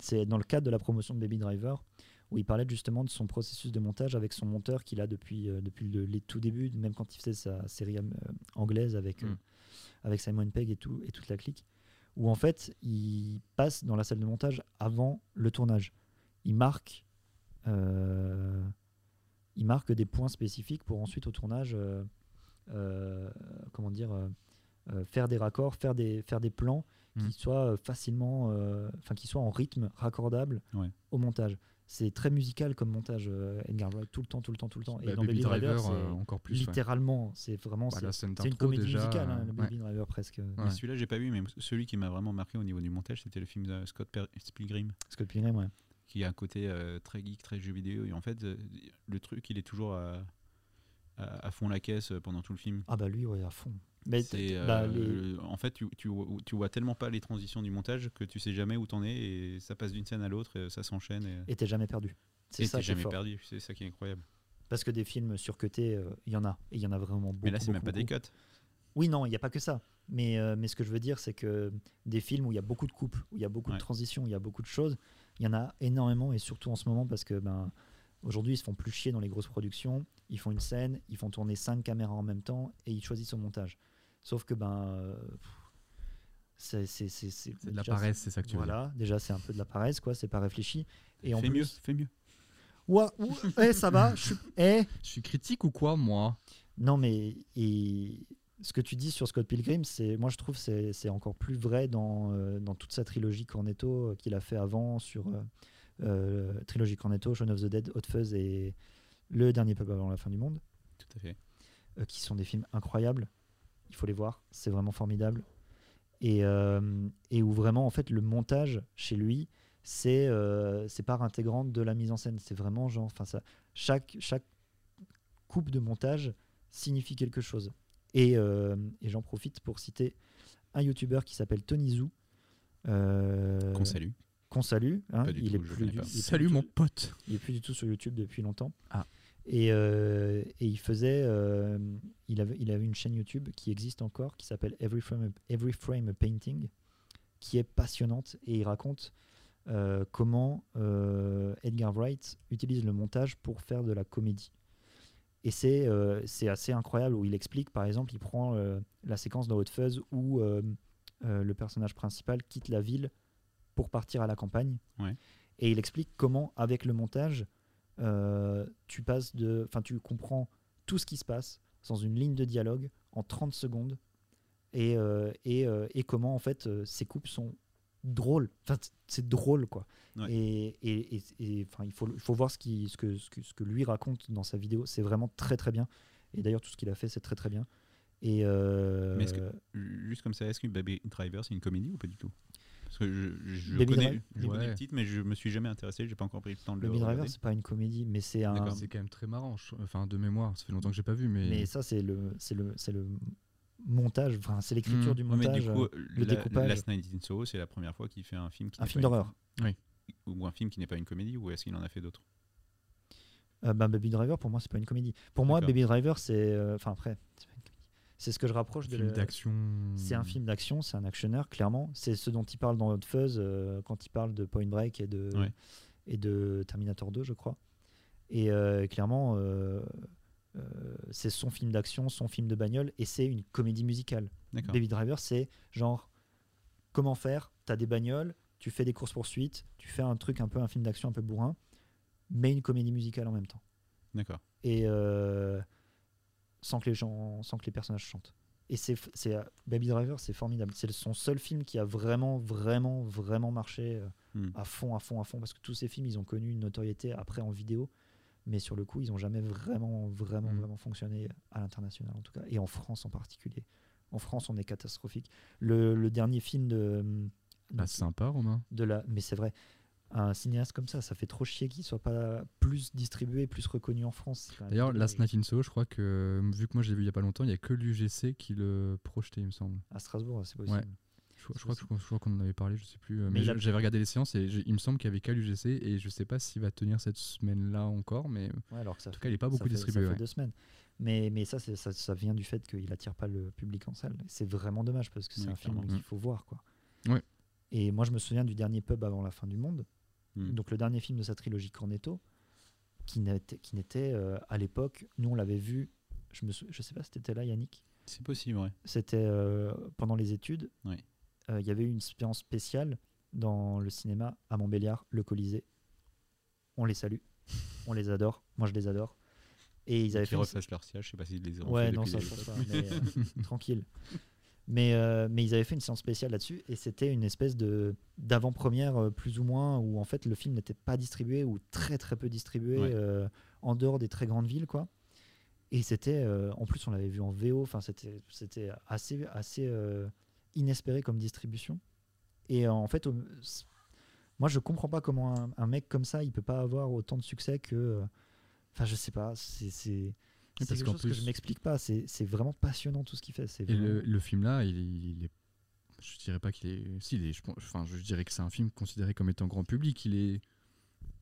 [SPEAKER 4] c'est dans le cadre de la promotion de Baby Driver où il parlait justement de son processus de montage avec son monteur qu'il a depuis euh, depuis le, les tout débuts, même quand il faisait sa série euh, anglaise avec euh,
[SPEAKER 2] Mm.
[SPEAKER 4] avec Simon Pegg et tout et toute la clique. Où en fait, il passe dans la salle de montage avant le tournage. Il marque, euh, il marque des points spécifiques pour ensuite au tournage euh, euh, comment dire, euh, euh, faire des raccords, faire des, faire des plans
[SPEAKER 2] Mm.
[SPEAKER 4] qui soient euh, facilement, euh, enfin qui soient en rythme raccordable
[SPEAKER 3] Ouais.
[SPEAKER 4] au montage. C'est très musical comme montage, euh, Edgar Wright, tout le temps, tout le temps, tout le temps. Et
[SPEAKER 2] bah,
[SPEAKER 4] dans
[SPEAKER 2] Baby Driver
[SPEAKER 4] c'est
[SPEAKER 2] euh, encore plus ouais.
[SPEAKER 4] littéralement, c'est vraiment,
[SPEAKER 2] Bah,
[SPEAKER 4] c'est-
[SPEAKER 2] la scène
[SPEAKER 4] c'est une
[SPEAKER 2] d'intro,
[SPEAKER 4] comédie
[SPEAKER 2] déjà,
[SPEAKER 4] musicale, hein,
[SPEAKER 2] euh,
[SPEAKER 4] le Baby Driver presque. euh,
[SPEAKER 2] Ouais.
[SPEAKER 3] Mais Celui-là, j'ai pas vu, mais celui qui m'a vraiment marqué au niveau du montage, c'était le film de Scott Per- Pilgrim,
[SPEAKER 4] Scott Pilgrim, ouais.
[SPEAKER 3] qui a un côté euh, très geek, très jeu vidéo. Et en fait, euh, le truc, il est toujours à, à- à fond la caisse euh, pendant tout le film.
[SPEAKER 4] Ah bah lui, ouais, à fond. Mais t-
[SPEAKER 3] C'est,
[SPEAKER 4] t-
[SPEAKER 3] euh,
[SPEAKER 4] bah, les-
[SPEAKER 3] le- en fait, tu, tu, vois- tu vois tellement pas les transitions du montage que tu sais jamais où t'en es et ça passe d'une scène à l'autre, et ça s'enchaîne et
[SPEAKER 4] Et t'es jamais perdu. C'est
[SPEAKER 3] et
[SPEAKER 4] ça
[SPEAKER 3] t'es
[SPEAKER 4] qui est
[SPEAKER 3] jamais
[SPEAKER 4] fort.
[SPEAKER 3] perdu. C'est ça qui est incroyable.
[SPEAKER 4] Parce que des films surcutés, euh, il y en a. Et il y en a vraiment beaucoup.
[SPEAKER 3] mais là, c'est même
[SPEAKER 4] beaucoup,
[SPEAKER 3] pas des
[SPEAKER 4] beaucoup.
[SPEAKER 3] cuts.
[SPEAKER 4] Oui, non, il n'y a pas que ça. Mais, euh, mais ce que je veux dire, c'est que des films où il y a beaucoup de coupes, où il y a beaucoup
[SPEAKER 3] Ouais.
[SPEAKER 4] de transitions, où il y a beaucoup de choses, il y en a énormément, et surtout en ce moment, parce que ben, aujourd'hui, ils se font plus chier dans les grosses productions. Ils font une scène, ils font tourner cinq caméras en même temps, et ils choisissent son montage. Sauf que, ben. euh, pff, c'est c'est- c'est- c'est-
[SPEAKER 2] c'est de la
[SPEAKER 4] déjà,
[SPEAKER 2] paresse c'est ça que tu veux dire.
[SPEAKER 4] Voilà, déjà, c'est un peu de la paresse, quoi, c'est pas réfléchi. Et en
[SPEAKER 3] Fais mieux,
[SPEAKER 4] plus.
[SPEAKER 3] fais mieux.
[SPEAKER 4] Ouah, ouh, eh, ça va, je suis. eh,
[SPEAKER 2] je suis critique ou quoi moi
[SPEAKER 4] non, mais et ce que tu dis sur Scott Pilgrim, c'est moi je trouve c'est c'est encore plus vrai dans, euh, dans toute sa trilogie Cornetto euh, qu'il a fait avant sur euh, euh, trilogie Cornetto, Shaun of the Dead, Hot Fuzz et Le dernier peuple avant la fin du monde,
[SPEAKER 3] Tout à fait.
[SPEAKER 4] euh, qui sont des films incroyables. Il faut les voir, c'est vraiment formidable. Et, euh, et où vraiment en fait le montage chez lui c'est euh, c'est part intégrante de la mise en scène. C'est vraiment genre, enfin ça, chaque chaque coupe de montage signifie quelque chose. Et, euh, et j'en profite pour citer un youtubeur qui s'appelle Tony Zou. euh,
[SPEAKER 3] Qu'on salue.
[SPEAKER 4] qu'on salue, hein,
[SPEAKER 3] Pas du
[SPEAKER 4] il
[SPEAKER 3] tout,
[SPEAKER 4] est
[SPEAKER 3] je
[SPEAKER 4] plus
[SPEAKER 3] connais
[SPEAKER 4] du-
[SPEAKER 3] pas.
[SPEAKER 4] il est plus
[SPEAKER 2] salut
[SPEAKER 4] du-
[SPEAKER 2] mon pote
[SPEAKER 4] il est plus du tout sur YouTube depuis longtemps.
[SPEAKER 2] Ah.
[SPEAKER 4] Et, euh, et il faisait, euh, il avait, il avait une chaîne YouTube qui existe encore, qui s'appelle Every Frame, a- Every Frame a Painting, qui est passionnante et il raconte euh, comment euh, Edgar Wright utilise le montage pour faire de la comédie. Et c'est euh, c'est assez incroyable où il explique, par exemple, il prend euh, la séquence dans Hot Fuzz où euh, euh, le personnage principal quitte la ville pour partir à la campagne.
[SPEAKER 3] Ouais.
[SPEAKER 4] Et il explique comment, avec le montage, euh, tu passes de, enfin, tu comprends tout ce qui se passe, sans une ligne de dialogue en 30 secondes et, euh, et, euh, et comment en fait euh, ces coupes sont drôles. Enfin, c- c'est drôle quoi.
[SPEAKER 3] Ouais.
[SPEAKER 4] Et, et, et- et, enfin, il faut, il faut voir ce, qui, ce, que, ce, que, ce que lui raconte dans sa vidéo. C'est vraiment très très bien. Et d'ailleurs, tout ce qu'il a fait, c'est très très bien. Et euh,
[SPEAKER 3] Mais est-ce que- Juste comme ça, est-ce que Baby Driver c'est une comédie ou pas du tout Parce que je, je
[SPEAKER 4] Baby
[SPEAKER 3] connais,
[SPEAKER 4] Driver
[SPEAKER 3] je connais
[SPEAKER 2] Ouais.
[SPEAKER 3] le titre, mais je me suis jamais intéressé, j'ai pas encore pris le temps de
[SPEAKER 4] Baby
[SPEAKER 3] le
[SPEAKER 4] Driver,
[SPEAKER 3] regarder.
[SPEAKER 4] c'est pas une comédie, mais c'est un.
[SPEAKER 3] D'accord.
[SPEAKER 2] C'est quand même très marrant, je- enfin de mémoire, ça fait longtemps que j'ai pas vu, mais,
[SPEAKER 4] Mais ça, c'est le, c'est le, c'est le montage, enfin, c'est l'écriture
[SPEAKER 2] Mm.
[SPEAKER 4] du
[SPEAKER 3] Mmh. Ouais, mais
[SPEAKER 4] montage.
[SPEAKER 3] du coup,
[SPEAKER 4] euh,
[SPEAKER 3] la-
[SPEAKER 4] découpage.
[SPEAKER 3] Last Night in Soho, c'est la première fois qu'il fait un film qui
[SPEAKER 4] un
[SPEAKER 3] n'est
[SPEAKER 4] film
[SPEAKER 3] pas une-
[SPEAKER 4] d'horreur.
[SPEAKER 3] ou un film qui n'est pas une comédie, ou est-ce qu'il en a fait d'autres
[SPEAKER 4] Euh, ben, Baby Driver, pour moi, c'est pas une comédie. Pour moi,
[SPEAKER 3] D'accord.
[SPEAKER 4] Baby Driver, c'est. euh, Enfin, après, c'est pas une comédie. c'est ce que je rapproche
[SPEAKER 2] un
[SPEAKER 4] de.
[SPEAKER 2] film
[SPEAKER 4] la-
[SPEAKER 2] d'action.
[SPEAKER 4] C'est un film d'action, c'est un actionneur, clairement. C'est ce dont il parle dans Hot Fuzz euh, quand il parle de Point Break et de,
[SPEAKER 3] Ouais.
[SPEAKER 4] et de Terminator 2, je crois. Et euh, clairement, euh, euh, c'est son film d'action, son film de bagnole, et c'est une comédie musicale.
[SPEAKER 3] D'accord.
[SPEAKER 4] Baby Driver, c'est genre comment faire T'as des bagnoles, tu fais des courses poursuites, tu fais un truc un peu un film d'action un peu bourrin, mais une comédie musicale en même temps.
[SPEAKER 3] D'accord.
[SPEAKER 4] Et euh, sans que les gens, sans que les personnages chantent. Et c'est, f- c'est euh, Baby Driver, c'est formidable. C'est son seul film qui a vraiment, vraiment, vraiment marché euh,
[SPEAKER 3] Hmm.
[SPEAKER 4] à fond, à fond, à fond, parce que tous ces films, ils ont connu une notoriété après en vidéo, mais sur le coup, ils n'ont jamais vraiment, vraiment,
[SPEAKER 2] Mm.
[SPEAKER 4] vraiment fonctionné à l'international, en tout cas, et en France en particulier. En France, on est catastrophique. Le, le dernier film de, hmm,
[SPEAKER 2] Bah,
[SPEAKER 4] de,
[SPEAKER 2] sympa, Romain.
[SPEAKER 4] de la. Mais c'est vrai, un cinéaste comme ça, ça fait trop chier qu'il soit pas plus distribué, plus reconnu en France. Ah, C'est quand même
[SPEAKER 2] D'ailleurs,
[SPEAKER 4] dommage.
[SPEAKER 2] Last Night in Soho, je crois que, vu que moi j'ai vu il y a pas longtemps, il y a que l'UGC qui le projetait, il me semble.
[SPEAKER 4] À Strasbourg, c'est possible.
[SPEAKER 2] Ouais. Je, je crois que- je crois qu'on en avait parlé, je sais plus. euh,
[SPEAKER 4] Mais
[SPEAKER 2] Mais, je-
[SPEAKER 4] la-
[SPEAKER 2] j'avais regardé les séances et j'ai- il me semble qu'il y avait qu'à l'UGC et je sais pas s'il va tenir cette semaine-là encore, mais en
[SPEAKER 4] Ouais, alors que ça
[SPEAKER 2] tout cas il est pas beaucoup
[SPEAKER 4] ça fait-
[SPEAKER 2] distribué.
[SPEAKER 4] Ça fait
[SPEAKER 2] ouais.
[SPEAKER 4] deux semaines. Mais, mais ça, c'est- ça, ça vient du fait qu'il attire pas le public en salle. Et C'est vraiment dommage parce que c'est
[SPEAKER 3] Oui,
[SPEAKER 4] un film
[SPEAKER 3] clairement.
[SPEAKER 4] qu'il faut voir. Quoi.
[SPEAKER 2] Ouais.
[SPEAKER 4] Et moi, je me souviens du dernier pub avant la fin du monde,
[SPEAKER 3] Mm.
[SPEAKER 4] donc le dernier film de sa trilogie Cornetto, qui n'était qui n'était, euh, à l'époque, nous on l'avait vu, je me sou- je sais pas si t'étais là, Yannick,
[SPEAKER 3] C'est possible, ouais.
[SPEAKER 4] c'était euh, pendant les études. Euh,
[SPEAKER 3] Oui.
[SPEAKER 4] Il y avait eu une expérience spéciale dans le cinéma à Montbéliard, le Colisée. On les salue, on les adore, moi je les adore. Et ils avaient
[SPEAKER 3] Qui
[SPEAKER 4] fait une-
[SPEAKER 3] refassent leur siège, je sais pas s'ils les ont
[SPEAKER 4] Ouais,
[SPEAKER 3] fait
[SPEAKER 4] non,
[SPEAKER 3] depuis
[SPEAKER 4] ça,
[SPEAKER 3] les-
[SPEAKER 4] je pense pas, mais, euh, tranquille. Mais, euh, mais ils avaient fait une séance spéciale là-dessus et c'était une espèce de d'avant-première euh, plus ou moins où en fait le film n'était pas distribué ou très très peu distribué
[SPEAKER 3] Ouais.
[SPEAKER 4] euh, en dehors des très grandes villes quoi. Et c'était euh, en plus on l'avait vu en VO, enfin c'était c'était assez assez euh, inespéré comme distribution. Et euh, en fait au- s- moi je comprends pas comment un, un mec comme ça il peut pas avoir autant de succès que euh, enfin je sais pas c'est c'est c'est
[SPEAKER 2] parce
[SPEAKER 4] quelque
[SPEAKER 2] qu'en
[SPEAKER 4] chose que je
[SPEAKER 2] plus-
[SPEAKER 4] m'explique pas c'est c'est vraiment passionnant tout ce qu'il fait c'est
[SPEAKER 2] Et le,
[SPEAKER 4] vraiment-
[SPEAKER 2] le film là, il, est- il est. Je dirais pas qu'il est. Si, il est- je, pense- enfin, je dirais que c'est un film considéré comme étant grand public. Il est.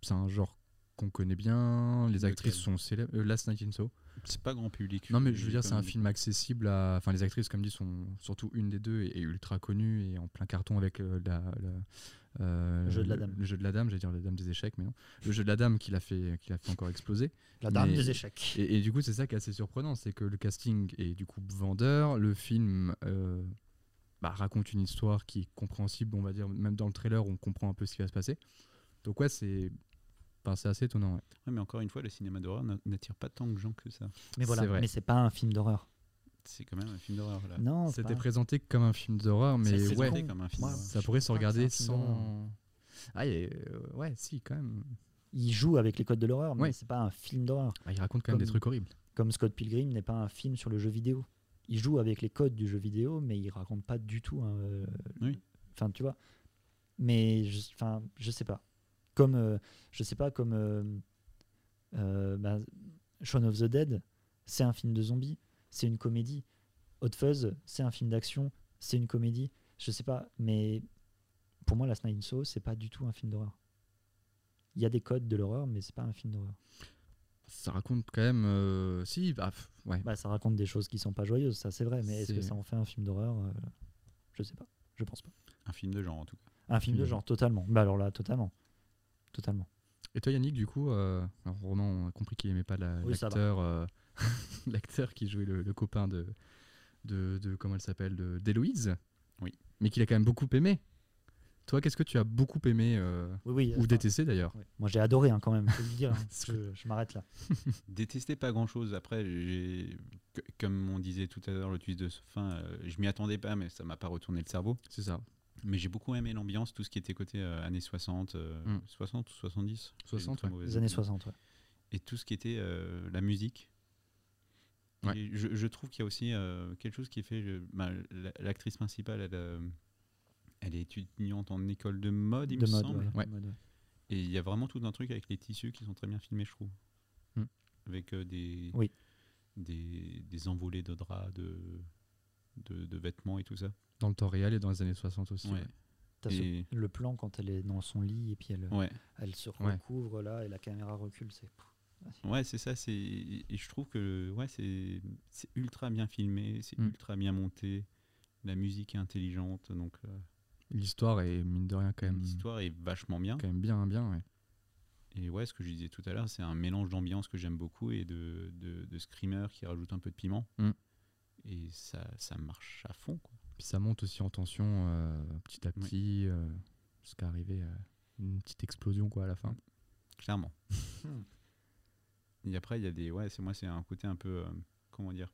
[SPEAKER 2] C'est un genre qu'on connaît bien. Les
[SPEAKER 3] Lequel
[SPEAKER 2] actrices sont célèbres. euh, Last Night in Soho.
[SPEAKER 3] C'est pas grand public.
[SPEAKER 2] Non, mais je veux dire, c'est un
[SPEAKER 3] comme-
[SPEAKER 2] film accessible à. Enfin, les actrices, comme dit, sont surtout une des deux et, et ultra connue et en plein carton avec euh, la. la- euh,
[SPEAKER 4] Le jeu de la dame.
[SPEAKER 2] Le, jeu de la dame, j'allais dire la dame des échecs, mais non. Le jeu de la dame qui l'a fait, qui l'a fait encore exploser.
[SPEAKER 4] la dame
[SPEAKER 2] mais-
[SPEAKER 4] des échecs
[SPEAKER 2] Et, et du coup, c'est ça qui est assez surprenant, c'est que le casting est du coup vendeur, le film euh, bah, raconte une histoire qui est compréhensible, on va dire, même dans le trailer, on comprend un peu ce qui va se passer. Donc ouais, c'est enfin, c'est assez étonnant. ouais.
[SPEAKER 3] Ouais, mais encore une fois, le cinéma d'horreur n'a- n'attire pas tant de gens que ça.
[SPEAKER 4] mais voilà
[SPEAKER 2] c'est vrai.
[SPEAKER 4] mais c'est pas un film d'horreur
[SPEAKER 3] C'est quand même un film d'horreur là.
[SPEAKER 4] non c'est
[SPEAKER 2] C'était
[SPEAKER 4] pas-
[SPEAKER 2] présenté comme un film d'horreur, mais
[SPEAKER 4] c'est
[SPEAKER 2] ouais,
[SPEAKER 4] con.
[SPEAKER 3] présenté comme un film
[SPEAKER 4] Moi,
[SPEAKER 3] d'horreur.
[SPEAKER 2] ça pourrait se
[SPEAKER 4] Je crois que Ah, c'est un
[SPEAKER 2] regarder
[SPEAKER 4] film d'horreur.
[SPEAKER 2] sans... Ah, il est- euh, ouais, si, quand même.
[SPEAKER 4] il joue avec les codes de l'horreur mais
[SPEAKER 2] Ouais.
[SPEAKER 4] c'est pas un film d'horreur
[SPEAKER 2] Ah, il raconte quand même des
[SPEAKER 4] Comme-
[SPEAKER 2] trucs horribles.
[SPEAKER 4] comme Scott Pilgrim n'est pas un film sur le jeu vidéo il joue avec les codes du jeu vidéo mais il raconte pas du tout hein, euh,
[SPEAKER 3] Oui.
[SPEAKER 4] enfin tu vois mais je, enfin je sais pas comme euh, je sais pas comme euh, euh, bah, Shaun of the Dead c'est un film de zombies c'est une comédie Hot Fuzz c'est un film d'action c'est une comédie je sais pas mais pour moi Last Night in Soho c'est pas du tout un film d'horreur il y a des codes de l'horreur mais c'est pas un film d'horreur
[SPEAKER 2] Ça raconte quand même... euh, Si, bah, pff, ouais.
[SPEAKER 4] bah, ça raconte des choses qui sont pas joyeuses ça c'est vrai mais est-ce que
[SPEAKER 2] C'est-
[SPEAKER 4] ça en fait un film d'horreur Euh, je sais pas je pense pas
[SPEAKER 3] Un film de genre en tout cas.
[SPEAKER 4] un film de
[SPEAKER 2] Hmm.
[SPEAKER 4] genre totalement bah alors là totalement totalement
[SPEAKER 2] Et toi Yannick, du coup, euh, alors Romain, on a compris qu'il aimait pas la-
[SPEAKER 4] Oui, ça va.
[SPEAKER 2] l'acteur euh, l'acteur qui jouait le, le copain de, de, de- comment elle s'appelle, de- d'Héloïse.
[SPEAKER 3] Oui.
[SPEAKER 2] Mais qu'il a quand même beaucoup aimé. Toi, qu'est-ce que tu as beaucoup aimé euh,
[SPEAKER 4] Oui, oui,
[SPEAKER 2] ou
[SPEAKER 4] enfin,
[SPEAKER 2] détesté d'ailleurs
[SPEAKER 4] ouais. Moi, j'ai adoré hein, quand même, faut le dire. hein. je je m'arrête là.
[SPEAKER 3] Détesté pas grand chose. Après, j'ai- que- comme on disait tout à l'heure, le twist de fin, euh, je m'y attendais pas, mais ça m'a pas retourné le cerveau.
[SPEAKER 2] C'est ça.
[SPEAKER 3] Mais j'ai beaucoup aimé l'ambiance, tout ce qui était côté euh, années 60, euh,
[SPEAKER 2] Mm.
[SPEAKER 3] 60 ou 70 J'ai
[SPEAKER 2] 60,
[SPEAKER 3] une très
[SPEAKER 2] ouais.
[SPEAKER 3] mauvaise
[SPEAKER 4] Les années
[SPEAKER 3] mémoire.
[SPEAKER 4] 60, ouais.
[SPEAKER 3] Et tout ce qui était euh, la musique. Et
[SPEAKER 2] Ouais.
[SPEAKER 3] Je, je trouve qu'il y a aussi euh, quelque chose qui est fait. je- bah, la- L'actrice principale, elle, euh, elle est étudiante en école de mode, il
[SPEAKER 4] de
[SPEAKER 3] me
[SPEAKER 4] mode,
[SPEAKER 3] semble.
[SPEAKER 4] ouais, de
[SPEAKER 2] Ouais.
[SPEAKER 4] mode, ouais.
[SPEAKER 3] Et il y a vraiment tout un truc avec les tissus qui sont très bien filmés, je trouve.
[SPEAKER 2] Mm.
[SPEAKER 3] Avec euh, des,
[SPEAKER 4] Oui.
[SPEAKER 3] des, des envolées de draps, de, de, de vêtements et tout ça.
[SPEAKER 2] Dans le temps réel et dans les années 60 aussi.
[SPEAKER 3] Ouais.
[SPEAKER 2] ouais.
[SPEAKER 4] T'as ce-
[SPEAKER 3] Et-
[SPEAKER 4] le plan quand elle est dans son lit et puis elle,
[SPEAKER 3] ouais.
[SPEAKER 4] elle se
[SPEAKER 2] Ouais.
[SPEAKER 4] recouvre là et la caméra recule. C'est
[SPEAKER 3] Ouais, c'est ça. C'est et je trouve que ouais, c'est c'est ultra bien filmé, c'est
[SPEAKER 2] Mm.
[SPEAKER 3] ultra bien monté. La musique est intelligente, donc euh,
[SPEAKER 2] L'histoire est mine de rien quand même,
[SPEAKER 3] l'histoire est vachement bien.
[SPEAKER 2] quand même bien, bien. ouais.
[SPEAKER 3] Et ouais, ce que je disais tout à l'heure, c'est un mélange d'ambiance que j'aime beaucoup et de, de, de screamer qui rajoute un peu de piment.
[SPEAKER 2] Mm.
[SPEAKER 3] Et ça, ça marche à fond. Quoi.
[SPEAKER 2] Puis ça monte aussi en tension euh, petit à
[SPEAKER 3] Oui.
[SPEAKER 2] petit, euh, jusqu'à arriver à une petite explosion quoi à la fin.
[SPEAKER 3] clairement. Et après, il y a des. Ouais, c'est moi, c'est un côté un peu. euh, comment dire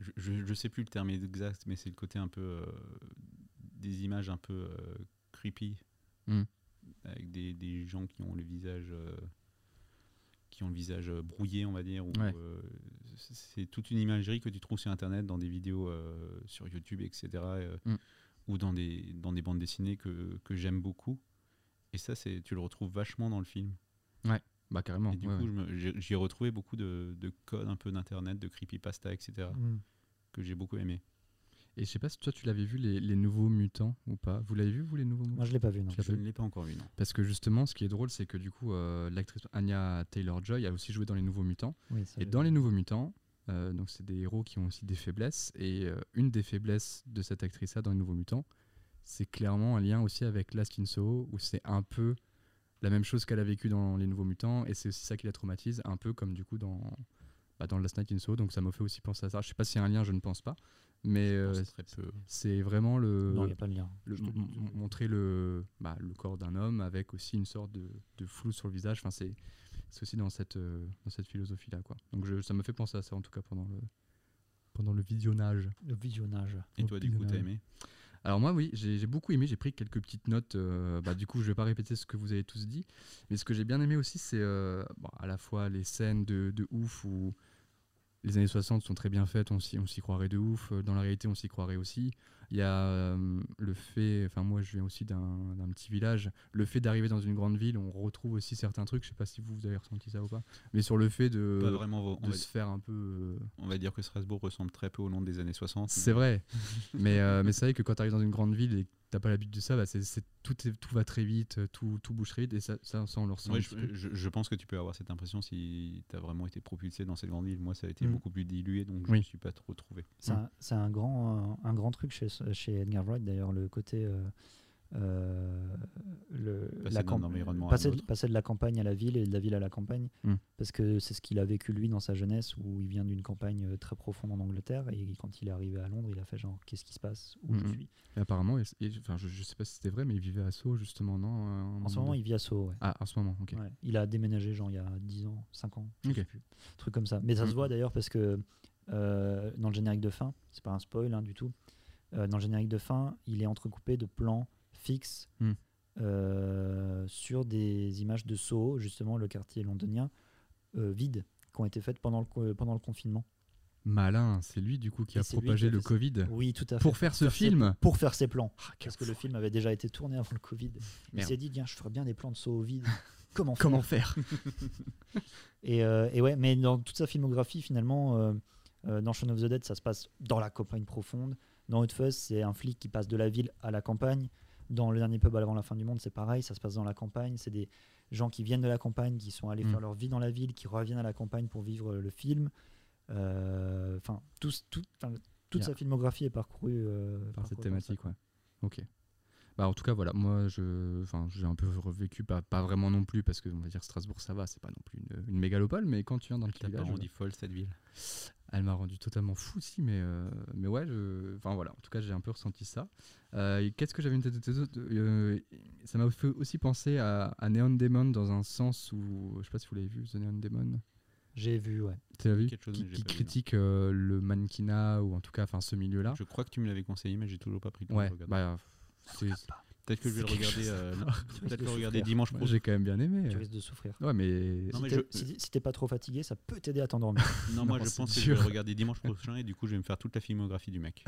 [SPEAKER 3] je, je, je sais plus le terme exact, mais c'est le côté un peu. euh, des images un peu euh, creepy.
[SPEAKER 2] Mm.
[SPEAKER 3] Avec des, des gens qui ont le visage. euh, qui ont le visage euh, brouillé, on va dire. Ou,
[SPEAKER 2] Ouais.
[SPEAKER 3] euh, c'est- c'est toute une imagerie que tu trouves sur Internet, dans des vidéos euh, sur YouTube, etc. euh,
[SPEAKER 2] Mm.
[SPEAKER 3] Ou dans des, dans des bandes dessinées que, que j'aime beaucoup. Et ça, c'est tu le retrouves vachement dans le film.
[SPEAKER 2] Bah carrément.
[SPEAKER 3] et du
[SPEAKER 2] ouais,
[SPEAKER 3] coup,
[SPEAKER 2] ouais.
[SPEAKER 3] je me- j'ai- j'y ai retrouvé beaucoup de, de codes un peu d'internet, de creepypasta, etc. que j'ai beaucoup aimé.
[SPEAKER 2] Et je sais pas si toi tu l'avais vu les, les nouveaux mutants ou pas. Vous l'avez vu vous les nouveaux mutants
[SPEAKER 4] Moi, je l'ai pas vu, non.
[SPEAKER 2] Tu l'as
[SPEAKER 3] Je
[SPEAKER 2] pas
[SPEAKER 3] ne l'ai pas encore vu, non.
[SPEAKER 2] Parce que justement, ce qui est drôle, c'est que du coup, euh, l'actrice Anya Taylor Joy a aussi joué dans Les Nouveaux Mutants.
[SPEAKER 4] Oui, ça,
[SPEAKER 2] Et
[SPEAKER 4] je-
[SPEAKER 2] dans Les Nouveaux Mutants, euh, donc c'est des héros qui ont aussi des faiblesses. Et euh, une des faiblesses de cette actrice-là dans Les Nouveaux Mutants, c'est clairement un lien aussi avec Last in Soho, où c'est un peu la même chose qu'elle a vécu dans Les Nouveaux Mutants. Et c'est aussi ça qui la traumatise, un peu comme du coup dans, bah, dans Last Night in Soho. Donc ça m'a fait aussi penser à ça. Je sais pas s'il y a un lien, je ne pense pas. Mais
[SPEAKER 3] Je
[SPEAKER 2] euh,
[SPEAKER 3] pense très peu.
[SPEAKER 2] c'est vraiment le
[SPEAKER 4] Non, il n'y a pas de lien.
[SPEAKER 2] euh, le-
[SPEAKER 4] Je te-
[SPEAKER 2] m- m- montrer le, bah, le corps d'un homme avec aussi une sorte de, de flou sur le visage. Enfin, c'est c'est aussi dans cette, euh, dans cette philosophie-là. quoi. Donc je- ça me fait penser à ça, en tout cas, pendant le, pendant le visionnage.
[SPEAKER 4] Le visionnage.
[SPEAKER 3] Et toi, du coup, t'as aimé
[SPEAKER 2] Alors moi, oui, j'ai j'ai beaucoup aimé. J'ai pris quelques petites notes. euh, bah, du coup, je vais pas répéter ce que vous avez tous dit, mais ce que j'ai bien aimé aussi, c'est euh, bon, à la fois les scènes de, de ouf où les années 60 sont très bien faites. On s'y on s'y croirait de ouf. euh, Dans la réalité, on s'y croirait aussi. Il y a euh, le fait. Enfin, moi, je viens aussi d'un d'un petit village. Le fait d'arriver dans une grande ville, on retrouve aussi certains trucs. Je sais pas si vous, vous avez ressenti ça ou pas, mais sur le fait de
[SPEAKER 3] Pas vraiment. On
[SPEAKER 2] Euh, de
[SPEAKER 3] va,
[SPEAKER 2] se faire un peu euh,
[SPEAKER 3] on va dire que Strasbourg ressemble très peu au long des années 60.
[SPEAKER 2] c'est vrai. mais euh, mais c'est vrai que quand tu arrives dans une grande ville et que t'as pas l'habitude de ça, bah c'est, c'est- tout, est- tout va très vite, euh, tout, tout bouge très vite, et ça, ça, ça, on le ressent.
[SPEAKER 3] Ouais,
[SPEAKER 2] un
[SPEAKER 3] je,
[SPEAKER 2] petit peu.
[SPEAKER 3] je- je pense que tu peux avoir cette impression si tu as vraiment été propulsé dans cette grande ville. Moi, ça a été
[SPEAKER 2] Mm.
[SPEAKER 3] beaucoup plus dilué, donc je ne
[SPEAKER 2] Oui.
[SPEAKER 3] me suis pas trop trouvé.
[SPEAKER 4] C'est un, c'est un grand, euh, un grand truc chez, chez Edgar Wright, d'ailleurs, le côté. euh, euh, le,
[SPEAKER 3] Passer d'un
[SPEAKER 4] camp-
[SPEAKER 3] environnement à
[SPEAKER 4] passer,
[SPEAKER 3] un autre.
[SPEAKER 4] passer de la campagne à la ville et de la ville à la campagne
[SPEAKER 2] Mm.
[SPEAKER 4] parce que c'est ce qu'il a vécu lui dans sa jeunesse où il vient d'une campagne euh, très profonde en Angleterre et quand il est arrivé à Londres il a fait genre qu'est-ce qui se passe où
[SPEAKER 3] Mm-hmm.
[SPEAKER 4] je
[SPEAKER 2] Mm.
[SPEAKER 4] suis
[SPEAKER 2] Et apparemment, et- et- enfin, je, je sais pas si c'était vrai, mais il vivait à Sceaux justement, non à un
[SPEAKER 4] en
[SPEAKER 2] moment
[SPEAKER 3] Mm-hmm.
[SPEAKER 4] ce moment
[SPEAKER 2] donné.
[SPEAKER 4] il vit à Sceaux ouais.
[SPEAKER 2] Ah, en ce moment, ok.
[SPEAKER 4] Ouais. Il a déménagé genre il y a 10 ans, 5 ans, je
[SPEAKER 2] Ok.
[SPEAKER 4] sais plus. Un truc comme ça. Mais ça se
[SPEAKER 2] Mm.
[SPEAKER 4] voit d'ailleurs parce que euh, dans le générique de fin, c'est pas un spoil hein, du tout, euh, dans le générique de fin, il est entrecoupé de plans fixes
[SPEAKER 2] Mm.
[SPEAKER 4] euh, sur des images de Soho, justement le quartier londonien, euh, vide, qui ont été faites pendant le, co- pendant le confinement.
[SPEAKER 2] Malin, c'est lui du coup qui
[SPEAKER 4] Et
[SPEAKER 2] a
[SPEAKER 4] c'est lui qui
[SPEAKER 2] propagé
[SPEAKER 4] a
[SPEAKER 2] le
[SPEAKER 4] fait ça.
[SPEAKER 2] Covid
[SPEAKER 4] Oui, tout à fait.
[SPEAKER 2] Euh, pour faire ce
[SPEAKER 4] Faire ses-
[SPEAKER 2] film.
[SPEAKER 4] Pour faire ses plans.
[SPEAKER 2] Ah, quel
[SPEAKER 4] Parce que le
[SPEAKER 2] fou.
[SPEAKER 4] film avait déjà été tourné avant le Covid. Il
[SPEAKER 2] Merde.
[SPEAKER 4] s'est dit, tiens, je ferais bien des plans de Soho vide. Comment faire
[SPEAKER 2] Comment faire
[SPEAKER 4] Et, euh, et ouais, mais dans toute sa filmographie, finalement, euh, euh, dans Shaun of the Dead, ça se passe dans la campagne profonde. Dans Hot Fuzz, c'est un flic qui passe de la ville à la campagne. Dans Le Dernier Pub avant la fin du monde, c'est pareil, ça se passe dans la campagne. C'est des gens qui viennent de la campagne, qui sont allés
[SPEAKER 2] Mm.
[SPEAKER 4] faire leur vie dans la ville, qui reviennent à la campagne pour vivre euh, le film. Euh, Enfin, tout, tout- enfin, toute
[SPEAKER 2] Yeah.
[SPEAKER 4] sa filmographie est parcourue euh,
[SPEAKER 2] par
[SPEAKER 4] parcourue
[SPEAKER 2] cette
[SPEAKER 4] comme ça.
[SPEAKER 2] thématique, ouais. Ok. Bah en tout cas voilà, moi je, enfin j'ai un peu revécu, pas, pas vraiment non plus parce que on va dire Strasbourg ça va, c'est pas non plus une, une mégalopole, mais quand tu viens dans le petit
[SPEAKER 3] Ta
[SPEAKER 2] village,
[SPEAKER 3] parent dit folle cette ville.
[SPEAKER 2] Elle m'a rendu totalement fou aussi, mais, euh, mais ouais, je- enfin voilà, en tout cas j'ai un peu ressenti ça. Euh, et Qu'est-ce que j'avais une tête de tétons Euh, Ça m'a fait aussi penser à, à Neon Demon dans un sens où, je sais pas si vous l'avez vu, The Neon Demon.
[SPEAKER 4] J'ai vu, ouais.
[SPEAKER 2] Tu l'as vu
[SPEAKER 3] Quelque chose,
[SPEAKER 2] Qui,
[SPEAKER 3] mais
[SPEAKER 2] qui
[SPEAKER 3] j'ai pas vu, non.
[SPEAKER 2] critique euh, le mannequinat ou en tout cas enfin ce milieu-là.
[SPEAKER 3] Je crois que tu me l'avais conseillé, mais j'ai toujours pas pris le temps
[SPEAKER 2] Ah. Ouais,
[SPEAKER 3] de regarder.
[SPEAKER 2] bah, c'est-
[SPEAKER 3] Peut-être que je vais le
[SPEAKER 2] c'est quelque
[SPEAKER 3] regarder,
[SPEAKER 2] chose à
[SPEAKER 3] euh,
[SPEAKER 2] voir.
[SPEAKER 3] non, peut-être
[SPEAKER 4] risques
[SPEAKER 3] le
[SPEAKER 4] de
[SPEAKER 3] regarder
[SPEAKER 4] souffrir.
[SPEAKER 3] dimanche
[SPEAKER 2] moi,
[SPEAKER 3] prochain.
[SPEAKER 2] j'ai quand même bien aimé.
[SPEAKER 4] Tu
[SPEAKER 2] euh.
[SPEAKER 4] risques de souffrir.
[SPEAKER 2] Ouais, mais
[SPEAKER 3] Non,
[SPEAKER 4] si
[SPEAKER 3] mais
[SPEAKER 4] t'es
[SPEAKER 3] je-
[SPEAKER 4] si- si t'es pas trop fatigué, ça peut t'aider à t'endormir.
[SPEAKER 3] Non, moi
[SPEAKER 2] Non,
[SPEAKER 3] je
[SPEAKER 2] c'est
[SPEAKER 3] pense que je
[SPEAKER 2] dur.
[SPEAKER 3] vais le regarder dimanche prochain et du coup je vais me faire toute la filmographie du mec.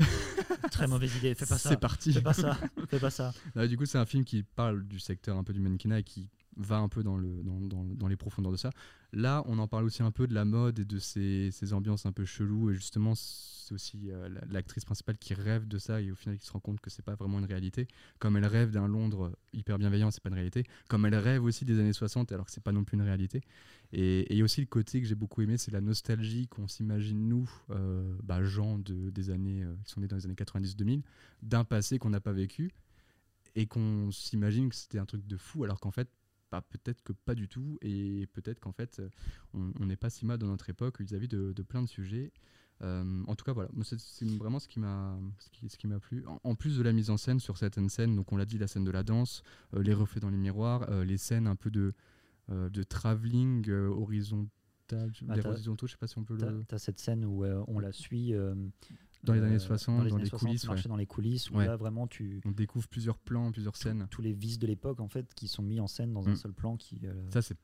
[SPEAKER 4] Très mauvaise idée, fais pas ça.
[SPEAKER 2] c'est parti.
[SPEAKER 4] Fais pas ça, fais pas ça.
[SPEAKER 2] Ouais, du coup, c'est un film qui parle du secteur un peu du mannequinat et qui va un peu dans, le, dans, dans- dans les profondeurs de ça. Là, on en parle aussi un peu de la mode et de ces, ces ambiances un peu cheloues. Et justement, c'est aussi euh, la- l'actrice principale qui rêve de ça et au final qui se rend compte que c'est pas vraiment une réalité. Comme elle rêve d'un Londres hyper bienveillant, c'est pas une réalité. Comme elle rêve aussi des années 60 alors que c'est pas non plus une réalité. Et et il y a aussi le côté que j'ai beaucoup aimé, c'est la nostalgie qu'on s'imagine nous, euh, bah, gens de, des années euh, qui sont nés dans les années 90-2000, d'un passé qu'on n'a pas vécu et qu'on s'imagine que c'était un truc de fou alors qu'en fait bah, peut-être que pas du tout et peut-être qu'en fait euh, on on n'est pas si mal dans notre époque vis-à-vis de, de plein de sujets Euh, en tout cas voilà Moi, c'est c'est vraiment ce qui m'a ce qui, ce qui m'a plu en, en plus de la mise en scène sur certaines scènes donc on l'a dit la scène de la danse euh, les reflets dans les miroirs euh, les scènes un peu de euh, de travelling euh, horizontal je-
[SPEAKER 4] Bah,
[SPEAKER 2] des
[SPEAKER 4] t'as-
[SPEAKER 2] horizontaux je sais pas si on peut
[SPEAKER 4] T'as
[SPEAKER 2] le
[SPEAKER 4] t'as cette scène où euh, on la suit euh,
[SPEAKER 2] Dans les
[SPEAKER 4] euh,
[SPEAKER 2] années 60, dans
[SPEAKER 4] années
[SPEAKER 2] les
[SPEAKER 4] 60,
[SPEAKER 2] coulisses,
[SPEAKER 4] marcher dans les coulisses, où
[SPEAKER 2] Ouais.
[SPEAKER 4] là vraiment tu
[SPEAKER 2] on découvre plusieurs plans plusieurs scènes
[SPEAKER 4] tous les vices de l'époque en fait qui sont mis en scène dans un
[SPEAKER 2] Mm.
[SPEAKER 4] seul plan, qui euh,
[SPEAKER 2] ça c'est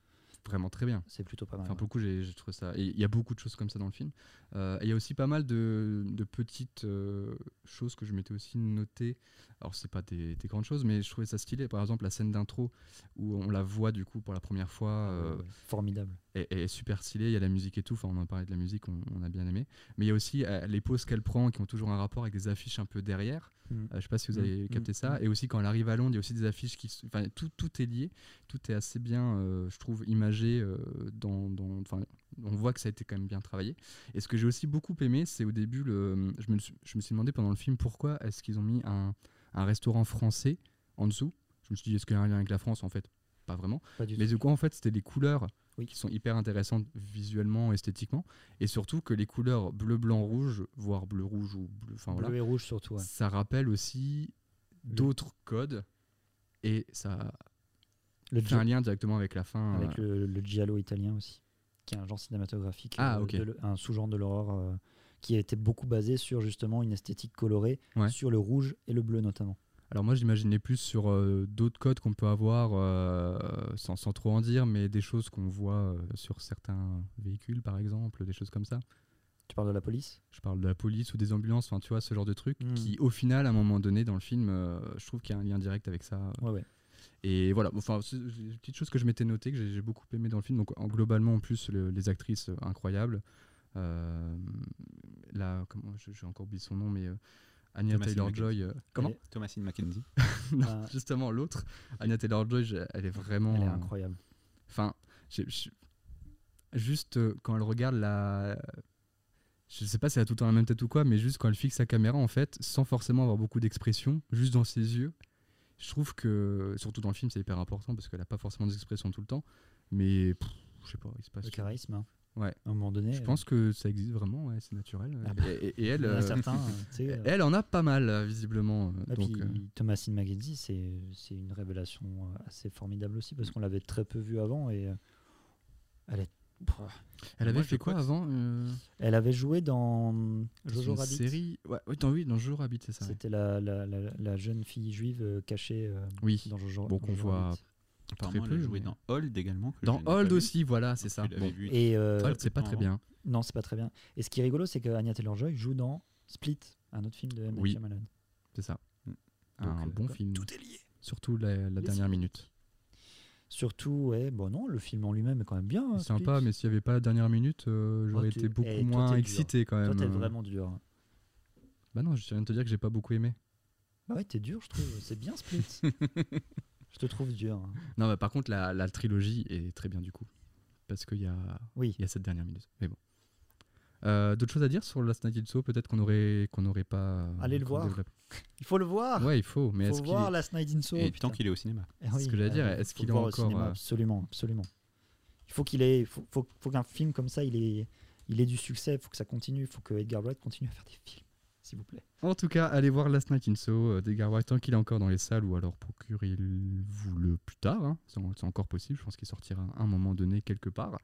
[SPEAKER 2] vraiment très bien
[SPEAKER 4] c'est plutôt pas mal.
[SPEAKER 2] Enfin,
[SPEAKER 4] ouais.
[SPEAKER 2] pour le coup, j'ai j'ai trouvé ça. Et il y a beaucoup de choses comme ça dans le film. Euh, et il y a aussi pas mal de, de petites euh, choses que je m'étais aussi notées. Alors, c'est pas des, des grandes choses, mais je trouvais ça stylé. Par exemple, la scène d'intro où on la voit du coup pour la première fois euh,
[SPEAKER 4] Ah Ouais, ouais, Formidable.
[SPEAKER 2] est, est super stylée. Il y a la musique et tout. Enfin, on en parlait de la musique, on, on a bien aimé. Mais il y a aussi euh, les poses qu'elle prend qui ont toujours un rapport avec des affiches un peu derrière.
[SPEAKER 4] Mm.
[SPEAKER 2] Euh, je sais pas si vous
[SPEAKER 4] Mm,
[SPEAKER 2] avez
[SPEAKER 4] mm,
[SPEAKER 2] capté ça. Et aussi quand elle arrive à Londres, il y a aussi des affiches qui, s- enfin tout, tout est lié, tout est assez bien, euh, je trouve, imagé. euh, dans, dans- enfin, on voit que ça a été quand même bien travaillé. Et ce que j'ai aussi beaucoup aimé, c'est au début, le, je me, le suis- je me suis demandé pendant le film pourquoi est-ce qu'ils ont mis un, un restaurant français en dessous. Je me suis dit est-ce qu'il y a un lien avec la France en fait Pas vraiment.
[SPEAKER 4] Pas du
[SPEAKER 2] Mais
[SPEAKER 4] tout.
[SPEAKER 2] du coup, en fait, c'était les couleurs
[SPEAKER 4] Oui.
[SPEAKER 2] qui sont hyper intéressantes visuellement, esthétiquement, et surtout que les couleurs bleu, blanc, rouge, voire bleu, rouge ou bleu, enfin
[SPEAKER 4] Bleu
[SPEAKER 2] voilà,
[SPEAKER 4] et rouge surtout. ouais.
[SPEAKER 2] ça rappelle aussi d'autres codes, et ça
[SPEAKER 4] Le
[SPEAKER 2] fait un
[SPEAKER 4] gi-
[SPEAKER 2] lien directement avec la fin.
[SPEAKER 4] avec
[SPEAKER 2] euh,
[SPEAKER 4] le, le giallo italien aussi, qui est un genre cinématographique,
[SPEAKER 2] Ah,
[SPEAKER 4] euh,
[SPEAKER 2] ok.
[SPEAKER 4] de le- un sous-genre de l'horreur euh, qui a été beaucoup basé sur justement une esthétique colorée,
[SPEAKER 2] Ouais.
[SPEAKER 4] sur le rouge et le bleu notamment.
[SPEAKER 2] Alors moi, j'imaginais plus sur euh, d'autres codes qu'on peut avoir, euh, sans, sans trop en dire, mais des choses qu'on voit euh, sur certains véhicules, par exemple, des choses comme ça.
[SPEAKER 4] Tu parles de la police
[SPEAKER 2] je parle de la police ou des ambulances, enfin tu vois ce genre de truc
[SPEAKER 4] Mm.
[SPEAKER 2] qui au final à un moment donné dans le film, euh, je trouve qu'il y a un lien direct avec ça.
[SPEAKER 4] Ouais, ouais.
[SPEAKER 2] Et voilà, enfin c'est une petite chose que je m'étais notée que j'ai j'ai beaucoup aimé dans le film. Donc en- globalement en plus le- les actrices euh, incroyables. Euh, là comment je- j'ai encore oublié son nom mais euh, Anya
[SPEAKER 4] bah,
[SPEAKER 3] Thomasine
[SPEAKER 2] Taylor Joy. comment
[SPEAKER 3] Thomasine Mackenzie.
[SPEAKER 2] Non,
[SPEAKER 4] Ah.
[SPEAKER 2] Justement l'autre Anya Taylor Joy, elle est vraiment.
[SPEAKER 4] Elle est
[SPEAKER 2] euh,
[SPEAKER 4] incroyable.
[SPEAKER 2] Enfin, j'ai- j'ai- juste euh, quand elle regarde la. Je sais pas si elle a tout le temps la même tête ou quoi, mais juste quand elle fixe sa caméra, en fait, sans forcément avoir beaucoup d'expression, juste dans ses yeux, je trouve que, surtout dans le film, c'est hyper important parce qu'elle a pas forcément d'expression tout le temps, mais pff, je sais pas, il se passe.
[SPEAKER 4] Le charisme. hein.
[SPEAKER 2] Ouais.
[SPEAKER 4] À un moment donné.
[SPEAKER 2] Je pense que ça existe vraiment, ouais, c'est naturel.
[SPEAKER 4] Ah bah.
[SPEAKER 2] et, et- et elle,
[SPEAKER 4] il y en a
[SPEAKER 2] euh,
[SPEAKER 4] certains, euh, tu sais, euh,
[SPEAKER 2] elle en a pas mal, euh, visiblement. euh,
[SPEAKER 4] Et
[SPEAKER 2] donc,
[SPEAKER 4] Ah, puis,
[SPEAKER 2] euh,
[SPEAKER 4] Thomasine McKenzie, c'est c'est une révélation euh, assez formidable aussi,
[SPEAKER 2] Mm.
[SPEAKER 4] parce qu'on l'avait très peu vue avant. Et euh, elle, est- Pouah.
[SPEAKER 2] elle avait
[SPEAKER 3] moi, je
[SPEAKER 2] fait
[SPEAKER 3] crois
[SPEAKER 2] quoi
[SPEAKER 3] que
[SPEAKER 2] avant euh,
[SPEAKER 4] elle avait joué dans euh, Jojo
[SPEAKER 2] une
[SPEAKER 4] Rabbit.
[SPEAKER 2] série. Ouais, oui, dans, oui, dans Jojo Rabbit, c'est ça. ouais.
[SPEAKER 4] C'était la, la, la, la jeune fille juive euh, cachée euh,
[SPEAKER 2] Oui.
[SPEAKER 4] dans Jojo,
[SPEAKER 2] Bon,
[SPEAKER 4] dans
[SPEAKER 2] qu'on
[SPEAKER 4] Jojo
[SPEAKER 2] voit
[SPEAKER 4] Rabbit.
[SPEAKER 3] Apparemment, elle
[SPEAKER 2] peu,
[SPEAKER 3] a joué
[SPEAKER 2] mais-
[SPEAKER 3] dans Hold également. que je
[SPEAKER 2] Dans
[SPEAKER 3] n'ai pas
[SPEAKER 2] Hold
[SPEAKER 3] vu.
[SPEAKER 2] aussi, voilà, c'est
[SPEAKER 3] Donc,
[SPEAKER 2] ça.
[SPEAKER 3] tu l'avais
[SPEAKER 2] Bon.
[SPEAKER 3] vu
[SPEAKER 4] Et euh,
[SPEAKER 2] Hold, c'est pas très bien.
[SPEAKER 4] non, c'est pas très bien. Et ce qui est rigolo, c'est que Anya Taylor-Joy joue dans Split, un autre film de M. Night
[SPEAKER 2] Oui.
[SPEAKER 4] Shyamalan.
[SPEAKER 2] C'est ça.
[SPEAKER 3] Mm.
[SPEAKER 2] un
[SPEAKER 4] Donc, euh,
[SPEAKER 2] bon
[SPEAKER 4] quoi,
[SPEAKER 2] film.
[SPEAKER 4] Tout est lié.
[SPEAKER 2] Surtout la, la dernière minute.
[SPEAKER 4] Surtout, ouais, bon non, le film en lui-même est quand même bien. hein,
[SPEAKER 2] C'est sympa,
[SPEAKER 4] Split.
[SPEAKER 2] mais s'il n'y avait pas la dernière minute, euh, j'aurais
[SPEAKER 4] tu-
[SPEAKER 2] été beaucoup
[SPEAKER 4] eh, toi,
[SPEAKER 2] moins
[SPEAKER 4] t'es dur.
[SPEAKER 2] excité quand
[SPEAKER 4] Toi,
[SPEAKER 2] même.
[SPEAKER 4] t'es
[SPEAKER 2] euh.
[SPEAKER 4] vraiment dur. hein.
[SPEAKER 2] Bah non, je viens de te dire que j'ai pas beaucoup aimé.
[SPEAKER 4] Bah ouais, t'es dur, je trouve. C'est bien Split. je te trouve dur. hein.
[SPEAKER 2] Non, bah, par contre, la, la trilogie est très bien du coup. Parce qu'il y a,
[SPEAKER 4] Oui.
[SPEAKER 2] il y a cette dernière minute. Mais bon. Euh, D'autres choses à dire sur Last Night in Soho Peut-être qu'on aurait, qu'on aurait pas. euh,
[SPEAKER 4] Allez le
[SPEAKER 2] encore
[SPEAKER 4] voir.
[SPEAKER 2] développé.
[SPEAKER 4] Il faut le voir.
[SPEAKER 2] Ouais, il faut. Mais
[SPEAKER 4] il
[SPEAKER 2] est-ce
[SPEAKER 4] faut
[SPEAKER 2] qu'il
[SPEAKER 4] voir
[SPEAKER 2] est-
[SPEAKER 4] Last Night in Soho.
[SPEAKER 3] Et
[SPEAKER 4] putain.
[SPEAKER 3] tant qu'il est au cinéma.
[SPEAKER 4] Eh
[SPEAKER 2] c'est ce que j'allais
[SPEAKER 4] ouais,
[SPEAKER 2] dire,
[SPEAKER 4] faut-
[SPEAKER 2] est-ce
[SPEAKER 4] faut
[SPEAKER 2] qu'il
[SPEAKER 4] le
[SPEAKER 2] est
[SPEAKER 4] voir au
[SPEAKER 2] encore,
[SPEAKER 4] cinéma,
[SPEAKER 2] euh,
[SPEAKER 4] Absolument, absolument. Il faut qu'il ait, faut, faut, faut qu'un film comme ça, il ait, il ait du succès, il faut que ça continue, il faut que Edgar Wright continue à faire des films, s'il vous plaît.
[SPEAKER 2] En tout cas, allez voir Last Night in Soho euh, d'Edgar Wright tant qu'il est encore dans les salles ou alors procurez-vous-le plus tard. hein. C'est en- c'est encore possible. Je pense qu'il sortira à un moment donné quelque part.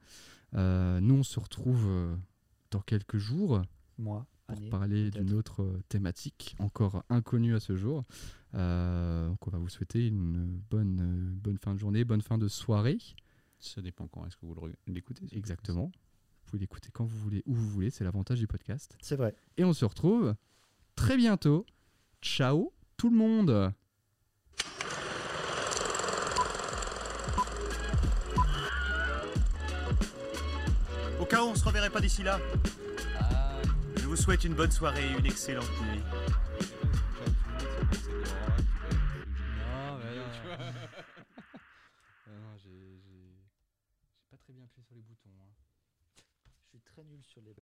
[SPEAKER 2] Euh, nous, on se retrouve euh, dans quelques jours
[SPEAKER 4] Moi,
[SPEAKER 2] pour
[SPEAKER 4] année,
[SPEAKER 2] parler d'une
[SPEAKER 4] peut-être.
[SPEAKER 2] autre euh, thématique encore inconnue à ce jour. Euh, donc, on va vous souhaiter une bonne, euh, bonne fin de journée, bonne fin de soirée.
[SPEAKER 3] Ça dépend quand est-ce que vous le reg- l'écoutez. surtout.
[SPEAKER 2] Exactement. Vous pouvez l'écouter quand vous voulez, où vous voulez. C'est l'avantage du podcast.
[SPEAKER 4] C'est vrai.
[SPEAKER 2] Et on se retrouve très bientôt. Ciao tout le monde
[SPEAKER 9] Au cas où on se reverrait pas d'ici là. Je vous souhaite une bonne soirée et une excellente nuit.
[SPEAKER 2] Non, mais non, Euh, non, j'ai j'ai- j'ai pas très bien appuyé sur les boutons. hein.
[SPEAKER 4] Je suis très nul sur les